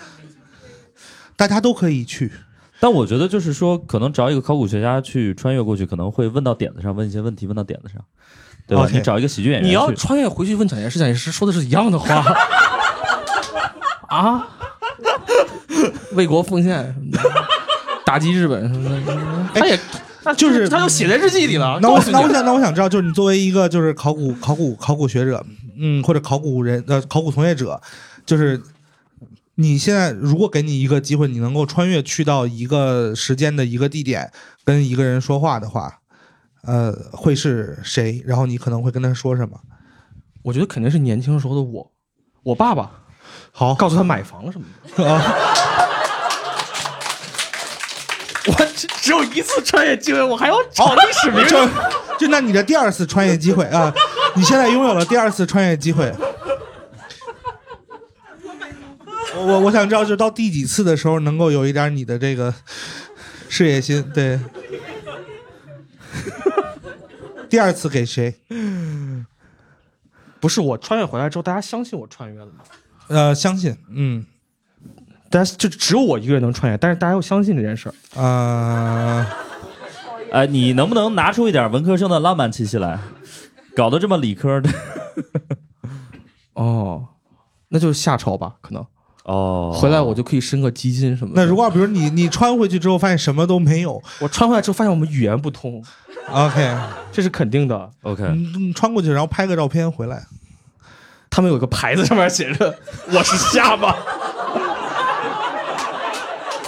[SPEAKER 2] 大家都可以去，
[SPEAKER 1] 但我觉得就是说，可能找一个考古学家去穿越过去，可能会问到点子上，问一些问题，问到点子上，对吧
[SPEAKER 2] OK
[SPEAKER 1] 你找一个喜
[SPEAKER 2] 嗯
[SPEAKER 1] 剧演员，
[SPEAKER 3] 你要穿越回去问蒋介石，蒋介石说的是一样的话 啊，为国奉献，打击日本什么的，
[SPEAKER 4] 他也那
[SPEAKER 2] 哎就是
[SPEAKER 4] 他就写在日记里了。
[SPEAKER 2] 那我
[SPEAKER 4] 告诉
[SPEAKER 2] 那我
[SPEAKER 4] 你，
[SPEAKER 2] 想那我想知道，就是你作为一个就是考古考古考古学者，嗯，或者考古人呃考古从业者，就是你现在如果给你一个机会，你能够穿越去到一个时间的一个地点，跟一个人说话的话，呃，会是谁？然后你可能会跟他说什么？
[SPEAKER 3] 我觉得肯定是年轻时候的我，
[SPEAKER 4] 我爸爸
[SPEAKER 2] 好
[SPEAKER 4] 哦告诉他买房什么的。
[SPEAKER 2] 啊，
[SPEAKER 4] 我只只有一次穿越机会，我还要找历史名人。
[SPEAKER 2] 就就那你的第二次穿越机会啊，你现在拥有了第二次穿越机会。我我我想知道，就到第几次的时候能够有一点你的这个事业心，对。 第二次给谁？
[SPEAKER 4] 不是我穿越回来之后，大家相信我穿越了吗？
[SPEAKER 2] 呃，相信，嗯，
[SPEAKER 4] 大家就只有我一个人能穿越，但是大家又相信这件事儿。
[SPEAKER 2] 呃，
[SPEAKER 1] 哎，你能不能拿出一点文科生的浪漫气息来？搞得这么理科 的
[SPEAKER 3] 哦，那就是夏朝吧，可能
[SPEAKER 1] 哦，
[SPEAKER 3] 回来我就可以升个基金什么的。
[SPEAKER 2] 那如果比如你你穿回去之后发现什么都没有
[SPEAKER 4] 我穿回来之后发现我们语言不通，
[SPEAKER 2] ，OK，
[SPEAKER 4] 这是肯定的。
[SPEAKER 1] OK，
[SPEAKER 2] 你你穿过去然后拍个照片回来，
[SPEAKER 4] 他们有个牌子上面写着“我是下 巴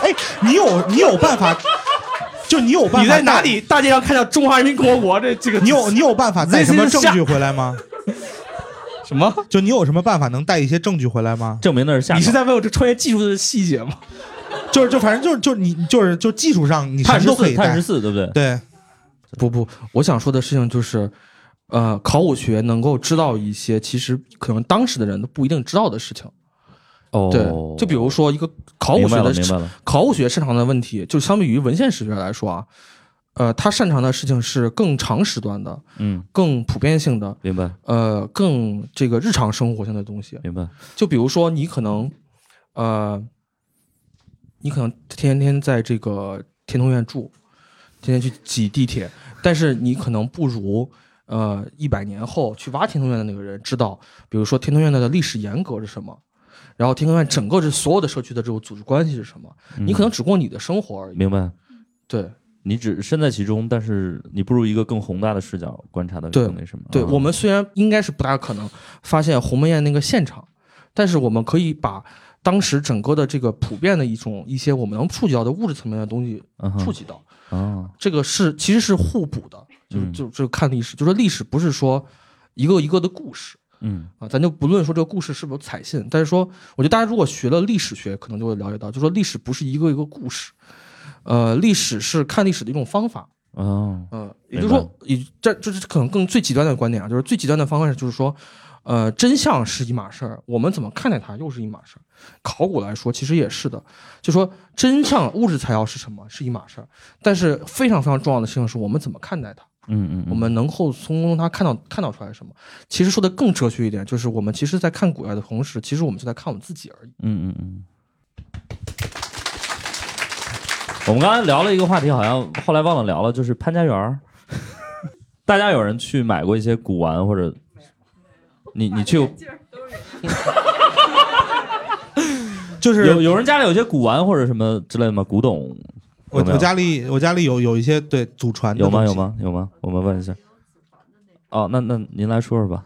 [SPEAKER 2] 哎，你有你有办法，就你有”。办法
[SPEAKER 4] 你在哪
[SPEAKER 2] 带
[SPEAKER 4] 里大街上看到“中华人民共和国”这这个字？
[SPEAKER 2] 你有你有办法带
[SPEAKER 4] This
[SPEAKER 2] 什么
[SPEAKER 4] is
[SPEAKER 2] 证
[SPEAKER 4] 下
[SPEAKER 2] 据回来吗？
[SPEAKER 4] 什么？
[SPEAKER 2] 就你有什么办法能带一些证据回来吗？
[SPEAKER 1] 证明那是下
[SPEAKER 4] 你是
[SPEAKER 1] 场。
[SPEAKER 4] 在问我这穿越技术的细节吗？
[SPEAKER 2] 就是就反正就是就是你就是就技术上你什
[SPEAKER 1] 碳
[SPEAKER 2] 么
[SPEAKER 1] 十
[SPEAKER 2] 都可
[SPEAKER 1] 四，
[SPEAKER 2] 以
[SPEAKER 1] 碳
[SPEAKER 2] 带
[SPEAKER 1] 十，四，对不对？
[SPEAKER 2] 对，
[SPEAKER 3] 不不，我想说的事情就是，呃，考古学能够知道一些其实可能当时的人都不一定知道的事情。
[SPEAKER 1] 哦
[SPEAKER 3] 对，就比如说一个考
[SPEAKER 1] 明
[SPEAKER 3] 古学
[SPEAKER 1] 白了，
[SPEAKER 3] 的
[SPEAKER 1] 明白了。
[SPEAKER 3] 考古学擅长的问题，就相比于文献史学来说啊，呃，他擅长的事情是更长时段的、
[SPEAKER 1] 嗯，
[SPEAKER 3] 更普遍性的、
[SPEAKER 1] 明白，
[SPEAKER 3] 呃，更这个日常生活性的东西。
[SPEAKER 1] 明白。
[SPEAKER 3] 就比如说，你可能，呃，你可能天天在这个天通苑住，天天去挤地铁，但是你可能不如，呃，一百年后去挖天通苑的那个人知道，比如说天通苑的历史沿革是什么，然后天通苑整个这所有的社区的这种组织关系是什么，你可能只过你的生活而已。
[SPEAKER 1] 明白。
[SPEAKER 3] 对，
[SPEAKER 1] 你只身在其中，但是你不如一个更宏大的视角观察的
[SPEAKER 3] 对
[SPEAKER 1] 更那什么。
[SPEAKER 3] 对、
[SPEAKER 1] 啊
[SPEAKER 3] 我们虽然应该是不大可能发现鸿门宴那个现场，但是我们可以把当时整个的这个普遍的一种一些我们能触及到的物质层面的东西
[SPEAKER 1] 嗯哼
[SPEAKER 3] 触及到，
[SPEAKER 1] 啊，
[SPEAKER 3] 这个是其实是互补的，就是
[SPEAKER 1] 嗯
[SPEAKER 3] 就就看历史，就说历史不是说一个一个的故事。
[SPEAKER 1] 嗯
[SPEAKER 3] 啊，咱就不论说这个故事是不是采信，但是说，我觉得大家如果学了历史学，可能就会了解到，就说历史不是一个一个故事，呃，历史是看历史的一种方法，
[SPEAKER 1] 哦，
[SPEAKER 3] 嗯，也就是说，以这这是可能更最极端的观点啊，就是最极端的方式就是说，呃，真相是一码事儿，我们怎么看待它又是一码事儿。考古来说，其实也是的，就说真相物质材料是什么是一码事儿，但是非常非常重要的事情是我们怎么看待它，
[SPEAKER 1] 嗯嗯，嗯
[SPEAKER 3] 我们能够从中它看到看到出来什么。其实说的更哲学一点，就是我们其实在看古代的同时，其实我们就在看我们自己而已。
[SPEAKER 1] 嗯嗯嗯。 我们刚才聊了一个话题，好像后来忘了聊了，就是潘家园儿。大家有人去买过一些古玩或者？你你 去过
[SPEAKER 2] 就是
[SPEAKER 1] 有有人家里有些古玩或者什么之类的吗？古董
[SPEAKER 2] 我
[SPEAKER 1] 有没有
[SPEAKER 2] 我家里我家里有有一些对祖传的
[SPEAKER 1] 有吗？有
[SPEAKER 2] 东西？
[SPEAKER 1] 吗？有吗？我们问一下。哦，那那您来说说吧。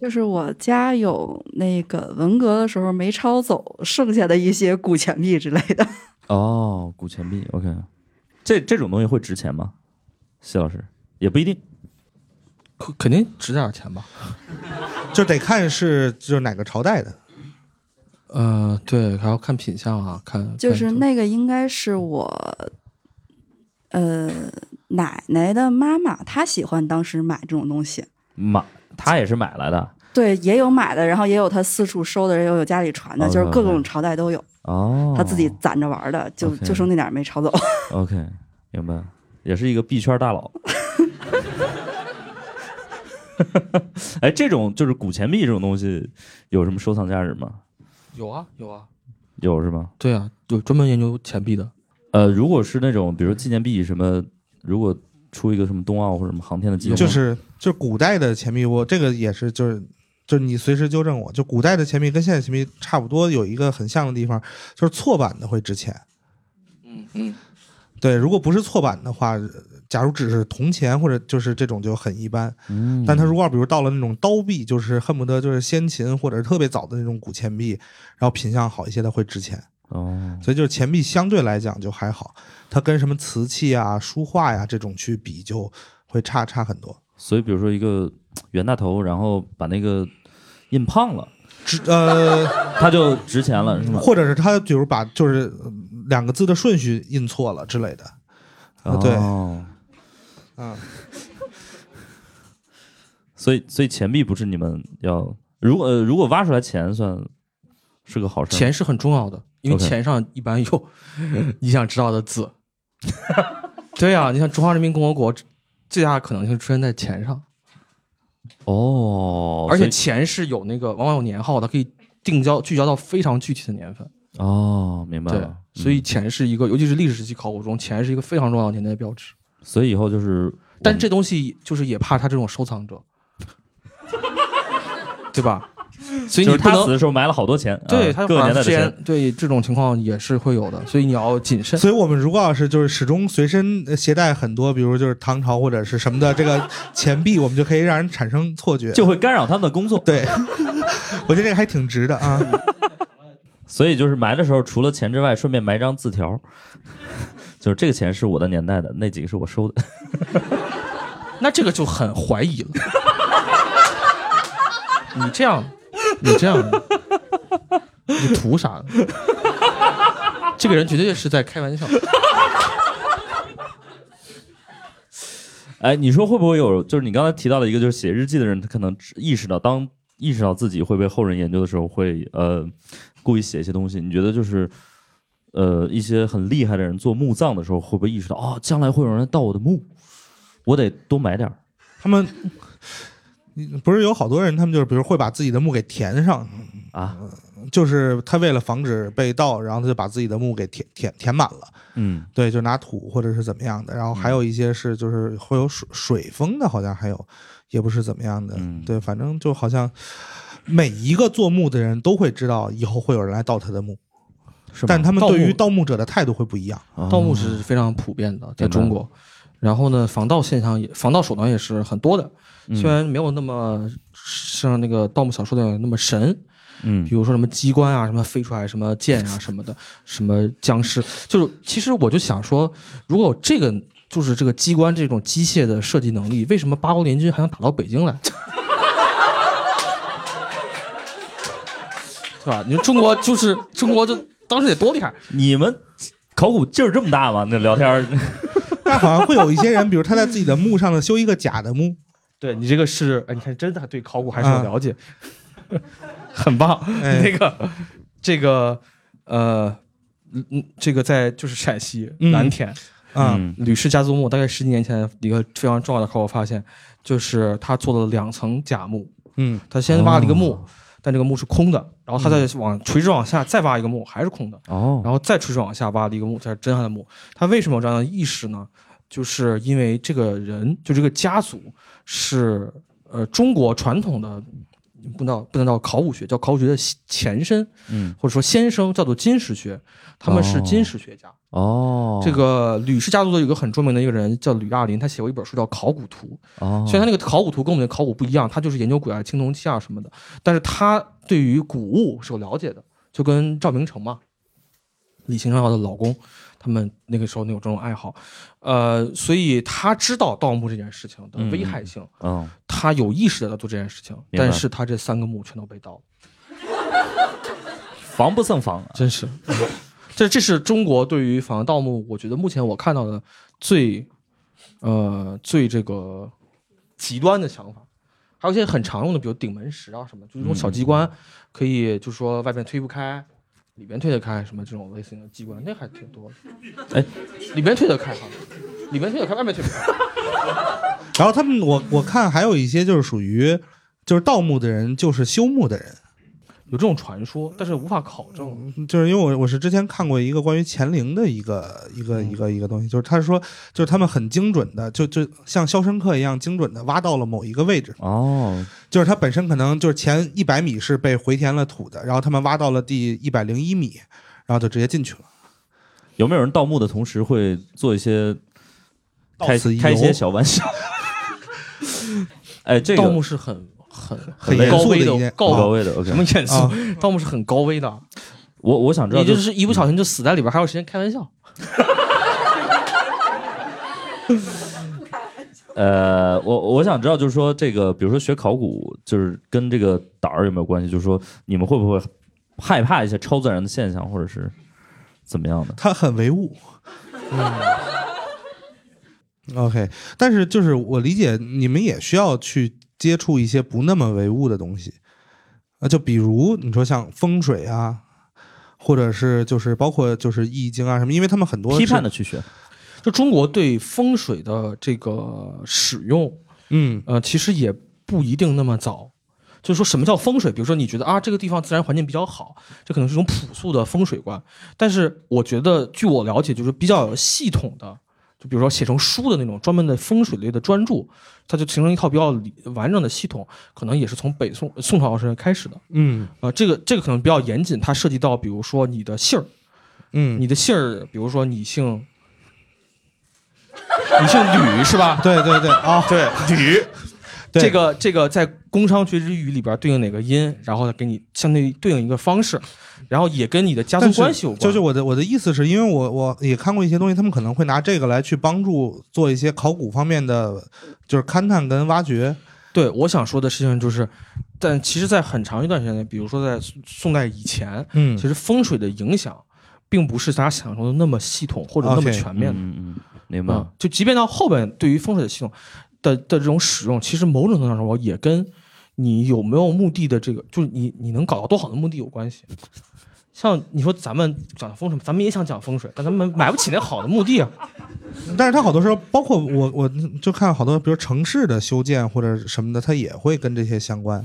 [SPEAKER 6] 就是我家有那个文革的时候没抄走剩下的一些古钱币之类 的，
[SPEAKER 1] 哦，古钱币，OK，这这种东西会值钱吗？谢老师也不一定。
[SPEAKER 3] 肯肯定值点儿钱吧？
[SPEAKER 2] 就得看是就是哪个朝代的。
[SPEAKER 3] 呃，对，还要看品相啊，看
[SPEAKER 6] 就是
[SPEAKER 3] 看
[SPEAKER 6] 那个应该是我，呃，奶奶的妈妈，她喜欢当时买这种东西。
[SPEAKER 1] 买，他也是买来的。
[SPEAKER 6] 对，也有买的，然后也有她四处收的，也有家里传的，
[SPEAKER 1] 哦
[SPEAKER 6] 就是各
[SPEAKER 1] 明白
[SPEAKER 6] 种朝代都有，
[SPEAKER 1] 哦，
[SPEAKER 6] 她自己攒着玩的，就
[SPEAKER 1] OK
[SPEAKER 6] 就剩那点儿没抄走。
[SPEAKER 1] OK，明白，也是一个币圈大佬。 哎，这种就是古钱币这种东西，有什么收藏价值吗？
[SPEAKER 3] 有啊有啊，
[SPEAKER 1] 有是吗？
[SPEAKER 3] 对啊，有专门研究钱币的，
[SPEAKER 1] 呃，如果是那种，比如纪念币什么，如果出一个什么冬奥或者什么航天的计划，
[SPEAKER 2] 就是就是古代的钱币，我这个也是就是。就是你随时纠正我，就古代的钱币跟现在钱币差不多，有一个很像的地方，就是错版的会值钱。
[SPEAKER 3] 嗯嗯，
[SPEAKER 2] 对，如果不是错版的话，呃假如只是铜钱或者就是这种就很一般。
[SPEAKER 1] 嗯，
[SPEAKER 2] 但它如果比如到了那种刀币，就是恨不得就是先秦或者是特别早的那种古钱币，然后品相好一些的会值钱。
[SPEAKER 1] 哦，
[SPEAKER 2] 所以就是钱币相对来讲就还好，它跟什么瓷器啊、书画呀、这种去比就会差差很多。
[SPEAKER 1] 所以比如说一个袁大头，然后把那个印胖了，
[SPEAKER 2] 值呃，
[SPEAKER 1] 他就值钱了，是吗？
[SPEAKER 2] 或者是它比如把就是嗯两个字的顺序印错了之类的。呃对
[SPEAKER 1] 哦，
[SPEAKER 2] 嗯，
[SPEAKER 1] 所以所以钱币不是你们要，如果、呃如果挖出来钱算是个好事儿吗，
[SPEAKER 3] 钱是很重要的，因为
[SPEAKER 1] OK
[SPEAKER 3] 钱上一般有你想知道的字。 对啊，你像中华人民共和国，最大的可能性出现在钱上，
[SPEAKER 1] 哦，
[SPEAKER 3] 而
[SPEAKER 1] 所
[SPEAKER 3] 且
[SPEAKER 1] 以
[SPEAKER 3] 钱是有那个往往有年号的，可以定焦聚焦到非常具体的年份。
[SPEAKER 1] 哦，明白
[SPEAKER 3] 对
[SPEAKER 1] 了，，
[SPEAKER 3] 所以
[SPEAKER 1] 嗯
[SPEAKER 3] 钱是一个，尤其是历史时期考古中，钱是一个非常重要的年代标志。
[SPEAKER 1] 嗯所以以后就是，
[SPEAKER 3] 但这东西就是也怕他这种收藏者，对吧？所以
[SPEAKER 1] 就
[SPEAKER 3] 你
[SPEAKER 1] 是
[SPEAKER 3] 不
[SPEAKER 1] 他
[SPEAKER 3] 能
[SPEAKER 1] 死的时候埋了好多钱，
[SPEAKER 3] 对
[SPEAKER 1] 啊
[SPEAKER 3] 他
[SPEAKER 1] 各个年
[SPEAKER 3] 反
[SPEAKER 1] 代
[SPEAKER 3] 而
[SPEAKER 1] 的
[SPEAKER 3] 之
[SPEAKER 1] 钱，
[SPEAKER 3] 间对这种情况也是会有的，所以你要谨慎。
[SPEAKER 2] 所以我们如果要是就是始终随身呃携带很多，比如就是唐朝或者是什么的这个钱币，我们就可以让人产生错觉。
[SPEAKER 1] 就会干扰他们的工作。
[SPEAKER 2] 对， 我觉得这个还挺值的啊。
[SPEAKER 1] 所以就是埋的时候，除了钱之外，顺便埋张字条， 就是这个钱是我的年代的，那几个是我收的。
[SPEAKER 3] 那这个就很怀疑了。你这样，你这样，你图啥呢？这个人绝对是在开玩笑。
[SPEAKER 1] 哎，你说会不会有？就是你刚才提到的一个，就是写日记的人，他可能只意识到当意识到自己会被后人研究的时候会，呃故意写一些东西。你觉得就是呃一些很厉害的人做墓葬的时候，会不会意识到哦，将来会有人来盗我的墓，我得多买点儿。
[SPEAKER 2] 他们嗯不是有好多人，他们就是比如会把自己的墓给填上
[SPEAKER 1] 啊，
[SPEAKER 2] 就是他为了防止被盗，然后他就把自己的墓给填填填满了。
[SPEAKER 1] 嗯，
[SPEAKER 2] 对，就拿土或者是怎么样的，然后还有一些是就是会有水水封的，好像还有，也不是怎么样的，
[SPEAKER 1] 嗯
[SPEAKER 2] 对，反正就好像每一个做墓的人都会知道以后会有人来盗他的墓，
[SPEAKER 1] 是吗
[SPEAKER 2] 但他们对
[SPEAKER 3] 盗
[SPEAKER 2] 于
[SPEAKER 3] 墓
[SPEAKER 2] 盗墓者的态度会不一样。
[SPEAKER 3] 盗墓是非常普遍的，在中国。然后呢，防盗现象也，防盗手段也是很多的，虽然没有那么像那个盗墓小说的那么神，
[SPEAKER 1] 嗯
[SPEAKER 3] 比如说什么机关啊，什么飞出来什么剑啊什么的，什么僵尸，就是其实我就想说，如果有这个就是这个机关这种机械的设计能力，为什么八国联军还想打到北京来？ 对吧？你说中国就是中国，就当时得多厉害！
[SPEAKER 1] 你们考古劲儿这么大吗？那聊天儿
[SPEAKER 2] 但好像会有一些人，比如他在自己的墓上呢修一个假的墓，
[SPEAKER 3] 对你这个是，哎，你看真的对考古还是有了解， 很棒。
[SPEAKER 2] 啊哎
[SPEAKER 3] 那个，这个，呃，嗯嗯，这个在就是陕西
[SPEAKER 2] 嗯
[SPEAKER 3] 蓝田
[SPEAKER 2] 啊、
[SPEAKER 1] 嗯
[SPEAKER 3] 吕氏家族墓，大概十几年前一个非常重要的考古发现，就是他做了两层假墓，
[SPEAKER 2] 嗯，
[SPEAKER 3] 他先挖了一个墓，但这个墓是空的，然后他再往垂直往下再挖一个墓，还是空的，
[SPEAKER 1] 哦，
[SPEAKER 3] 然后再垂直往下挖了一个墓，才是真汉的墓。他为什么有这样的意识呢？就是因为这个人就这个家族是呃中国传统的，不能不能叫考古学，叫考古学的前身，
[SPEAKER 1] 嗯，
[SPEAKER 3] 或者说先生叫做金石学，他们是金石学家。
[SPEAKER 1] 哦，
[SPEAKER 3] 这个吕氏家族的有一个很著名的一个人叫吕亚林，他写过一本书叫《考古图》。
[SPEAKER 1] 哦，
[SPEAKER 3] 虽然他那个考古图跟我们的考古不一样，他就是研究古代青铜器啊什么的，但是他对于古物是有了解的，就跟赵明诚嘛，李清照的老公，他们那个时候有这种爱好，呃，所以他知道盗墓这件事情的危害性，
[SPEAKER 1] 嗯，
[SPEAKER 3] 他有意识的在做这件事情，
[SPEAKER 1] 明白
[SPEAKER 3] 但是他这三个墓全都被盗了，
[SPEAKER 1] 防不胜防，
[SPEAKER 3] 真是，这这是中国对于仿盗墓，我觉得目前我看到的最，呃，最这个极端的想法。还有一些很常用的，比如顶门石啊什么，就是这种小机关，可以就是说外面推不开，里边推得开，什么这种类型的机关，那还挺多的。
[SPEAKER 1] 哎，
[SPEAKER 3] 里边推得开哈，里边推得开，外面推不开。
[SPEAKER 2] 然后他们，我我看还有一些就是属于就是盗墓的人，就是修墓的人，
[SPEAKER 3] 有这种传说，但是无法考证。
[SPEAKER 2] 就是因为我我是之前看过一个关于乾陵的一个一个一个一个东西，就是他说就是他们很精准的，就就像《肖申克》一样精准的挖到了某一个位置，
[SPEAKER 1] 哦，
[SPEAKER 2] 就是它本身可能就是前一百米是被回填了土的，然后他们挖到了第一百零一米，然后就直接进去了。
[SPEAKER 1] 有没有人盗墓的同时会做一些开
[SPEAKER 2] 到此一游
[SPEAKER 1] 开一些小玩笑？哎，这
[SPEAKER 3] 盗
[SPEAKER 1] 个
[SPEAKER 3] 墓是很很
[SPEAKER 2] 很
[SPEAKER 1] 很
[SPEAKER 2] 严
[SPEAKER 3] 高
[SPEAKER 2] 肃
[SPEAKER 3] 危
[SPEAKER 2] 一件
[SPEAKER 3] 的，
[SPEAKER 1] 不高
[SPEAKER 3] 高
[SPEAKER 1] 位的，OK，
[SPEAKER 3] 什么严肃
[SPEAKER 2] 啊？
[SPEAKER 3] 盗墓是很高危的，
[SPEAKER 1] 我我想知道，
[SPEAKER 3] 你就是一不小心就死在里边，还有时间开玩笑。
[SPEAKER 1] 呃，我我想知道，就是说这个，比如说学考古，就是跟这个胆儿有没有关系？就是说你们会不会害怕一些超自然的现象，或者是怎么样的？
[SPEAKER 2] 它很唯物。OK，但是就是我理解，你们也需要去接触一些不那么唯物的东西，啊，就比如你说像风水啊，或者是就是包括就是易经啊什么，因为他们很多
[SPEAKER 1] 批判
[SPEAKER 2] 是
[SPEAKER 1] 的，去学，
[SPEAKER 3] 就中国对风水的这个使用，
[SPEAKER 2] 嗯
[SPEAKER 3] 呃，其实也不一定那么早。就是说什么叫风水？比如说你觉得啊，这个地方自然环境比较好，这可能是一种朴素的风水观。但是我觉得，据我了解，就是比较有系统的，就比如说写成书的那种专门的风水类的专著，它就形成一套比较理完整的系统，可能也是从北宋宋朝时代开始的。
[SPEAKER 2] 嗯
[SPEAKER 3] 呃，这个这个可能比较严谨，它涉及到比如说你的姓儿，
[SPEAKER 2] 嗯，
[SPEAKER 3] 你的姓儿，比如说你姓， 你姓吕是吧？
[SPEAKER 2] 对对对啊，对
[SPEAKER 3] 吕，
[SPEAKER 2] 对
[SPEAKER 3] 这个这个在工商学之语里边对应哪个音，然后给你相对对应一个方式，然后也跟你的家族
[SPEAKER 2] 但是
[SPEAKER 3] 关系有关。
[SPEAKER 2] 就是我的我的意思是因为我我也看过一些东西，他们可能会拿这个来去帮助做一些考古方面的，就是勘探跟挖掘。
[SPEAKER 3] 对我想说的事情就是，但其实，在很长一段时间内，比如说在宋宋代以前，
[SPEAKER 2] 嗯
[SPEAKER 3] 其实风水的影响，并不是大家想象中的那么系统或者那么
[SPEAKER 2] OK，
[SPEAKER 3] 全面的。
[SPEAKER 1] 嗯嗯，明白。
[SPEAKER 3] 嗯，就即便到后边对于风水的系统的的这种使用，其实某种程度上说也跟你有没有墓地的这个，就是你你能搞到多好的墓地有关系。像你说咱们讲风水，咱们也想讲风水，但咱们买不起那好的墓地啊。
[SPEAKER 2] 但是它好多时候，包括我，我就看好多，比如城市的修建或者什么的，它也会跟这些相关。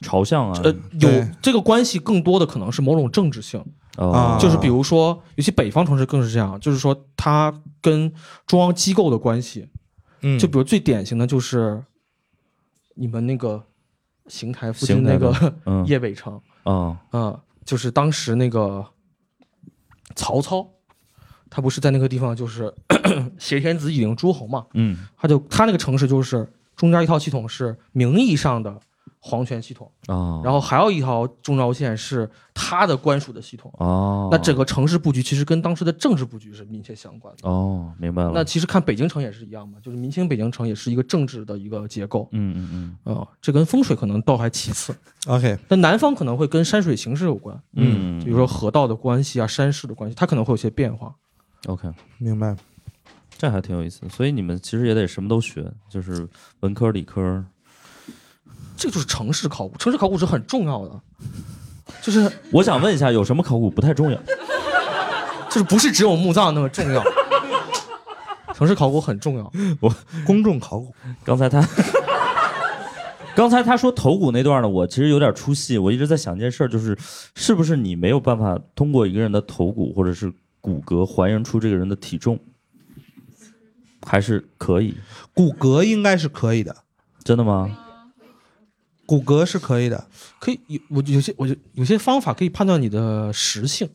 [SPEAKER 1] 朝向啊，
[SPEAKER 3] 呃，有
[SPEAKER 2] 嗯对
[SPEAKER 3] 这个关系更多的可能是某种政治性，
[SPEAKER 1] 哦
[SPEAKER 2] 啊
[SPEAKER 3] 呃就是比如说，尤其北方城市更是这样，就是说它跟中央机构的关系，
[SPEAKER 2] 嗯
[SPEAKER 3] 就比如最典型的就是你们那个邢台附近
[SPEAKER 1] 邢台
[SPEAKER 3] 那个
[SPEAKER 1] 嗯
[SPEAKER 3] 叶北城，
[SPEAKER 1] 哦
[SPEAKER 3] 啊，就是当时那个曹操，他不是在那个地方就是 挟天子以令诸侯嘛，
[SPEAKER 1] 嗯
[SPEAKER 3] 他就他那个城市就是中间一套系统是名义上的皇权系统，
[SPEAKER 1] 哦，
[SPEAKER 3] 然后还有一条中轴线是他的官属的系统。
[SPEAKER 1] 哦，
[SPEAKER 3] 那整个城市布局其实跟当时的政治布局是密切相关的。
[SPEAKER 1] 哦，明白了。
[SPEAKER 3] 那其实看北京城也是一样嘛，就是明清北京城也是一个政治的一个结构
[SPEAKER 1] 嗯嗯嗯
[SPEAKER 3] 啊、这跟风水可能倒还其次。
[SPEAKER 2] OK，
[SPEAKER 3] 那南方可能会跟山水形势有关，
[SPEAKER 1] 嗯，
[SPEAKER 3] 比如说河道的关系啊、山势的关系，它可能会有些变化。
[SPEAKER 1] OK，
[SPEAKER 2] 明白。
[SPEAKER 1] 这还挺有意思。所以你们其实也得什么都学，就是文科理科。
[SPEAKER 3] 这就是城市考古，城市考古是很重要的，就是
[SPEAKER 1] 我想问一下，有什么考古不太重要？
[SPEAKER 3] 就是不是只有墓葬那么重要，城市考古很重要。
[SPEAKER 2] 公众考古，
[SPEAKER 1] 刚才他， 刚才他说头骨那段呢，我其实有点出戏。我一直在想一件事儿，就是是不是你没有办法通过一个人的头骨或者是骨骼还原出这个人的体重？还是可以？
[SPEAKER 2] 骨骼应该是可以的，
[SPEAKER 1] 真的吗？
[SPEAKER 2] 骨骼是可以的。
[SPEAKER 4] 可以有我有些我就有些方法可以判断你的食性，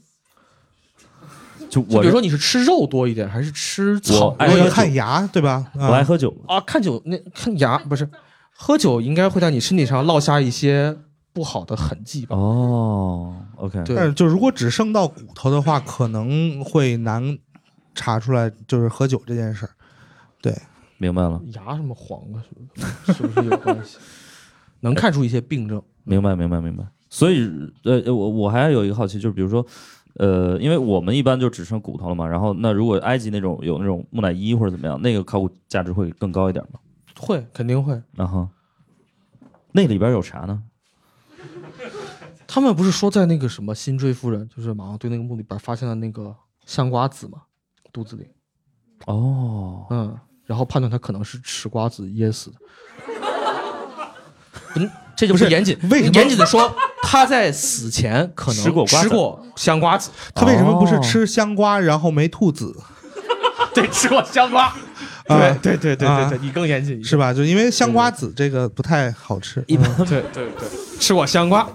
[SPEAKER 1] 就
[SPEAKER 4] 就
[SPEAKER 1] 我
[SPEAKER 4] 比如说你是吃肉多一点，还是吃
[SPEAKER 1] 我
[SPEAKER 4] 草
[SPEAKER 1] 爱
[SPEAKER 2] 我哎
[SPEAKER 1] 喝
[SPEAKER 2] 要
[SPEAKER 1] 酒，
[SPEAKER 2] 看牙，对吧？
[SPEAKER 1] 我爱
[SPEAKER 2] 啊，
[SPEAKER 1] 喝酒，
[SPEAKER 4] 啊？看酒那看牙不是，喝酒应该会在你身体上落下一些不好的痕迹吧？
[SPEAKER 1] 哦，OK，
[SPEAKER 4] 对
[SPEAKER 2] 但是就如果只剩到骨头的话，可能会难查出来，就是喝酒这件事
[SPEAKER 4] 哦
[SPEAKER 2] 儿。
[SPEAKER 1] 明白了，
[SPEAKER 4] 牙什么黄啊什么的，是不是有关系？ 能看出一些病症。
[SPEAKER 1] 明白，明白，明白。所以，呃，呃我我还有一个好奇，就是比如说，呃，因为我们一般就只剩骨头了嘛，然后那如果埃及那种有那种木乃伊或者怎么样，那个考古价值会更高一点嘛？
[SPEAKER 4] 会，肯定会。
[SPEAKER 1] 然后那里边有啥呢？
[SPEAKER 4] 他们不是说在那个什么新追夫人，就是马上对那个墓里边发现了那个香瓜子嘛，肚子里，
[SPEAKER 1] 哦，
[SPEAKER 4] 嗯，然后判断他可能是吃瓜子噎死的。 嗯，这就
[SPEAKER 2] 不是
[SPEAKER 4] 不严谨，
[SPEAKER 2] 为什么
[SPEAKER 4] 严谨的说，他在死前可能
[SPEAKER 1] 吃过瓜子
[SPEAKER 4] 吃过香瓜子，
[SPEAKER 2] 他为什么不是
[SPEAKER 1] 哦
[SPEAKER 2] 吃香瓜，然后没吐籽？
[SPEAKER 4] 对，吃过香瓜，
[SPEAKER 2] 啊
[SPEAKER 4] 对对对对
[SPEAKER 2] 啊
[SPEAKER 4] 对对，你更严谨一点，
[SPEAKER 2] 是吧？就因为香瓜子这个不太好吃。
[SPEAKER 1] 一般
[SPEAKER 4] 对对对，吃过香瓜，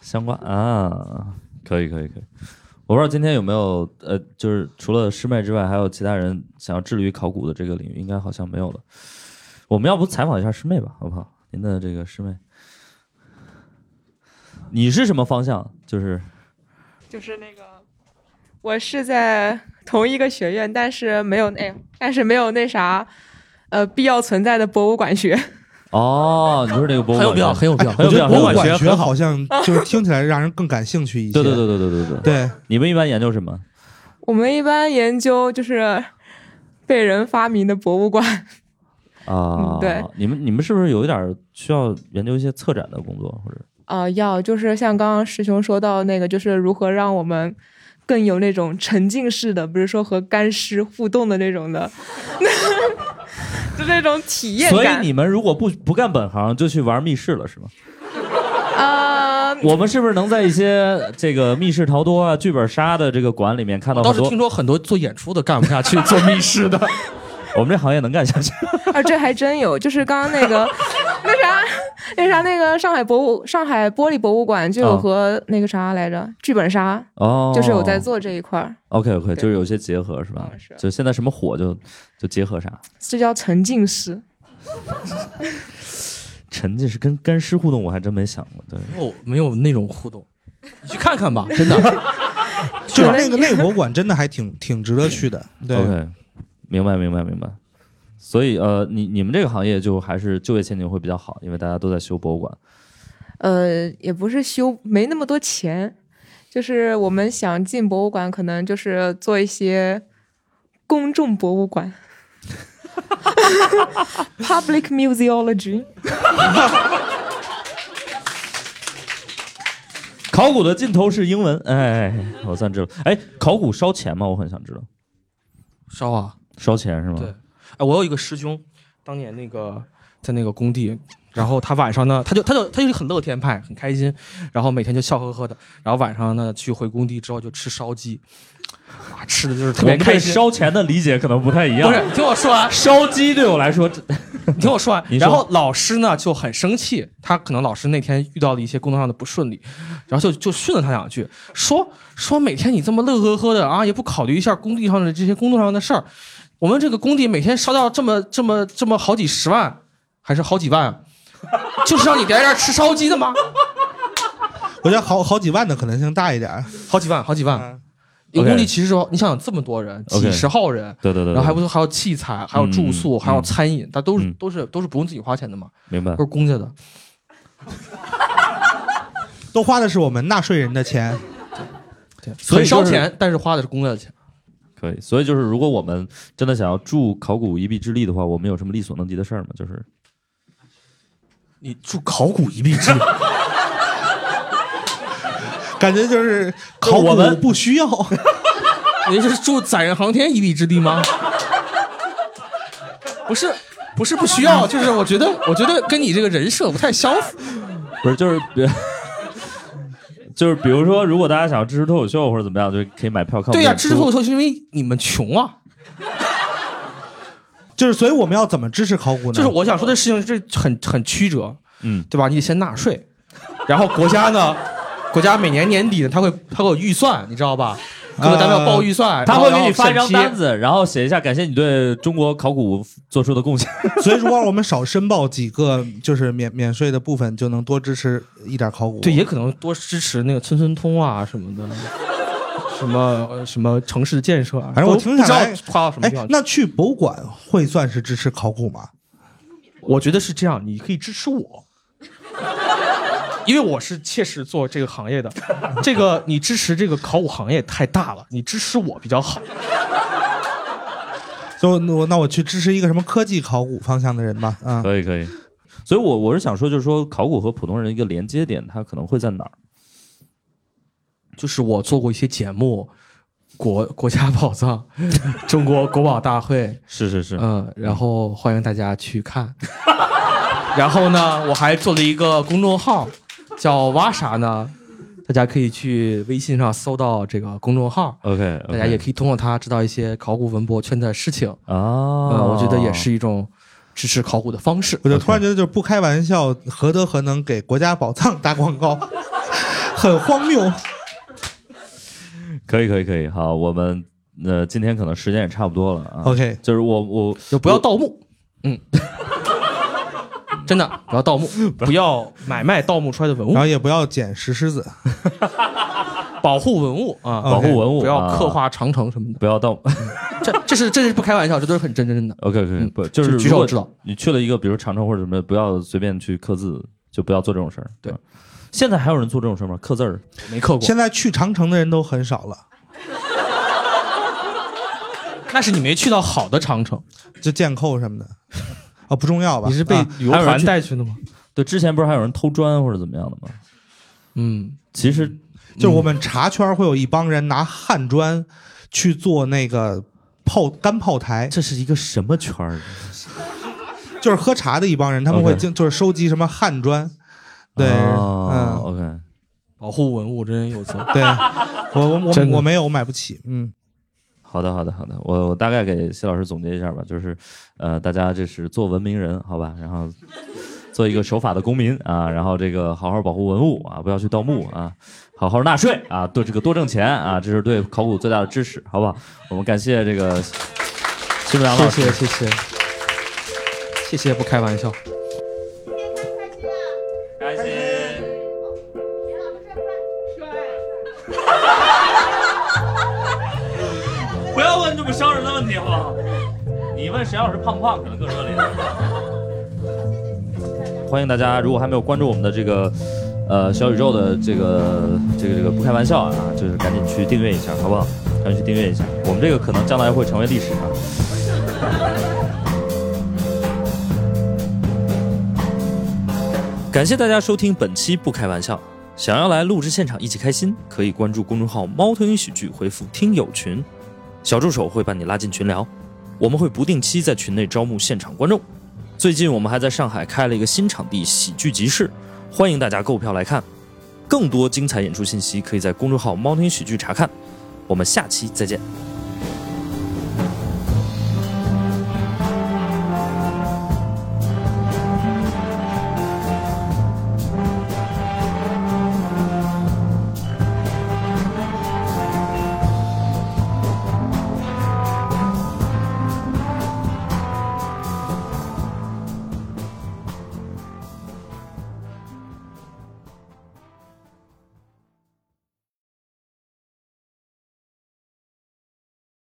[SPEAKER 1] 相关啊，可以，可以，可以。我不知道今天有没有呃，就是除了师妹之外，还有其他人想要致力于考古的这个领域，应该好像没有了。我们要不采访一下师妹吧，好不好？您的这个师妹，你是什么方向？就是
[SPEAKER 8] 就是那个，我是在同一个学院，但是没有哎，但是没有那啥，呃，必要存在的博物馆学。
[SPEAKER 1] 哦，你就是那个博物
[SPEAKER 4] 很有
[SPEAKER 1] 馆
[SPEAKER 4] 必
[SPEAKER 1] 学，
[SPEAKER 4] 要，很有必要。
[SPEAKER 3] 哎
[SPEAKER 1] 很有必
[SPEAKER 2] 我觉
[SPEAKER 1] 要很有
[SPEAKER 2] 得博物
[SPEAKER 1] 必要
[SPEAKER 4] 馆
[SPEAKER 2] 馆
[SPEAKER 4] 学
[SPEAKER 2] 学好像就是听起来让人更感兴趣一些。
[SPEAKER 1] 对对对对对对对。
[SPEAKER 2] 对
[SPEAKER 1] 你们一般研究什么？
[SPEAKER 8] 我们一般研究就是被人发明的博物馆，
[SPEAKER 1] 啊、
[SPEAKER 8] 嗯对，
[SPEAKER 1] 你们你们是不是有一点儿需要研究一些策展的工作，或者
[SPEAKER 8] 啊，要就是像刚刚师兄说到那个，就是如何让我们。更有那种沉浸式的，不是说和干尸互动的那种的， 就那种体验
[SPEAKER 1] 所以
[SPEAKER 8] 感。
[SPEAKER 1] 你们如果不不干本行，就去玩密室了，是吗？
[SPEAKER 8] 啊、
[SPEAKER 1] 我们是不是能在一些这个密室逃脱啊、剧本杀的这个馆里面看到
[SPEAKER 3] 倒
[SPEAKER 1] 很
[SPEAKER 3] 是
[SPEAKER 1] 多
[SPEAKER 3] 听说很多做演出的干不下去，做密室的
[SPEAKER 1] 我们这行业能干下 去？
[SPEAKER 8] 啊，这还真有，就是刚刚那个那啥那啥那个上海博物上海玻璃博物馆就有
[SPEAKER 1] 啊
[SPEAKER 8] 和那个啥来着、剧本杀，
[SPEAKER 1] 哦，
[SPEAKER 8] 就是有在。做这一块儿，
[SPEAKER 1] OK OK，
[SPEAKER 8] 对
[SPEAKER 1] 就是有一些结合是吧
[SPEAKER 8] 嗯？是
[SPEAKER 1] 就现在什么火就就结合啥？
[SPEAKER 8] 这叫沉浸式。
[SPEAKER 1] 沉浸式跟干尸互动，我还真没想过。对，
[SPEAKER 3] 没有没有那种互动，你去看看吧，真的。
[SPEAKER 2] 就是那个那个博物馆真的还挺挺值得去的。对
[SPEAKER 1] 嗯 OK，明白明白明白。所以呃，你你们这个行业就还是就业前景会比较好，因为大家都在修博物馆。
[SPEAKER 8] 呃，也不是修，没那么多钱，就是我们想进博物馆，可能就是做一些公众博物馆 （public museology）。
[SPEAKER 1] 考古的尽头是英文，哎，我算知道。哎，考古烧钱吗？我很想知道，
[SPEAKER 3] 烧啊！
[SPEAKER 1] 烧钱是吗？
[SPEAKER 3] 对哎，我有一个师兄，当年那个在那个工地，然后他晚上呢，他就他就他就是很乐天派，很开心，然后每天就笑呵呵的，然后晚上呢去回工地之后就吃烧鸡，啊，吃的就是特
[SPEAKER 1] 我
[SPEAKER 3] 别
[SPEAKER 1] 们
[SPEAKER 3] 开
[SPEAKER 1] 对
[SPEAKER 3] 心。
[SPEAKER 1] 烧啊钱的理解可能不太一样。
[SPEAKER 3] 不是，你听我说啊完，
[SPEAKER 1] 烧鸡对我来说，这
[SPEAKER 3] 你听我说完。
[SPEAKER 1] 你说
[SPEAKER 3] 然后老师呢就很生气，他可能老师那天遇到了一些工作上的不顺利，然后就就训了他两句，说说每天你这么乐呵呵的啊，也不考虑一下工地上的这些工作上的事儿，我们这个工地每天烧掉这么这么这么好几十万，还是好几万啊， 就是让你在这儿吃烧鸡的吗？
[SPEAKER 2] 我觉得好好几万的可能性大一点儿。
[SPEAKER 3] 好几万，好几万。
[SPEAKER 2] 嗯
[SPEAKER 3] 有
[SPEAKER 1] OK
[SPEAKER 3] 工地其实说，你想想这么多人，
[SPEAKER 1] OK
[SPEAKER 3] 几十号人。
[SPEAKER 1] 对对对，
[SPEAKER 3] 然后还不是还有器材，还有住宿，
[SPEAKER 1] 嗯嗯
[SPEAKER 3] 还有餐饮，它都是、
[SPEAKER 1] 嗯
[SPEAKER 3] 都是都是不用自己花钱的嘛，
[SPEAKER 1] 明白
[SPEAKER 3] 都是公家的。
[SPEAKER 2] 都花的是我们纳税人的钱。
[SPEAKER 1] 所以
[SPEAKER 3] 很烧
[SPEAKER 1] 就是
[SPEAKER 3] 钱，但是花的是公家的钱。
[SPEAKER 1] 可以。所以就是，如果我们真的想要助考古一臂之力的话，我们有什么力所能及的事儿吗？就是
[SPEAKER 3] 你助考古一臂之力，
[SPEAKER 2] 感觉就是考
[SPEAKER 1] 我
[SPEAKER 2] 古
[SPEAKER 1] 们
[SPEAKER 2] 不需要，
[SPEAKER 3] 你这是助载人航天一臂之力吗？不是，不是不需要，就是我觉得，我觉得跟你这个人设不太相符。
[SPEAKER 1] 不是 就是比，就是比如说，如果大家想要支持脱口秀或者怎么样，就可以买票看我们演出。
[SPEAKER 3] 对呀、支持脱口秀是因为你们穷啊。
[SPEAKER 2] 就是所以我们要怎么支持考古呢？
[SPEAKER 3] 就是我想说的事情，这很很曲折，
[SPEAKER 1] 嗯，
[SPEAKER 3] 对吧？你得先纳税，然后国家呢，国家每年年底呢，他会他会有预算，你知道吧？各个单位要报预算，
[SPEAKER 1] 呃他
[SPEAKER 3] 然后
[SPEAKER 1] 会给你发一张
[SPEAKER 3] 然后审批
[SPEAKER 1] 单子，然后写一下感谢你对中国考古做出的贡献。
[SPEAKER 2] 所以如果我们少申报几个就是免免税的部分，就能多支持一点考古。
[SPEAKER 3] 对，也可能多支持那个村村通啊什么 的，什么呃什么城市建设啊。
[SPEAKER 2] 反正我
[SPEAKER 3] 都
[SPEAKER 2] 听
[SPEAKER 3] 不
[SPEAKER 2] 下
[SPEAKER 3] 知道
[SPEAKER 2] 来
[SPEAKER 3] 花到什么
[SPEAKER 2] 哎
[SPEAKER 3] 地方，去。
[SPEAKER 2] 那去博物馆会算是支持考古吗？
[SPEAKER 3] 我觉得是这样，你可以支持我，因为我是切实做这个行 业的。这个你支持这个考古行业太大了，你支持我比较好。
[SPEAKER 2] 就那我那我去支持一个什么科技考古方向的人吧。啊、
[SPEAKER 1] 可以可以，所以我我是想说，就是说考古和普通人一个连接点，它可能会在哪儿？
[SPEAKER 3] 就是我做过一些节目，国国家宝藏、 中国国宝大会，
[SPEAKER 1] 是是是，
[SPEAKER 3] 嗯，然后欢迎大家去看。 然后呢，我还做了一个公众号，叫挖啥呢？大家可以去微信上搜到这个公众号，
[SPEAKER 1] OK，
[SPEAKER 3] 大家也可以通过它知道一些考古文博圈的事情。
[SPEAKER 1] 啊、
[SPEAKER 3] 呃，我觉得也是一种支持考古的方式。
[SPEAKER 2] 我就突然觉得，就是不开玩笑，何德何能给国家宝藏 打广告，很荒谬。
[SPEAKER 1] 可以可以可以。好，我们呃今天可能时间也差不多了啊。
[SPEAKER 2] OK，
[SPEAKER 1] 就是我我
[SPEAKER 3] 就不要盗墓，嗯， 真的不要 盗墓，不要买卖盗墓出来的文物
[SPEAKER 2] 然，
[SPEAKER 1] 啊
[SPEAKER 2] 后也不要捡石狮子。
[SPEAKER 3] 保护文物啊，
[SPEAKER 1] 保护
[SPEAKER 2] OK，
[SPEAKER 1] 文物，
[SPEAKER 3] 不要刻
[SPEAKER 1] 哦啊，
[SPEAKER 3] 画长城什么的。
[SPEAKER 1] 不要 盗。
[SPEAKER 3] 这这是这是不开玩笑，这都是很真真的。
[SPEAKER 1] OK OK，
[SPEAKER 3] 嗯
[SPEAKER 1] 不就
[SPEAKER 3] 就是举
[SPEAKER 1] 如
[SPEAKER 3] 手
[SPEAKER 1] 果
[SPEAKER 3] 知道
[SPEAKER 1] 你去了一个比如长城或者什么，不要随便去刻字，就不要做这种事儿。
[SPEAKER 3] 对
[SPEAKER 1] 嗯，现在还有人做这种事儿吗？刻字儿？
[SPEAKER 3] 我没刻过，
[SPEAKER 2] 现在去长城的人都很少了，
[SPEAKER 3] 那是你没去到好的长城，
[SPEAKER 2] 就建扣什么的，啊不重要吧？
[SPEAKER 3] 你是被
[SPEAKER 2] 啊
[SPEAKER 3] 旅游
[SPEAKER 1] 还有人
[SPEAKER 3] 团
[SPEAKER 1] 去
[SPEAKER 3] 带去的吗？
[SPEAKER 1] 对，之前不是还有人偷砖或者怎么样的吗？
[SPEAKER 3] 嗯，
[SPEAKER 1] 其实
[SPEAKER 2] 就是我们茶圈会有一帮人拿焊砖去做那个炮干炮台，
[SPEAKER 1] 这是一个什么圈儿？啊
[SPEAKER 2] 就是喝茶的一帮人，他们会
[SPEAKER 1] OK
[SPEAKER 2] 经就是收集什么焊砖，对，
[SPEAKER 1] 哦、
[SPEAKER 2] 嗯，
[SPEAKER 1] ，OK，
[SPEAKER 3] 保护文物真人有责。
[SPEAKER 2] 对，我我
[SPEAKER 3] 真
[SPEAKER 2] 我
[SPEAKER 3] 的
[SPEAKER 2] 我没有，我买不起，嗯，
[SPEAKER 1] 好的，好的，好的，我我大概给谢老师总结一下吧，就是，呃，大家这是做文明人，好吧，然后做一个守法的公民啊，然后这个好好保护文物啊，不要去盗墓啊，好好纳税啊，对这个多挣钱啊，这是对考古最大的支持，好不好？我们感谢这个辛木良老师，
[SPEAKER 3] 谢谢谢谢谢谢，不开玩笑。
[SPEAKER 1] 不要问这么伤人的问题，好不好？你问谁要是胖不胖，可能更热烈。 欢迎大家，如果还没有关注我们的这个呃小宇宙的这个这个这个不开玩笑啊，就是赶紧去订阅一下，好不好？赶紧去订阅一下，我们这个可能将来会成为历史啊。感谢大家收听本期《不开玩笑》。想要来录制现场一起开心，可以关注公众号“猫头鹰喜剧”，回复“听友群”，小助手会把你拉进群聊。我们会不定期在群内招募现场观众。最近我们还在上海开了一个新场地——喜剧集市，欢迎大家购票来看。更多精彩演出信息可以在公众号“猫头鹰喜剧”查看。我们下期再见。